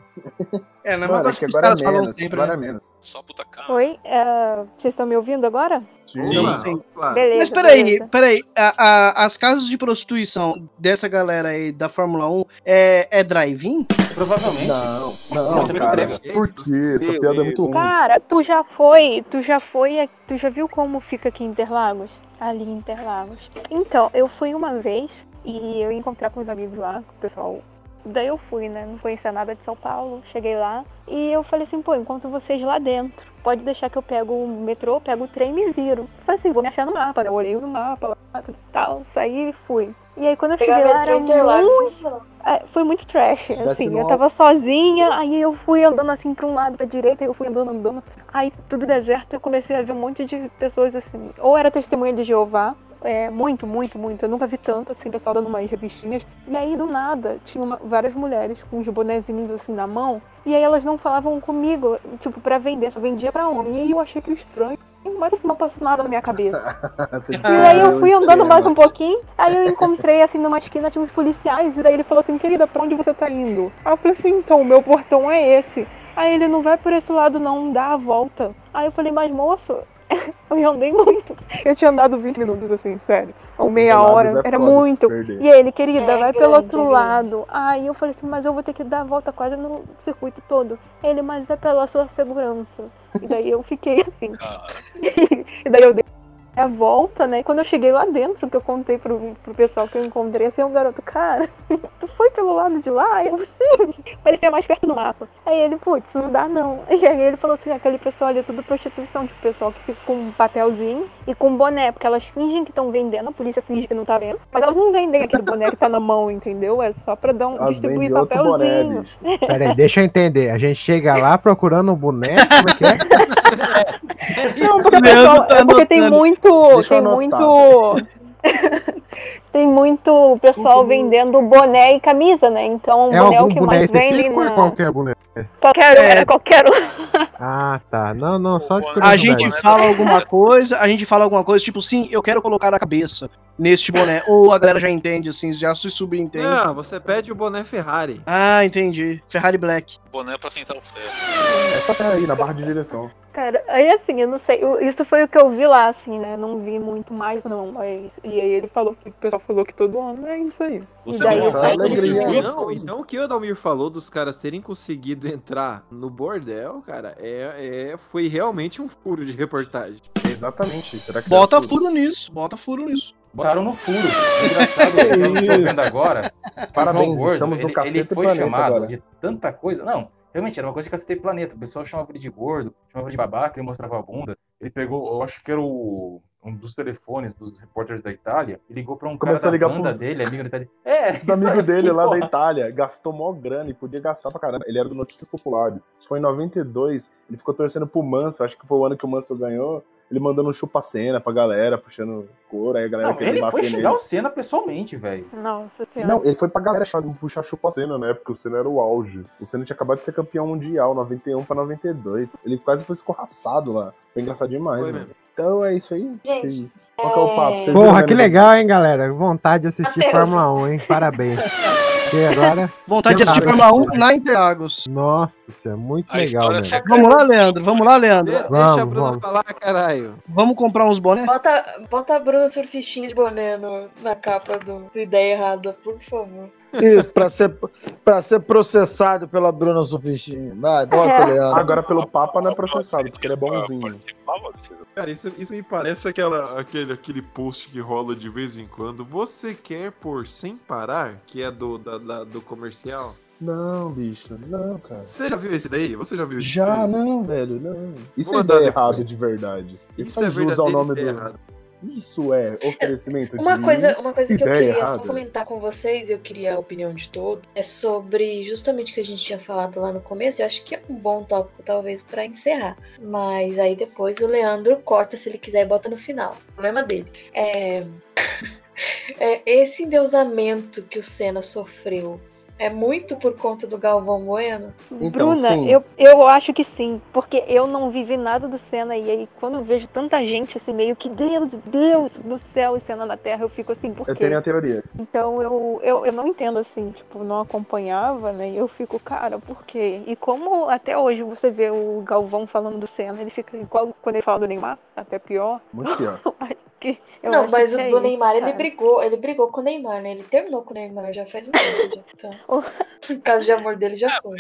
[SPEAKER 5] É, não é uma
[SPEAKER 9] Mano,
[SPEAKER 5] coisa
[SPEAKER 9] que
[SPEAKER 5] que os
[SPEAKER 9] agora
[SPEAKER 5] caras
[SPEAKER 9] é
[SPEAKER 5] falam
[SPEAKER 9] menos,
[SPEAKER 5] sempre,
[SPEAKER 9] agora é
[SPEAKER 5] né?
[SPEAKER 9] menos.
[SPEAKER 12] Só puta cara.
[SPEAKER 6] Oi, é, vocês estão me ouvindo agora?
[SPEAKER 9] Sim.
[SPEAKER 4] Opa,
[SPEAKER 5] sim.
[SPEAKER 4] opa.
[SPEAKER 6] Beleza.
[SPEAKER 5] Mas peraí,
[SPEAKER 6] beleza.
[SPEAKER 5] peraí, a- a- as casas de prostituição dessa galera aí da Fórmula 1 é, é drive-in?
[SPEAKER 14] Provavelmente.
[SPEAKER 9] Não, não,
[SPEAKER 14] Não,
[SPEAKER 9] cara.
[SPEAKER 14] mas-
[SPEAKER 9] Por quê? Essa
[SPEAKER 14] Meu
[SPEAKER 9] piada é muito
[SPEAKER 8] Hum.
[SPEAKER 14] Deus.
[SPEAKER 9] ruim.
[SPEAKER 6] Cara, tu já foi, tu já foi, tu já viu como fica aqui em Interlagos? Ali em Interlagos. Então, eu fui uma vez e eu ia encontrar com os amigos lá, com o pessoal. Daí eu fui, né? Não conhecia nada de São Paulo. Cheguei lá e eu falei assim, pô, encontro vocês lá dentro. Pode deixar que eu pego o metrô, pego o trem e me viro. Falei assim, vou me achar no mapa. né? Eu olhei no mapa, lá, tudo tal, saí e fui. E aí quando eu cheguei
[SPEAKER 8] Pegar
[SPEAKER 6] lá,
[SPEAKER 8] metrô
[SPEAKER 6] era
[SPEAKER 8] Interlagos.
[SPEAKER 6] é, foi muito trash, assim,
[SPEAKER 9] numa-
[SPEAKER 6] eu tava sozinha, aí eu fui andando assim pra um lado, pra direita, eu fui andando, andando, aí tudo deserto, eu comecei a ver um monte de pessoas assim, ou era testemunha de Jeová, é, muito, muito, muito, eu nunca vi tanto, assim, pessoal dando umas revistinhas, e aí do nada, tinha uma- várias mulheres com uns bonezinhos assim na mão, e aí elas não falavam comigo, tipo, pra vender, só vendia pra homem, e aí eu achei aquilo estranho, mas assim, não passou nada na minha cabeça.
[SPEAKER 9] Você
[SPEAKER 6] E Ah, aí eu
[SPEAKER 9] descobriu
[SPEAKER 6] fui
[SPEAKER 9] o
[SPEAKER 6] andando mais
[SPEAKER 9] esquema.
[SPEAKER 6] um pouquinho, aí eu encontrei assim numa esquina tinha uns policiais, e daí ele falou assim, querida, pra onde você tá indo? Aí eu falei assim, então, o meu portão é esse. Aí ele não vai por esse lado não, dá a volta. Aí eu falei, mas moço, eu já andei muito. Eu tinha andado 20 minutos assim, sério. Ou meia
[SPEAKER 9] Interlagos
[SPEAKER 6] hora,
[SPEAKER 9] é foda
[SPEAKER 6] era
[SPEAKER 9] se
[SPEAKER 6] muito.
[SPEAKER 9] perder.
[SPEAKER 6] E ele, querida,
[SPEAKER 8] É,
[SPEAKER 6] vai
[SPEAKER 8] grande,
[SPEAKER 6] pelo outro
[SPEAKER 8] grande.
[SPEAKER 6] lado. Aí eu falei assim, mas eu vou ter que dar a volta quase no circuito todo. Ele, mas é pela sua segurança. E daí eu fiquei assim.
[SPEAKER 12] Cara,
[SPEAKER 6] E daí eu dei a volta, né? E quando eu cheguei lá dentro, que eu contei pro, pro pessoal que eu encontrei, assim, um garoto, cara, tu foi pelo lado de lá? Eu, sim, parecia mais perto do mapa. Aí ele, putz, não dá não. E aí ele falou assim, aquele pessoal ali é tudo prostituição, tipo, pessoal que fica com um papelzinho e com boné, porque elas fingem que estão vendendo, a polícia finge que não tá vendo, mas elas não vendem aquele boné que tá na mão, entendeu? É só pra dar um,
[SPEAKER 9] Elas
[SPEAKER 6] distribuir
[SPEAKER 9] vendem outro
[SPEAKER 6] papelzinho.
[SPEAKER 9] boné, bicho.
[SPEAKER 15] Peraí, deixa eu entender. A gente chega lá procurando um boneco, como é que é?
[SPEAKER 6] Não, porque, o
[SPEAKER 5] Leandro
[SPEAKER 6] pessoal-
[SPEAKER 5] tá
[SPEAKER 6] é porque tem
[SPEAKER 5] anotando.
[SPEAKER 6] muito.
[SPEAKER 9] Deixa eu
[SPEAKER 6] tem
[SPEAKER 9] anotar.
[SPEAKER 6] muito. Tem muito pessoal uhum. vendendo boné e camisa, né? Então, o
[SPEAKER 15] é
[SPEAKER 6] boné é
[SPEAKER 15] o
[SPEAKER 6] que mais vende. né?
[SPEAKER 15] Na... Ou é qualquer boné?
[SPEAKER 6] Qualquer um, é. era qualquer um.
[SPEAKER 15] Ah, tá. Não, não, só de
[SPEAKER 5] A gente fala alguma coisa, a gente fala alguma coisa, tipo, sim, eu quero colocar a cabeça neste boné. Ou a galera já entende, assim, já se subentende.
[SPEAKER 4] Não, Ah, você pede o boné Ferrari.
[SPEAKER 5] Ah, entendi. Ferrari Black.
[SPEAKER 12] Boné pra sentar o pé.
[SPEAKER 9] É só pé aí, na barra de direção.
[SPEAKER 6] Cara, aí assim, eu não sei, eu, isso foi o que eu vi lá, assim, né? Não vi muito mais, não, mas. E aí ele falou que o pessoal falou que todo ano é isso aí.
[SPEAKER 4] Você e daí, não, fala,
[SPEAKER 6] né?
[SPEAKER 4] alegria, não, então o que o Adalmir falou dos caras terem conseguido entrar no bordel, cara, é, é, foi realmente um furo de reportagem.
[SPEAKER 9] Exatamente. Será que
[SPEAKER 5] bota furo? furo nisso, bota furo nisso.
[SPEAKER 14] Botaram no furo. É engraçado, eu tô vendo agora. Parabéns, Gordo, estamos no ele, ele foi chamado agora. de tanta coisa. Não, Realmente, era uma coisa que cacetei planeta. O pessoal chamava ele de gordo, chamava ele de babaca, ele mostrava a bunda. Ele pegou, eu acho que era o, um dos telefones dos repórteres da Itália, e ligou pra um
[SPEAKER 9] Começou
[SPEAKER 14] cara
[SPEAKER 9] a ligar pros...
[SPEAKER 14] dele, amigo da Itália.
[SPEAKER 9] É, os amigos dele lá porra. da Itália. Gastou mó grana e podia gastar pra caramba. Ele era do Notícias Populares. Isso foi em 92. Ele ficou torcendo pro Manso, acho que foi o ano que o Manso ganhou ele mandando um chupa-cena pra galera, puxando couro, aí a galera
[SPEAKER 14] não, querendo bater nele. Ele foi xingar o Senna pessoalmente, velho.
[SPEAKER 6] Nossa
[SPEAKER 9] Não, ele foi pra galera puxar chupa-cena, né? Porque o Senna era o auge. O Senna tinha acabado de ser campeão mundial, 91 pra 92. Ele quase foi escorraçado lá. Foi engraçado demais, foi, né? Então é isso aí.
[SPEAKER 6] Gente, isso.
[SPEAKER 9] Qual que é o papo? Vocês
[SPEAKER 15] Porra, que legal, hein, galera? Vontade de assistir Adeus. Fórmula 1, hein? Parabéns. E agora...
[SPEAKER 5] Vontade de assistir Fórmula né? 1 na Interlagos.
[SPEAKER 15] Nossa, isso é muito a legal. Né?
[SPEAKER 5] É... Vamos lá, Leandro. Vamos lá, Leandro.
[SPEAKER 4] De vamos, deixa a Bruna vamos. falar, caralho.
[SPEAKER 5] Vamos comprar uns
[SPEAKER 9] Né?
[SPEAKER 5] bonés?
[SPEAKER 8] Bota, bota a Bruna surfistinha de boné no, na capa do Ideia Errada, por favor.
[SPEAKER 3] Isso, pra ser, pra ser processado pela Bruna Surfistinha. Vai, bota, é. Leandro.
[SPEAKER 9] Agora pelo Papa não é processado, porque ele é bonzinho.
[SPEAKER 18] Cara, isso, isso me parece aquela, aquele, aquele post que rola de vez em quando. Você quer por sem parar, que é do, da, da, do comercial?
[SPEAKER 9] Não, bicho, não, cara.
[SPEAKER 18] Você já viu esse daí? Você já viu esse
[SPEAKER 9] Já,
[SPEAKER 18] daí?
[SPEAKER 9] não, velho, não. Isso Vou é ideia errado de verdade.
[SPEAKER 18] Isso, isso é jus ao nome do... Errado.
[SPEAKER 9] Isso é oferecimento
[SPEAKER 8] uma
[SPEAKER 9] de
[SPEAKER 8] coisa, Uma coisa que eu queria errada. só comentar com vocês, eu queria a opinião de todo, é sobre justamente o que a gente tinha falado lá no começo, eu acho que é um bom tópico talvez para encerrar, mas aí depois o Leandro corta se ele quiser e bota no final, problema dele. É... é esse endeusamento que o Senna sofreu é muito por conta do Galvão Bueno?
[SPEAKER 6] Então, Bruna, sim. eu, eu acho que sim, porque eu não vivi nada do Senna e aí quando eu vejo tanta gente assim meio que Deus, Deus no céu e Senna na terra, eu fico assim, por quê?
[SPEAKER 9] Eu tenho a teoria.
[SPEAKER 6] Então eu, eu, eu não entendo assim, tipo, não acompanhava, né? E eu fico, cara, por quê? E como até hoje você vê o Galvão falando do Senna, ele fica igual quando ele fala do Neymar, até pior.
[SPEAKER 9] Muito pior.
[SPEAKER 8] Eu não, mas o é do Neymar, isso, ele cara. brigou, ele brigou com o Neymar, né? Ele terminou com o Neymar já faz um tempo. Então. Por causa de amor dele
[SPEAKER 12] Ah,
[SPEAKER 8] já foi.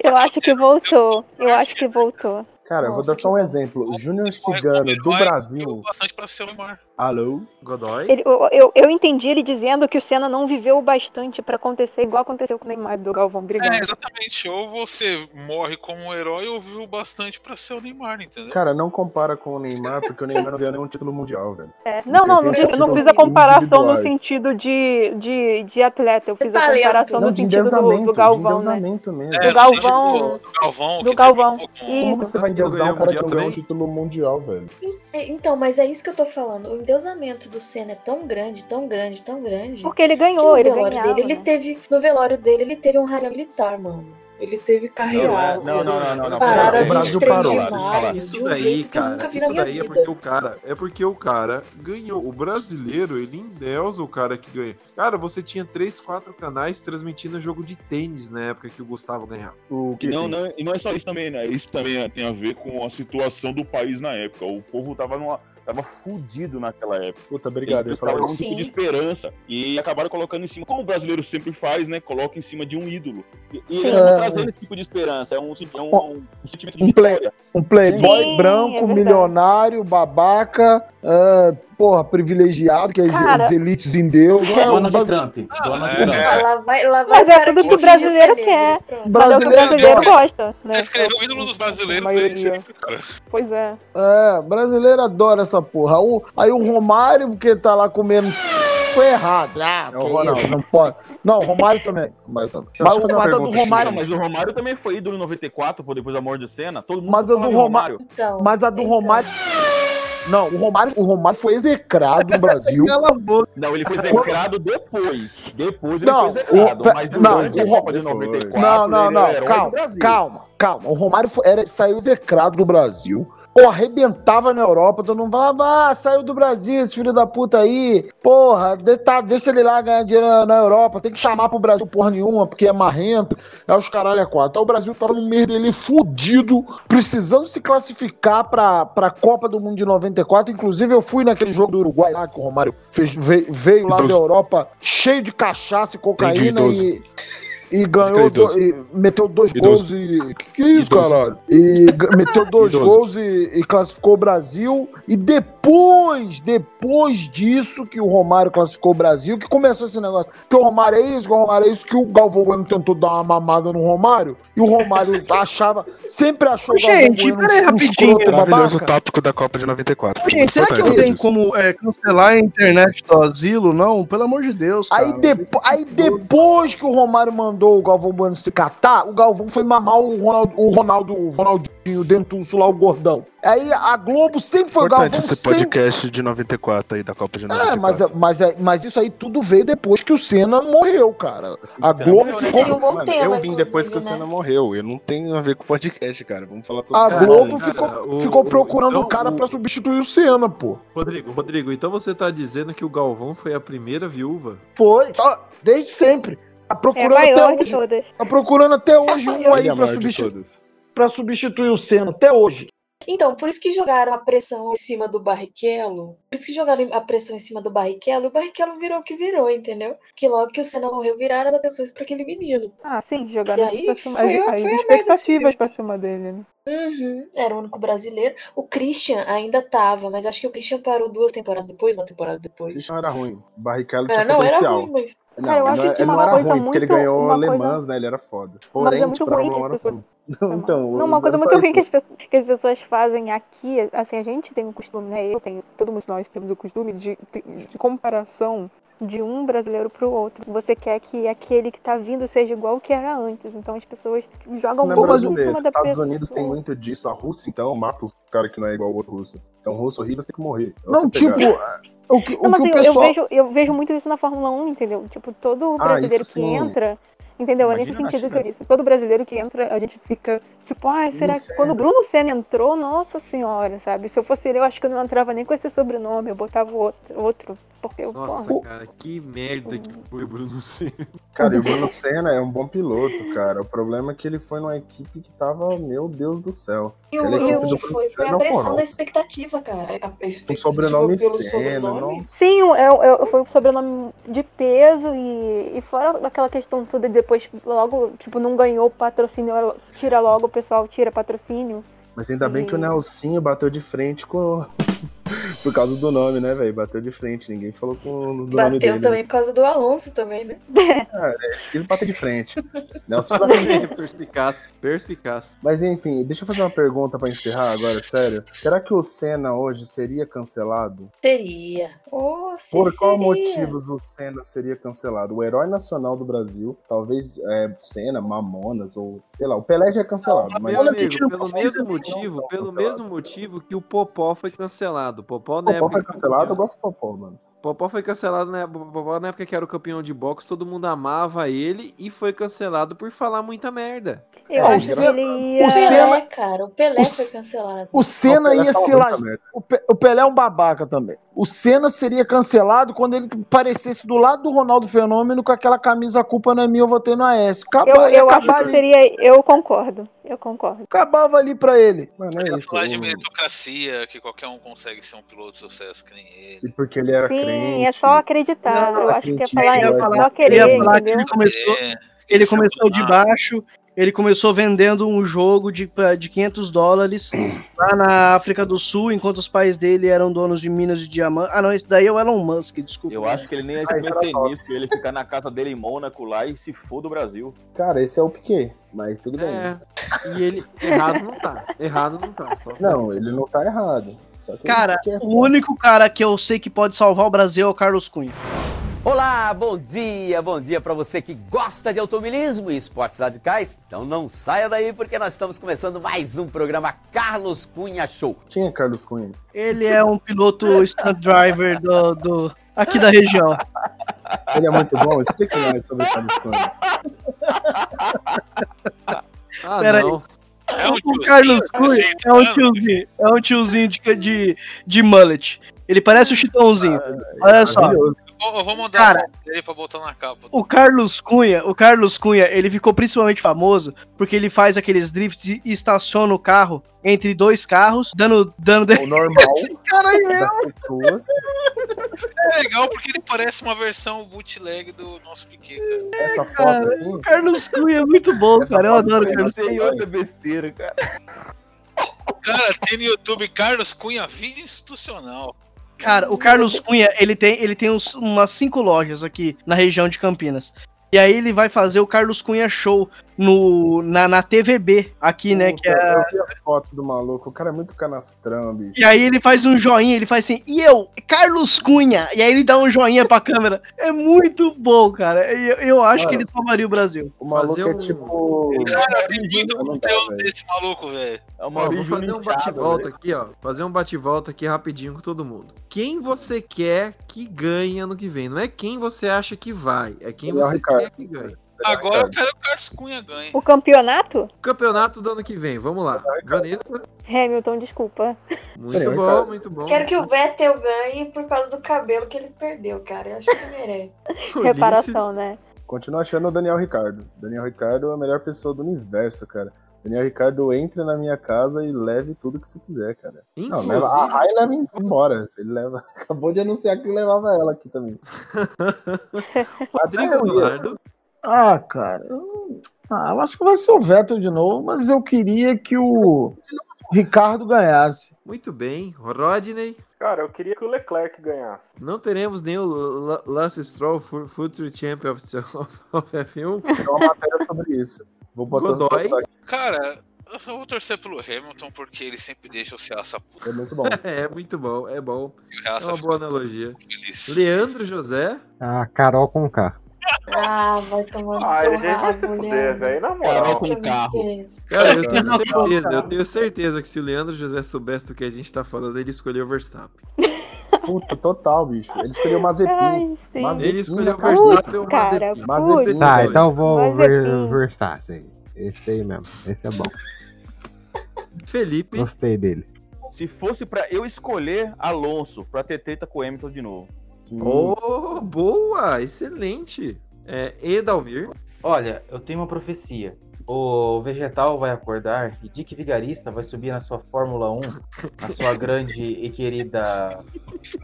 [SPEAKER 6] Eu acho que voltou. Eu acho que voltou.
[SPEAKER 9] Cara, Nossa, vou dar só um exemplo. Júnior
[SPEAKER 12] é
[SPEAKER 9] Cigano do Brasil.
[SPEAKER 12] Bastante pra ser o Neymar.
[SPEAKER 9] Alô?
[SPEAKER 4] Godoy?
[SPEAKER 6] Ele, eu, eu, eu, entendi ele dizendo que o Senna não viveu bastante pra acontecer igual aconteceu com o Neymar do Galvão Brigado.
[SPEAKER 12] É, exatamente. Ou você morre como um herói ou viveu bastante pra ser o Neymar, entendeu?
[SPEAKER 9] Cara, não compara com o Neymar, porque o Neymar não ganhou nenhum título mundial, velho.
[SPEAKER 6] É. Não, não, não, eu
[SPEAKER 9] um
[SPEAKER 6] não fiz a comparação no sentido de, de, de atleta. Eu fiz a comparação no sentido do, do Galvão.
[SPEAKER 9] De
[SPEAKER 6] né?
[SPEAKER 9] mesmo.
[SPEAKER 6] É, do Galvão.
[SPEAKER 12] Do Galvão. tá
[SPEAKER 6] Do Galvão.
[SPEAKER 9] Como você vai endeusar um cara que ganhou um título mundial, velho?
[SPEAKER 8] Então, mas é isso que eu tô falando. O endeusamento do Senna é tão grande, tão grande, tão grande.
[SPEAKER 6] Porque ele ganhou, ele ganhava,
[SPEAKER 8] dele, ele
[SPEAKER 6] né?
[SPEAKER 8] teve No velório dele, ele teve um raio militar, mano. Ele teve carreado.
[SPEAKER 9] Não, não, não, não, não.
[SPEAKER 8] Pararam
[SPEAKER 9] o Brasil
[SPEAKER 8] parou.
[SPEAKER 18] Maio, isso daí, cara, isso daí é porque o cara, é porque o cara ganhou. O brasileiro, ele endeusa o cara que ganha. Cara, você tinha três, quatro canais transmitindo jogo de tênis na época que o Gustavo ganhava.
[SPEAKER 11] O que não, não, e não é só isso também, né? Isso também tem a ver com a situação do país na época. O povo tava numa tava fudido naquela época.
[SPEAKER 9] Puta, obrigado.
[SPEAKER 11] Eles pensavam um tipo de esperança e acabaram colocando em cima, como o brasileiro sempre faz, né? Coloca em cima de um ídolo. E, e é... ele não trazendo esse tipo de esperança, é um, é um, um, um sentimento de
[SPEAKER 3] um vitória. Play, um playboy Sim, branco, é milionário, babaca, uh, porra, privilegiado, que é Cara... as elites em Deus. um
[SPEAKER 14] É, Donald base... Trump. Donald Trump.
[SPEAKER 12] É.
[SPEAKER 8] Ah, lá vai, lá
[SPEAKER 6] vai Mas é tudo que o
[SPEAKER 8] tá
[SPEAKER 6] brasileiro quer. é
[SPEAKER 3] Brasileiro, brasileiro, brasileiro
[SPEAKER 6] gosta. Né?
[SPEAKER 12] Escreveu o ídolo dos brasileiros. Sempre,
[SPEAKER 6] pois é.
[SPEAKER 3] É, brasileiro adora essa porra. O, aí o Romário, porque tá lá comendo. Foi errado. Ah, é o Ronaldo, não pode. Não, o Romário também. Romário também. Mas,
[SPEAKER 11] mas, mas a do Romário. Não, mas o Romário também foi ídolo em 94, pô, depois da morte de cena. Todo mundo
[SPEAKER 3] mas a do Romário. Romário. Então, mas a do então. Romário Não, o Romário, o Romário foi execrado no Brasil.
[SPEAKER 11] não, ele foi execrado depois. Depois ele não, foi execrado. O, mas durante
[SPEAKER 3] não, a Copa de 94. Não,
[SPEAKER 11] é
[SPEAKER 3] não, não. Calma, calma, calma. O Romário foi, era, saiu execrado do Brasil pô, arrebentava na Europa, todo mundo falava, ah, saiu do Brasil esse filho da puta aí, porra, de, tá, deixa ele lá ganhar dinheiro na, na, Europa, tem que chamar pro Brasil porra nenhuma, porque é marrento, é os caralho é quatro. Então o Brasil tava num merda ele fudido, precisando se classificar pra, pra Copa do Mundo de 94, inclusive eu fui naquele jogo do Uruguai lá, que o Romário fez, veio, veio lá da Europa, cheio de cachaça e cocaína e e ganhou, do, e meteu dois Idoso. gols e. Que, que é isso, Idoso. caralho? E meteu dois Idoso. gols e, e, classificou o Brasil. E depois, depois disso que o Romário classificou o Brasil, que começou esse negócio. Que o Romário é isso, que o Romário é isso, que o Galvão Bueno tentou dar uma mamada no Romário. E o Romário achava, sempre achou
[SPEAKER 5] Gente, Galvão peraí, bueno rapidinho. Um
[SPEAKER 4] maravilhoso
[SPEAKER 3] tá
[SPEAKER 4] tático da Copa de 94.
[SPEAKER 5] Gente, será que não tem como é, cancelar a internet do asilo? Não, pelo amor de Deus.
[SPEAKER 3] Cara. Aí, depo aí depois que o Romário mandou mandou o Galvão Bueno se catar, o Galvão foi mamar o, Ronaldo, o Ronaldo, o Ronaldinho dentuço lá, o gordão. Aí a Globo sempre foi
[SPEAKER 4] Importante Galvão. esse podcast sempre... de 94 aí, da Copa de 94.
[SPEAKER 3] É, mas, mas, mas isso aí tudo veio depois que o Senna morreu, cara.
[SPEAKER 9] Ah,
[SPEAKER 3] A Senna Globo. Morreu,
[SPEAKER 4] ficou... um Mano, tema, eu vim depois que né? o Senna morreu. Eu não tenho a ver com o podcast, cara. Vamos falar
[SPEAKER 5] Ah,
[SPEAKER 3] tudo. A cara, Globo cara, ficou, cara, o, ficou procurando então, o cara o... pra substituir o Senna, pô.
[SPEAKER 4] Rodrigo, Rodrigo, então você tá dizendo que o Galvão foi a primeira viúva?
[SPEAKER 3] Foi, desde sempre. Tá procurando, é até hoje, tá procurando até hoje é um aí é pra, substitu pra substituir o Senna, até hoje.
[SPEAKER 8] Então, por isso que jogaram a pressão em cima do Barrichello. Por isso que jogaram a pressão em cima do Barrichello. O Barrichello virou o que virou, entendeu? Que logo que o Senna morreu, viraram as atenções para aquele menino.
[SPEAKER 6] Ah, sim, jogaram aí, as, foi, as, as expectativas pra cima dele, né?
[SPEAKER 8] Uhum, era o único brasileiro. O Christian ainda tava, mas acho que o Christian parou duas temporadas depois, uma temporada depois. O
[SPEAKER 9] Christian era ruim. O Barrichello tinha é, não, potencial. Era ruim, mas... Não, Cara, eu acho que tinha uma coisa ruim, muito... Porque ele ganhou o alemãs, coisa... né? Ele era foda.
[SPEAKER 6] Porém, mas é muito ruim que as pessoas... Não, então, não, uma
[SPEAKER 9] é
[SPEAKER 6] coisa muito ruim que as, que as, pessoas fazem aqui, assim, a gente tem o costume, né? Eu tenho, todos nós temos o costume de, de comparação de um brasileiro para o outro. Você quer que aquele que está vindo seja igual ao que era antes. Então as pessoas jogam
[SPEAKER 9] um pouco em cima da Estados pessoa. Unidos tem muito disso. A Rússia, então, mata os caras que não é igual ao outro russo. Então, russo horrível, tem que morrer.
[SPEAKER 3] Eu não, tipo... O que,
[SPEAKER 6] não, o que assim, o pessoal... eu, vejo, eu vejo muito isso na Fórmula 1, entendeu? Tipo, todo brasileiro ah, que sim. entra Entendeu? Imagina é nesse sentido que eu disse. Todo brasileiro que entra, a gente fica tipo, ah, será que quando o Bruno Senna entrou, nossa senhora, sabe? Se eu fosse ele, eu acho que eu não entrava nem com esse sobrenome, eu botava outro. outro porque eu,
[SPEAKER 4] nossa, porra. cara, que merda que foi o Bruno Senna.
[SPEAKER 9] Cara, o Bruno Senna é um bom piloto, cara. O problema é que ele foi numa equipe que tava, meu Deus do céu.
[SPEAKER 8] Eu, eu, é do foi, foi
[SPEAKER 9] é
[SPEAKER 8] a pressão não, da expectativa, cara. A expectativa o
[SPEAKER 9] um sobrenome Senna, não...
[SPEAKER 6] Sim, eu, eu, foi um sobrenome de peso e, e fora aquela questão toda depois depois logo, tipo, não ganhou patrocínio, tira logo, o pessoal tira patrocínio.
[SPEAKER 9] Mas ainda bem e... que o Nelsinho bateu de frente com. por causa do nome, né, velho? Bateu de frente, ninguém falou com o
[SPEAKER 8] nome dele. Bateu também né? por causa do Alonso também, né?
[SPEAKER 9] Ah, é, quis bater de frente. Nelson bateu de frente.
[SPEAKER 4] Perspicaz, perspicaz.
[SPEAKER 9] Mas enfim, deixa eu fazer uma pergunta pra encerrar agora, sério. Será que o Senna hoje seria cancelado?
[SPEAKER 8] Seria. Oh, se
[SPEAKER 9] por qual
[SPEAKER 8] seria.
[SPEAKER 9] motivos o Senna seria cancelado? O herói nacional do Brasil, talvez é, Senna, Mamonas, ou sei lá, o Pelé já é cancelado. Não,
[SPEAKER 4] mas... Amigo, pelo mesmo motivo, pelo mesmo motivo que o Popó foi cancelado. Popó, né,
[SPEAKER 9] Popó foi cancelado, eu gosto do Popó, mano.
[SPEAKER 4] Popó foi cancelado na época, Popó na época que era o campeão de boxe, todo mundo amava ele e foi cancelado por falar muita merda.
[SPEAKER 8] Eu é, acho que ele ia... O Senna, cara, o Pelé o, foi cancelado. O
[SPEAKER 3] Senna o ia se
[SPEAKER 8] tá
[SPEAKER 3] lá. O, Pe... o Pelé é um babaca também. O Senna seria cancelado quando ele aparecesse do lado do Ronaldo Fenômeno com aquela camisa a culpa não é minha, eu votei no AS.
[SPEAKER 6] Acabava, eu, eu acho que seria, eu concordo. Eu concordo.
[SPEAKER 3] Acabava ali pra ele.
[SPEAKER 12] Mano, é isso, falar de meritocracia, que qualquer um consegue ser um piloto de sucesso que nem ele.
[SPEAKER 9] E porque ele era
[SPEAKER 6] Sim,
[SPEAKER 9] crente.
[SPEAKER 6] é só acreditar. eu acho que é falar
[SPEAKER 5] isso. Só querer, ele, falar que ele começou, é, que ele começou de baixo. Ele começou vendendo um jogo de, de 500 dólares lá na África do Sul, enquanto os pais dele eram donos de minas de diamante. Ah, não, esse daí é o Elon Musk, desculpa.
[SPEAKER 11] Eu acho que ele nem é nisso, ele ficar na casa dele em Mônaco lá e se for do Brasil.
[SPEAKER 9] Cara, esse é o Piquet, mas tudo bem.
[SPEAKER 4] É. E ele, errado não tá, errado não tá. Só
[SPEAKER 9] não, ele não tá errado.
[SPEAKER 5] Cara, o único cara que eu sei que pode salvar o Brasil é o é Carlos Cunha.
[SPEAKER 19] Olá, bom dia, bom dia para você que gosta de automobilismo e esportes radicais. Então não saia daí porque nós estamos começando mais um programa Carlos Cunha Show.
[SPEAKER 9] Quem é Carlos Cunha?
[SPEAKER 5] Ele é um piloto stunt driver do, do, aqui da região.
[SPEAKER 9] Ele é muito bom, explica mais sobre Carlos Cunha.
[SPEAKER 5] Ah, Pera não. Aí. É um o Carlos Cunha é um tiozinho, é um tiozinho de, de, de mullet. Ele parece o Chitãozinho. Ah, Olha é só.
[SPEAKER 12] Eu vou mandar Cara, dele pra botar na capa.
[SPEAKER 5] O Carlos Cunha, o Carlos Cunha, ele ficou principalmente famoso porque ele faz aqueles drifts e estaciona o carro entre dois carros, dando dando
[SPEAKER 9] o normal. Esse
[SPEAKER 5] cara aí mesmo.
[SPEAKER 12] É legal porque ele parece uma versão bootleg do nosso Piquet, cara.
[SPEAKER 5] É, Essa foto cara, aqui... o Carlos Cunha é muito bom, Essa assim, cara. Eu adoro o Carlos
[SPEAKER 9] Cunha. Tem outra besteira, cara.
[SPEAKER 12] Cara, tem no YouTube Carlos Cunha Vídeo Institucional.
[SPEAKER 5] Cara, o Carlos Cunha, ele tem, ele tem uns, umas cinco lojas aqui na região de Campinas. E aí ele vai fazer o Carlos Cunha Show no, na, na TVB aqui, né? Puta, que é...
[SPEAKER 9] Eu vi a foto do maluco, o cara é muito canastrão, bicho.
[SPEAKER 5] E aí ele faz um joinha, ele faz assim, e eu, Carlos Cunha! E aí ele dá um joinha pra câmera. É muito bom, cara. Eu, eu acho cara, que ele salvaria o Brasil.
[SPEAKER 9] O maluco um... é tipo...
[SPEAKER 12] Cara, tem muito conteúdo desse maluco, velho. É
[SPEAKER 4] uma ó, vou fazer um bate-volta
[SPEAKER 12] né?
[SPEAKER 4] aqui, ó. Fazer um bate-volta aqui rapidinho com todo mundo. Quem você quer que ganhe ano que vem? Não é quem você acha que vai, é quem você quer que ganhe.
[SPEAKER 12] Agora eu quero que o Carlos Cunha ganhe.
[SPEAKER 17] O campeonato?
[SPEAKER 4] O campeonato do ano que vem, vamos lá. Vanessa?
[SPEAKER 17] Hamilton, desculpa.
[SPEAKER 4] Muito eu bom, quero. muito bom.
[SPEAKER 8] Quero que o Vettel ganhe por causa do cabelo que ele perdeu, cara. Eu acho que merece.
[SPEAKER 17] Reparação, né?
[SPEAKER 9] Continua achando o Daniel Ricardo. Daniel Ricardo é a melhor pessoa do universo, cara. Daniel Ricardo entra na minha casa e leve tudo que você quiser, cara. Inclusive... Não, leva, aí leva embora. Ele leva. Acabou de anunciar que levava ela aqui também.
[SPEAKER 4] Rodrigo Eduardo.
[SPEAKER 3] Ah, cara. Eu... Ah, eu acho que vai ser o Vettel de novo, mas eu queria que o Ricardo ganhasse.
[SPEAKER 4] Muito bem. Rodney.
[SPEAKER 7] Cara, eu queria que o Leclerc ganhasse.
[SPEAKER 4] Não teremos nem o L Lance Stroll, Future Champion of F1.
[SPEAKER 9] É uma matéria sobre isso.
[SPEAKER 4] Vou botar Godoy.
[SPEAKER 11] é
[SPEAKER 12] Cara, eu vou torcer pelo Hamilton porque ele sempre deixa o Ceaça puto.
[SPEAKER 9] É muito bom.
[SPEAKER 4] é, muito bom, é bom. É uma boa analogia. Feliz. Leandro José.
[SPEAKER 15] Ah, Carol com K.
[SPEAKER 8] Ah, vai tomando Ah,
[SPEAKER 7] ele vai se fuder, velho. Na moral.
[SPEAKER 4] com carro. Cara, eu tenho certeza, eu tenho certeza que se o Leandro José soubesse do que a gente tá falando, ele escolheu o Verstappen.
[SPEAKER 9] Puta, total, bicho. Ele escolheu o Mazepin. Ai,
[SPEAKER 4] Mazepin ele escolheu o Verstappen ou o Mazepin. Mazepin.
[SPEAKER 15] Tá, então eu vou
[SPEAKER 4] assim-
[SPEAKER 15] ver, Verstappen. Esse aí mesmo. Esse é bom.
[SPEAKER 4] Felipe.
[SPEAKER 15] Gostei dele.
[SPEAKER 19] Se fosse pra eu escolher Alonso pra ter treta com o Hamilton de novo.
[SPEAKER 4] Sim. Oh, boa! Excelente! É, Edalmir?
[SPEAKER 14] Olha, eu tenho uma profecia. O vegetal vai acordar e Dick Vigarista vai subir na sua Fórmula 1, na sua grande e querida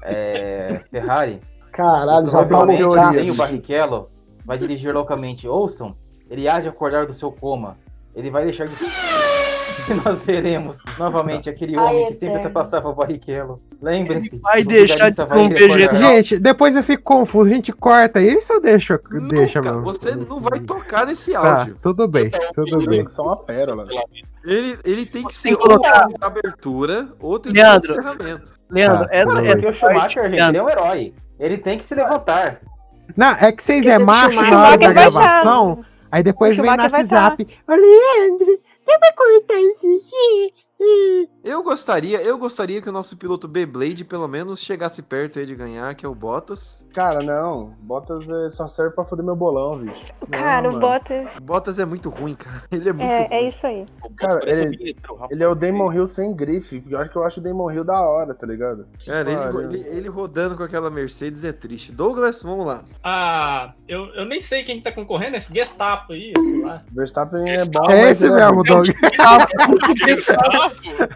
[SPEAKER 14] é, Ferrari.
[SPEAKER 9] Caralho, já tá
[SPEAKER 14] o Barrichello vai dirigir loucamente. Ouçam, ele age acordar do seu coma. Ele vai deixar de... E nós veremos novamente aquele Ai, homem é que sempre ultrapassava o Barrichello. Lembre-se.
[SPEAKER 5] Vai deixar de ser um vegetal.
[SPEAKER 15] Gente, depois eu fico confuso. A gente corta isso ou deixa?
[SPEAKER 4] Nunca,
[SPEAKER 15] deixa mano?
[SPEAKER 4] Você não vai tocar nesse áudio.
[SPEAKER 15] Tá, tudo bem,
[SPEAKER 14] Então,
[SPEAKER 15] tudo
[SPEAKER 14] um
[SPEAKER 15] bem.
[SPEAKER 9] Só é uma pérola.
[SPEAKER 4] Ele, ele tem que ser colocar uma abertura, outro
[SPEAKER 5] Leandro, encerramento. Leandro,
[SPEAKER 14] Ah,
[SPEAKER 5] tá, essa,
[SPEAKER 14] essa, essa, o um Schumacher, gente, ele é um herói. Ele tem que se levantar.
[SPEAKER 15] Não, é que vocês é macho na hora da gravação, aí depois vem no WhatsApp. Ô, Leandro,
[SPEAKER 4] eu gostaria, eu gostaria que o nosso piloto Beyblade pelo menos chegasse perto aí de ganhar, que é o Bottas.
[SPEAKER 9] Cara, não. Bottas é, só serve pra foder meu bolão, bicho.
[SPEAKER 17] Cara, o Bottas.
[SPEAKER 4] Bottas é muito ruim, cara. Ele é muito
[SPEAKER 17] é,
[SPEAKER 4] ruim.
[SPEAKER 17] É isso aí.
[SPEAKER 9] Cara, ele, ele, é o Damon Hill sem grife. Pior que eu acho o Damon Hill da hora, tá ligado?
[SPEAKER 4] Cara, ele, ele, ele, rodando com aquela Mercedes é triste. Douglas, vamos lá.
[SPEAKER 10] Ah, eu, eu nem sei quem tá concorrendo, esse Gestapo aí, sei lá.
[SPEAKER 9] Verstappen
[SPEAKER 15] é bom. É esse mesmo, Douglas.
[SPEAKER 5] Gestapo.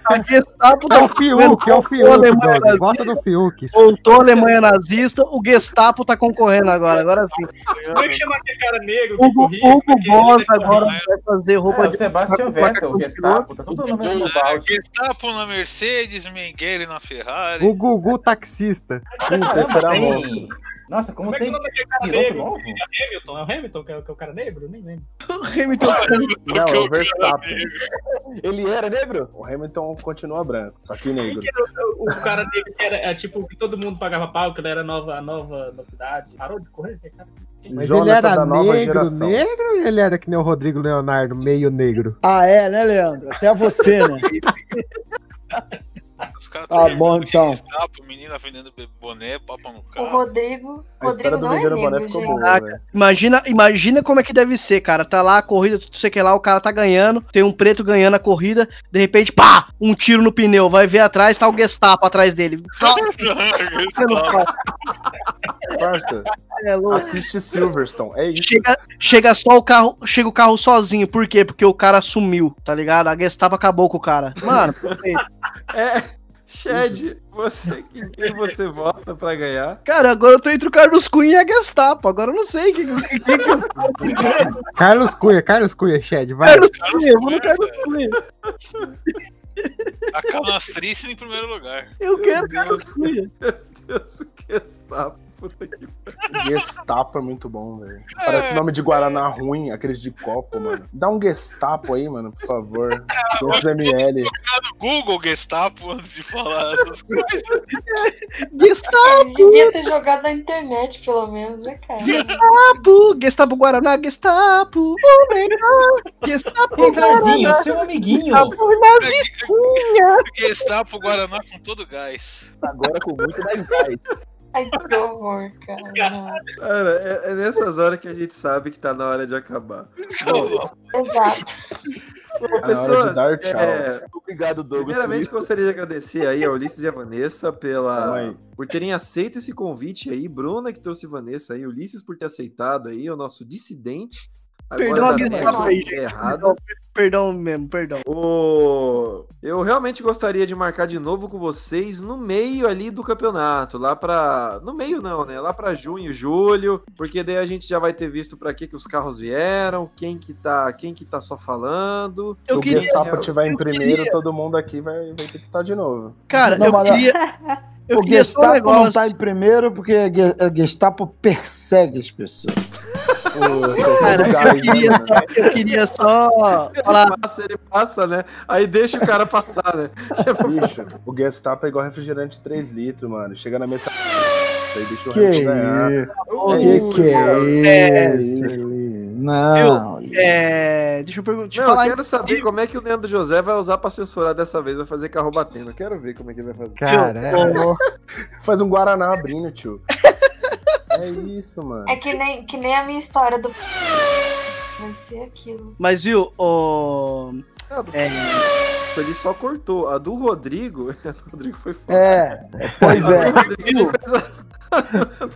[SPEAKER 5] A Gestapo
[SPEAKER 15] tá o Fiuk, é o Fiuk. Alemanha Volta do Fiuk.
[SPEAKER 5] Voltou a Alemanha nazista, o Gestapo tá concorrendo agora. Agora sim.
[SPEAKER 10] Como é que chama aquele cara negro?
[SPEAKER 5] Hugo, corria, Hugo Boss agora vai fazer roupa é,
[SPEAKER 14] de. Sebastian Vettel, Gestapo, tá todo mundo no balde.
[SPEAKER 12] Ah, Gestapo na Mercedes, Mengele na Ferrari.
[SPEAKER 15] O Gugu taxista.
[SPEAKER 14] Puta, será bom. Nossa, como, como tem.
[SPEAKER 10] É que é negro? Novo? É Hamilton, é o Hamilton que é, o cara negro? Nem lembro.
[SPEAKER 5] o Hamilton
[SPEAKER 9] Não, é o Verstappen. Ele era negro? O Hamilton continua branco, só que negro. Que
[SPEAKER 10] o, o, cara negro era, era tipo que todo mundo pagava pau, que ele era nova, nova novidade. Parou de correr, cara.
[SPEAKER 15] Mas Jonathan ele era negro, negro ou ele era que nem o Rodrigo Leonardo, meio negro?
[SPEAKER 3] Ah, é, né, Leandro? Até você, né?
[SPEAKER 12] Os caras tá ah, bom, então. Estapo, menina vendendo boné, papa no carro.
[SPEAKER 8] O Rodrigo, a Rodrigo não é negro, gente. Boa,
[SPEAKER 5] imagina, imagina como é que deve ser, cara. Tá lá a corrida, tudo sei que lá, o cara tá ganhando, tem um preto ganhando a corrida, de repente, pá, um tiro no pneu, vai ver atrás, tá o Gestapo atrás dele. Só...
[SPEAKER 9] Parça, é louco. assiste Silverstone, é isso.
[SPEAKER 5] Chega, chega, só o carro, chega o carro sozinho, por quê? Porque o cara sumiu, tá ligado? A Gestapo acabou com o cara. Mano, perfeito.
[SPEAKER 4] é, Shed, você, em quem você vota pra ganhar?
[SPEAKER 5] Cara, agora eu tô entre o Carlos Cunha e a Gestapo. Agora eu não sei. Que, que, que...
[SPEAKER 15] Carlos Cunha, Carlos Cunha, Shed, vai.
[SPEAKER 5] Carlos Cunha, vou no Carlos Cunha.
[SPEAKER 12] A calastrice em primeiro lugar.
[SPEAKER 5] Eu quero Meu Carlos Deus, Cunha.
[SPEAKER 4] Meu Deus, o Gestapo. Puta que
[SPEAKER 9] Gestapo é muito bom, velho. Parece nome de Guaraná ruim, aqueles de copo, mano. Dá um Gestapo aí, mano, por favor. 2 ml.
[SPEAKER 12] no Google Gestapo antes de falar essas coisas.
[SPEAKER 5] Gestapo!
[SPEAKER 8] Devia ter jogado na internet, pelo menos, né, cara?
[SPEAKER 5] Gestapo! Gestapo Guaraná, Gestapo! O melhor! Gestapo
[SPEAKER 16] Guaraná! seu amiguinho!
[SPEAKER 5] Gestapo nas esquinhas!
[SPEAKER 12] Gestapo Guaraná com todo gás.
[SPEAKER 9] Agora com muito mais gás.
[SPEAKER 8] Ai, que horror, cara.
[SPEAKER 4] Cara, é, é, nessas horas que a gente sabe que tá na hora de acabar.
[SPEAKER 8] Bom, Exato.
[SPEAKER 4] Bom, pessoas,
[SPEAKER 9] é é,
[SPEAKER 4] Obrigado, Douglas. Primeiramente, gostaria de agradecer aí a Ulisses e a Vanessa pela, Oi. por terem aceito esse convite aí. Bruna, que trouxe Vanessa aí. Ulisses, por ter aceitado aí, o nosso dissidente. tá
[SPEAKER 5] Perdão, a Guilherme. Aí, errado. Perdão mesmo, perdão.
[SPEAKER 4] O... Eu realmente gostaria de marcar de novo com vocês no meio ali do campeonato, lá para No meio não, né? Lá para junho, julho, porque daí a gente já vai ter visto para que que os carros vieram, quem que tá, quem que tá só falando.
[SPEAKER 9] Eu Se queria, o Gestapo tiver em primeiro, queria. todo mundo aqui vai, vai ter que estar Tá de novo.
[SPEAKER 5] Cara, não, eu mas... queria... Eu
[SPEAKER 3] o Gestapo um não tá em primeiro porque o Gestapo persegue as pessoas.
[SPEAKER 5] Cara, eu queria, só, eu queria só falar.
[SPEAKER 4] né? Ele passa, ele passa, né? Aí deixa o cara passar, né?
[SPEAKER 9] Bicho, o Gestapo é igual refrigerante 3 litros, mano. Chega na metade. Aí deixa o
[SPEAKER 3] que é? O que, que é isso? Não.
[SPEAKER 5] Eu, é, deixa eu perguntar.
[SPEAKER 4] Não, eu quero saber isso. como é que o Leandro José vai usar pra censurar dessa vez. Vai fazer carro batendo. Eu quero ver como é que ele vai fazer.
[SPEAKER 9] Cara, faz um Guaraná abrindo, tio. É isso, mano.
[SPEAKER 8] É que nem, que nem a minha história do. Vai ser aquilo.
[SPEAKER 5] Mas viu, o.
[SPEAKER 4] Ah, do... é... Ele só cortou. A do Rodrigo. A do Rodrigo foi
[SPEAKER 3] foda. É, pois é. Rodrigo...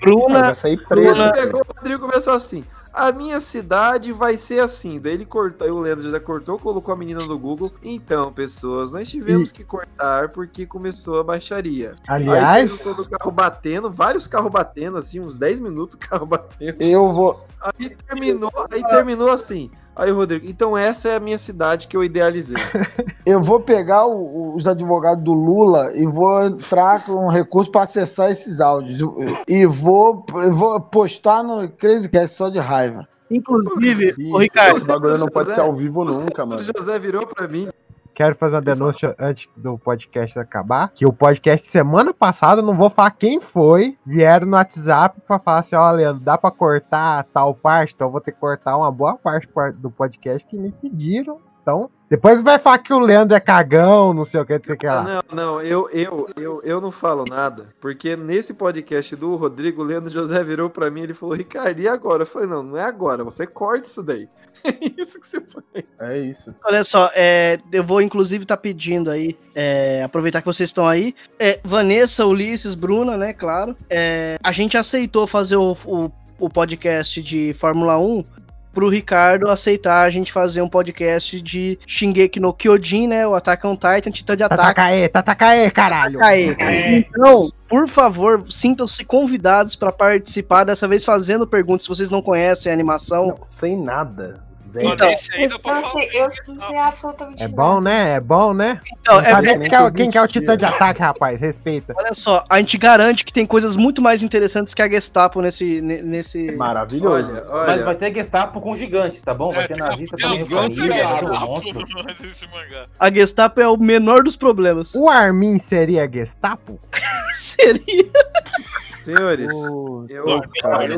[SPEAKER 5] Bruna.
[SPEAKER 4] Bruna pegou o Rodrigo começou assim. A minha cidade vai ser assim. Daí ele cortou. O Leandro José cortou, colocou a menina no Google. Então, pessoas, nós tivemos e... que cortar porque começou a baixaria.
[SPEAKER 3] Aliás.
[SPEAKER 4] Aí do carro batendo, vários carros batendo, assim, uns 10 minutos carro batendo.
[SPEAKER 3] Eu vou.
[SPEAKER 4] Aí terminou, aí terminou assim. Aí, Rodrigo, então essa é a minha cidade que eu idealizei.
[SPEAKER 3] eu vou pegar o, os advogados do Lula e vou entrar com um recurso para acessar esses áudios. E vou, vou postar no Crazy Cast só de raiva.
[SPEAKER 5] Inclusive, o Ricardo.
[SPEAKER 9] Esse bagulho não pode José, ser ao vivo nunca, mano. O
[SPEAKER 4] José virou para mim.
[SPEAKER 15] Quero fazer uma denúncia antes do podcast acabar. Que o podcast semana passada, não vou falar quem foi, vieram no WhatsApp pra falar assim: ó, Leandro, dá pra cortar tal parte? Então eu vou ter que cortar uma boa parte do podcast que me pediram. Então, depois vai falar que o Leandro é cagão, não sei o que, não sei o que lá.
[SPEAKER 4] Não, não, eu, eu, eu, eu não falo nada, porque nesse podcast do Rodrigo, o Leandro José virou pra mim ele falou, Ricardo, e agora? Eu falei, não, não é agora, você corta isso daí. É isso que você faz.
[SPEAKER 9] É isso.
[SPEAKER 5] Olha só, é, eu vou inclusive estar tá pedindo aí, é, aproveitar que vocês estão aí, é, Vanessa, Ulisses, Bruna, né, claro, a gente aceitou fazer o, o, o podcast de Fórmula 1 pro Ricardo aceitar a gente fazer um podcast de Shingeki
[SPEAKER 15] Tá
[SPEAKER 5] no Kyojin, né? O Attack on Titan, Titã de Ataque.
[SPEAKER 15] Tatakae, Tatakae, caralho!
[SPEAKER 5] Tatakae. É. Então, por favor, sintam-se convidados para participar, dessa vez fazendo perguntas se vocês não conhecem a animação. Não,
[SPEAKER 9] sem nada.
[SPEAKER 12] Zero. Então, então,
[SPEAKER 8] assim, eu sei absolutamente
[SPEAKER 15] É bom, né? É bom, né?
[SPEAKER 5] Então, é,
[SPEAKER 15] quem, é, quer, quem quer o titã de ataque, rapaz? Respeita.
[SPEAKER 5] Olha só, a gente garante que tem coisas muito mais interessantes que a Gestapo nesse. nesse...
[SPEAKER 9] Maravilhoso.
[SPEAKER 14] Olha, olha. Mas vai ter Gestapo com gigantes, tá bom? Vai é, ter nazista com um
[SPEAKER 5] família. A Gestapo é o menor dos problemas.
[SPEAKER 15] O Armin seria Gestapo?
[SPEAKER 5] seria.
[SPEAKER 4] Senhores, oh, eu, não, cara, eu,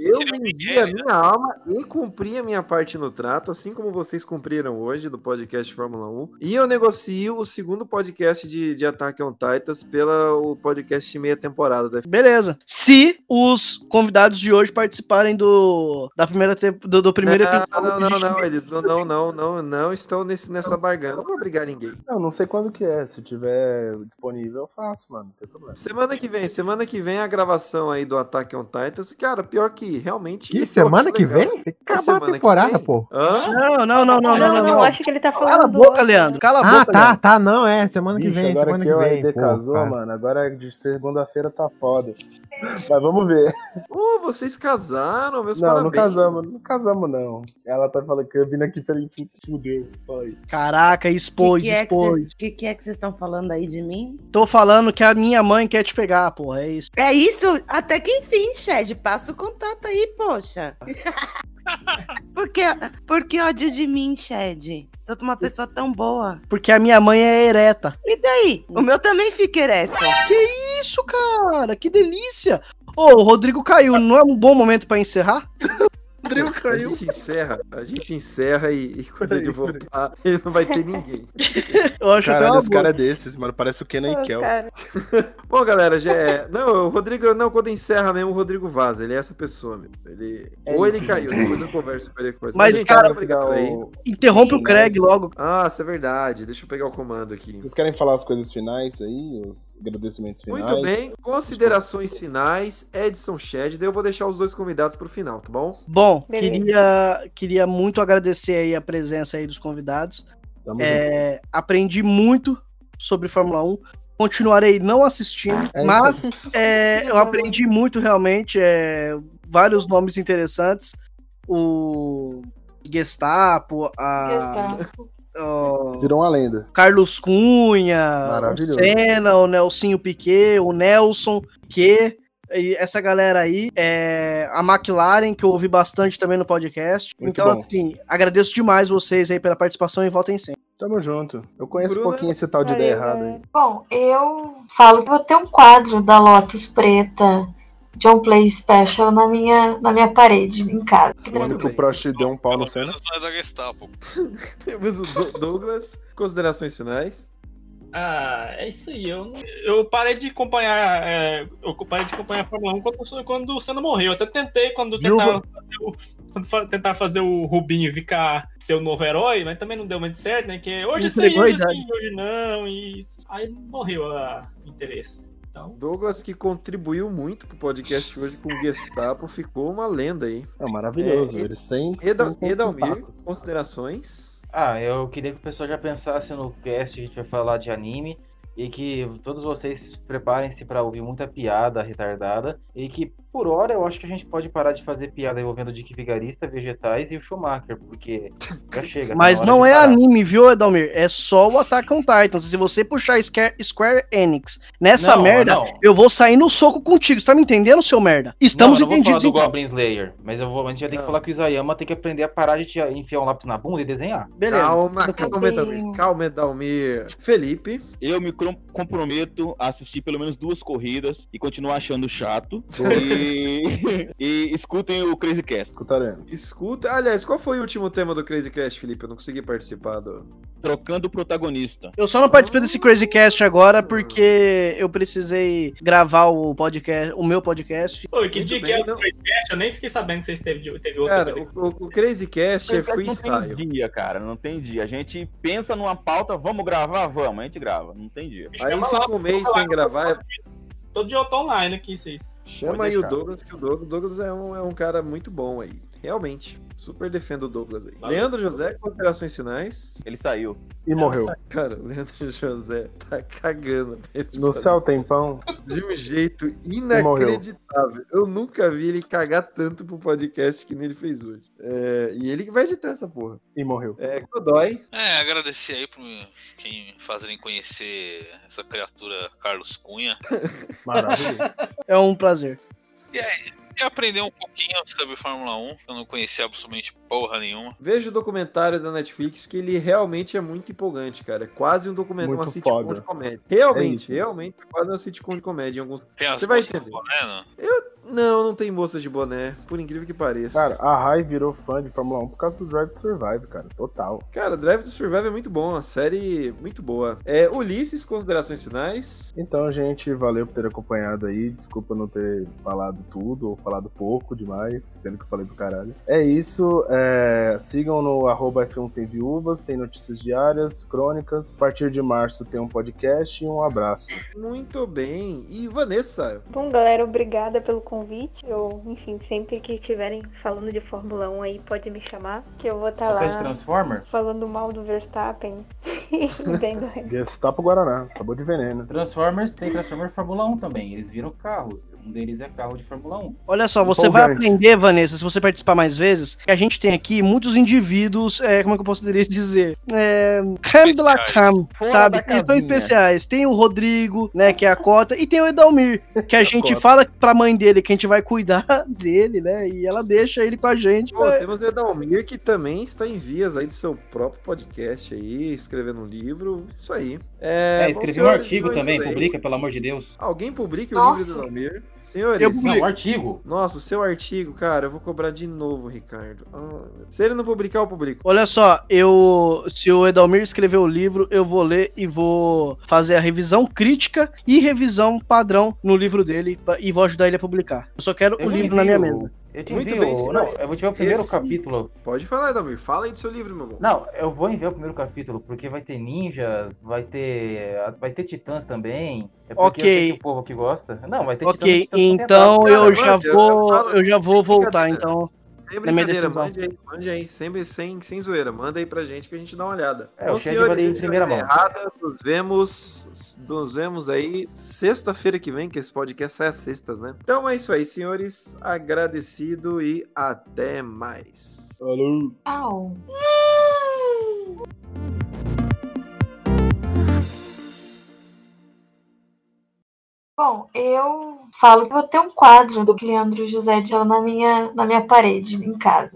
[SPEAKER 4] eu vendi a minha alma e cumpri a minha parte no trato, assim como vocês cumpriram hoje do podcast Fórmula 1. E eu negocio o segundo podcast de, de Ataque on Titans pela o podcast meia temporada. Da...
[SPEAKER 5] Beleza. Se os convidados de hoje participarem do da primeira te... do, do primeiro
[SPEAKER 4] não, episódio. Não, não, não, eles não, não, não, não, não estão nesse, nessa barganha. Não vou obrigar ninguém.
[SPEAKER 9] Não, não sei quando que é. Se tiver disponível, eu faço, mano. Não tem problema.
[SPEAKER 4] Semana que vem, semana que vem a gravação aí do Attack on Titans. Cara, pior que realmente.
[SPEAKER 15] Que semana que vem? Tem que acabar a temporada, pô.
[SPEAKER 5] Não, não, não, não, não,
[SPEAKER 8] não, Acho que ele tá falando.
[SPEAKER 5] Cala a boca, Leandro. Cala a boca.
[SPEAKER 15] Ah, tá, tá, não, é. Semana que vem.
[SPEAKER 9] Agora
[SPEAKER 15] semana
[SPEAKER 9] que, o AD casou, mano. Agora de segunda-feira tá foda. Mas vamos ver.
[SPEAKER 4] Uh, vocês casaram, meus
[SPEAKER 9] não, Não, casamos, não casamos, não. Ela tá falando que eu vim aqui pelo fudeu. Fala aí.
[SPEAKER 5] Caraca, expôs, expôs.
[SPEAKER 2] O que, que é que vocês estão falando aí de mim?
[SPEAKER 5] Tô falando que a minha mãe quer te pegar, porra, é isso.
[SPEAKER 2] É isso? Até que enfim, Shed, passa o contato aí, poxa. porque, porque ódio de mim, Shed? Sou uma pessoa tão boa.
[SPEAKER 5] Porque a minha mãe é ereta.
[SPEAKER 2] E daí? O meu também fica ereta.
[SPEAKER 5] Que isso, cara? Que delícia! Ô, oh, o Rodrigo caiu. Não é um bom momento para encerrar?
[SPEAKER 4] Rodrigo caiu. A gente encerra, a gente encerra e, e quando ele voltar, ele não vai ter ninguém.
[SPEAKER 9] Eu acho
[SPEAKER 5] é
[SPEAKER 9] Caralho, que os
[SPEAKER 4] é
[SPEAKER 9] caras desses, mano, parece o
[SPEAKER 5] Ah,
[SPEAKER 9] Kenan oh, e Kel.
[SPEAKER 4] Bom, galera, já é... Não, o Rodrigo, não, quando encerra mesmo, o Rodrigo vaza, ele é essa pessoa, meu. Ele... É, Ou ele enfim. caiu, depois eu converso com ele. Com
[SPEAKER 5] Mas, Mas gente, cara, obrigado aí. O... Interrompe Sim, o Craig logo.
[SPEAKER 4] Ah, isso é verdade, deixa eu pegar o comando aqui.
[SPEAKER 9] Vocês querem falar as coisas finais aí, os agradecimentos finais?
[SPEAKER 4] Muito bem, considerações finais, Edson Shed, daí eu vou deixar os dois convidados pro final, tá bom?
[SPEAKER 5] Bom, Beleza. queria, queria muito agradecer aí a presença aí dos convidados. É, aprendi muito sobre Fórmula 1. Continuarei não assistindo, é mas é, eu aprendi muito realmente. é, vários nomes interessantes. O Gestapo, a. Gestapo.
[SPEAKER 9] O... Virou uma lenda.
[SPEAKER 5] Carlos Cunha, é o Senna, o Nelsinho Piquet, o Nelson Piquet essa galera aí, é a McLaren, que eu ouvi bastante também no podcast. Muito então, bom. assim, agradeço demais vocês aí pela participação e votem sempre.
[SPEAKER 9] Tamo junto. Eu conheço Bruna. um pouquinho esse tal de ideia errada aí.
[SPEAKER 8] Bom, eu falo que vou ter um quadro da Lotus Preta. John Play Special na minha, na minha parede, em casa.
[SPEAKER 9] Quando que o Prost deu um pau no cena?
[SPEAKER 15] é
[SPEAKER 4] Temos o Douglas. Considerações finais?
[SPEAKER 10] Ah, é isso aí. Eu, eu parei de acompanhar. É, eu parei de acompanhar a Fórmula 1 quando, quando o Senna morreu. Eu até tentei quando tentaram fazer o, quando tentar fazer o Rubinho ficar seu novo herói, mas também não deu muito certo, né? Que hoje sim, hoje sim, hoje não. E aí morreu a, o interesse. Então.
[SPEAKER 4] Douglas, que contribuiu muito pro podcast hoje com o Gestapo, ficou uma lenda aí.
[SPEAKER 9] É maravilhoso, é, ele sempre.
[SPEAKER 4] Edal, Edalmir, considerações?
[SPEAKER 14] Ah, eu queria que o pessoal já pensasse no cast, a gente vai falar de anime. E que todos vocês preparem-se para ouvir muita piada retardada. E que, por hora, eu acho que a gente pode parar de fazer piada envolvendo o Dick Vigarista, Vegetais e o Schumacher, porque já chega. tá
[SPEAKER 5] Mas não é parar. anime, viu, Edalmir? É só o Attack on Titans. Se você puxar Square Enix nessa não, merda, não. eu vou sair no soco contigo. Você tá me entendendo, seu merda? Estamos
[SPEAKER 14] não, eu não
[SPEAKER 5] entendidos. então.
[SPEAKER 14] Vou falar do Goblin Slayer, mas eu vou, a gente vai ter que falar que o Isayama tem que aprender a parar de te enfiar um lápis na bunda e desenhar.
[SPEAKER 4] Beleza. Calma, calma, Edalmir. Calma, Edalmir. Felipe.
[SPEAKER 11] Eu me comprometo a assistir pelo menos duas corridas e continuar achando chato. E... e, escutem o Crazy Cast.
[SPEAKER 9] Escutaremos.
[SPEAKER 4] Escuta. Aliás, qual foi o último tema do Crazy Cast, Felipe? Eu não consegui participar do.
[SPEAKER 11] Trocando o protagonista.
[SPEAKER 5] Eu só não participei desse Crazy Cast agora porque eu precisei gravar o podcast, o meu podcast.
[SPEAKER 10] Pô, que Muito dia bem, que era é o Crazy Cast? Eu nem fiquei sabendo que vocês teve, teve outro.
[SPEAKER 4] Cara, o, o, o, Crazy Cast é freestyle.
[SPEAKER 11] Não tem dia, cara. Não tem dia. A gente pensa numa pauta, vamos gravar? Vamos. A gente grava. Não tem dia.
[SPEAKER 4] Aí fica um mês sem gravar.
[SPEAKER 10] Todo dia eu tô online aqui, vocês.
[SPEAKER 4] Chama Pode aí deixar. o Douglas, que o Douglas, Douglas é, um, é um cara muito bom aí. Realmente. Super defendo o Douglas aí. Ah, Leandro José, considerações finais.
[SPEAKER 11] Ele saiu.
[SPEAKER 9] E morreu.
[SPEAKER 4] Cara, o Leandro José tá cagando.
[SPEAKER 9] Esse no céu tem pão.
[SPEAKER 4] De um jeito inacreditável. Eu nunca vi ele cagar tanto pro podcast que nem ele fez hoje. É, e ele vai editar essa porra.
[SPEAKER 9] E morreu.
[SPEAKER 4] É, Godoy.
[SPEAKER 12] É, agradecer aí por quem fazerem conhecer essa criatura Carlos Cunha.
[SPEAKER 5] Maravilha. É um prazer.
[SPEAKER 12] E aí? e aprender um pouquinho sobre Fórmula 1. Eu não conhecia absolutamente porra nenhuma.
[SPEAKER 4] Veja o documentário da Netflix que ele realmente é muito empolgante, cara. É quase um documento, muito uma sitcom foda. de comédia. Realmente, é realmente é quase uma sitcom de comédia. Em alguns...
[SPEAKER 12] Tem as Você vai entender. Boné, não?
[SPEAKER 4] Eu... Não, não tem moças de boné, por incrível que pareça.
[SPEAKER 9] Cara, a Rai virou fã de Fórmula 1 por causa do Drive to Survive, cara, total.
[SPEAKER 4] Cara, Drive to Survive é muito bom, uma série muito boa. É, Ulisses, considerações finais?
[SPEAKER 9] Então, gente, valeu por ter acompanhado aí, desculpa não ter falado tudo ou falado pouco demais, sendo que eu falei do caralho. É isso, é... sigam no arroba F1 Sem Viúvas, tem notícias diárias, crônicas. A partir de março tem um podcast e um abraço.
[SPEAKER 4] Muito bem, e Vanessa?
[SPEAKER 6] Bom, galera, obrigada pelo convite convite. Eu, enfim, sempre que estiverem falando de Fórmula 1 aí, pode me chamar, que eu vou estar tá lá.
[SPEAKER 11] de Transformer?
[SPEAKER 6] Falando mal do Verstappen. Entendo.
[SPEAKER 9] Verstappen Guaraná, sabor de veneno.
[SPEAKER 11] Transformers tem Transformer Fórmula 1 também. Eles viram carros. Um deles é carro de Fórmula 1.
[SPEAKER 5] Olha só, você Empolgante. vai aprender, Vanessa, se você participar mais vezes, que a gente tem aqui muitos indivíduos, é, como é que eu poderia dizer? É, creme de la creme, sabe? Que são especiais. Tem o Rodrigo, né, que é a cota, e tem o Edalmir, que a, a gente cota. fala pra mãe dele que a gente vai cuidar dele, né? E ela deixa ele com a gente.
[SPEAKER 4] Pô,
[SPEAKER 11] É.
[SPEAKER 4] mas... temos o Edalmir que também está em vias aí do seu próprio podcast aí, escrevendo um livro, isso aí.
[SPEAKER 11] É, é escrevi um artigo
[SPEAKER 4] então
[SPEAKER 11] também, daí. publica, pelo amor de Deus.
[SPEAKER 4] Alguém publica Nossa. o livro do Edalmir? Senhores,
[SPEAKER 11] eu publico. Não, artigo.
[SPEAKER 4] Nossa, o seu artigo, cara, eu vou cobrar de novo, Ricardo. Ah, se ele não publicar, eu publico.
[SPEAKER 5] Olha só, eu se o Edalmir escrever o livro, eu vou ler e vou fazer a revisão crítica e revisão padrão no livro dele e vou ajudar ele a publicar. Eu só quero eu o livro envio. na minha mesa.
[SPEAKER 11] Eu te Muito envio, bem, senhor. não, eu vou te enviar o primeiro Esse... capítulo.
[SPEAKER 4] Pode falar, Damir. Fala aí do seu livro, meu bom.
[SPEAKER 11] Não, eu vou enviar o primeiro capítulo, porque vai ter ninjas, vai ter. Vai ter titãs também. É
[SPEAKER 5] ok.
[SPEAKER 11] o povo que gosta. Não, vai ter
[SPEAKER 5] Ok, titãs
[SPEAKER 14] tá
[SPEAKER 5] então tentado. eu, Cara, já mano, vou, eu, eu, eu já vou voltar, então.
[SPEAKER 11] É
[SPEAKER 4] Sem brincadeira, mande aí, mande aí, sempre sem, sem zoeira, manda aí pra gente que a gente dá uma olhada.
[SPEAKER 11] É, Bom, senhores, em primeira mão.
[SPEAKER 4] Errada, nos vemos, nos vemos aí sexta-feira que vem, que esse podcast sai às sextas, né? Então é isso aí, senhores, agradecido e até mais.
[SPEAKER 9] Falou!
[SPEAKER 6] Au.
[SPEAKER 8] Bom, eu falo que vou ter um quadro do Leandro José de na minha, na minha parede, em casa.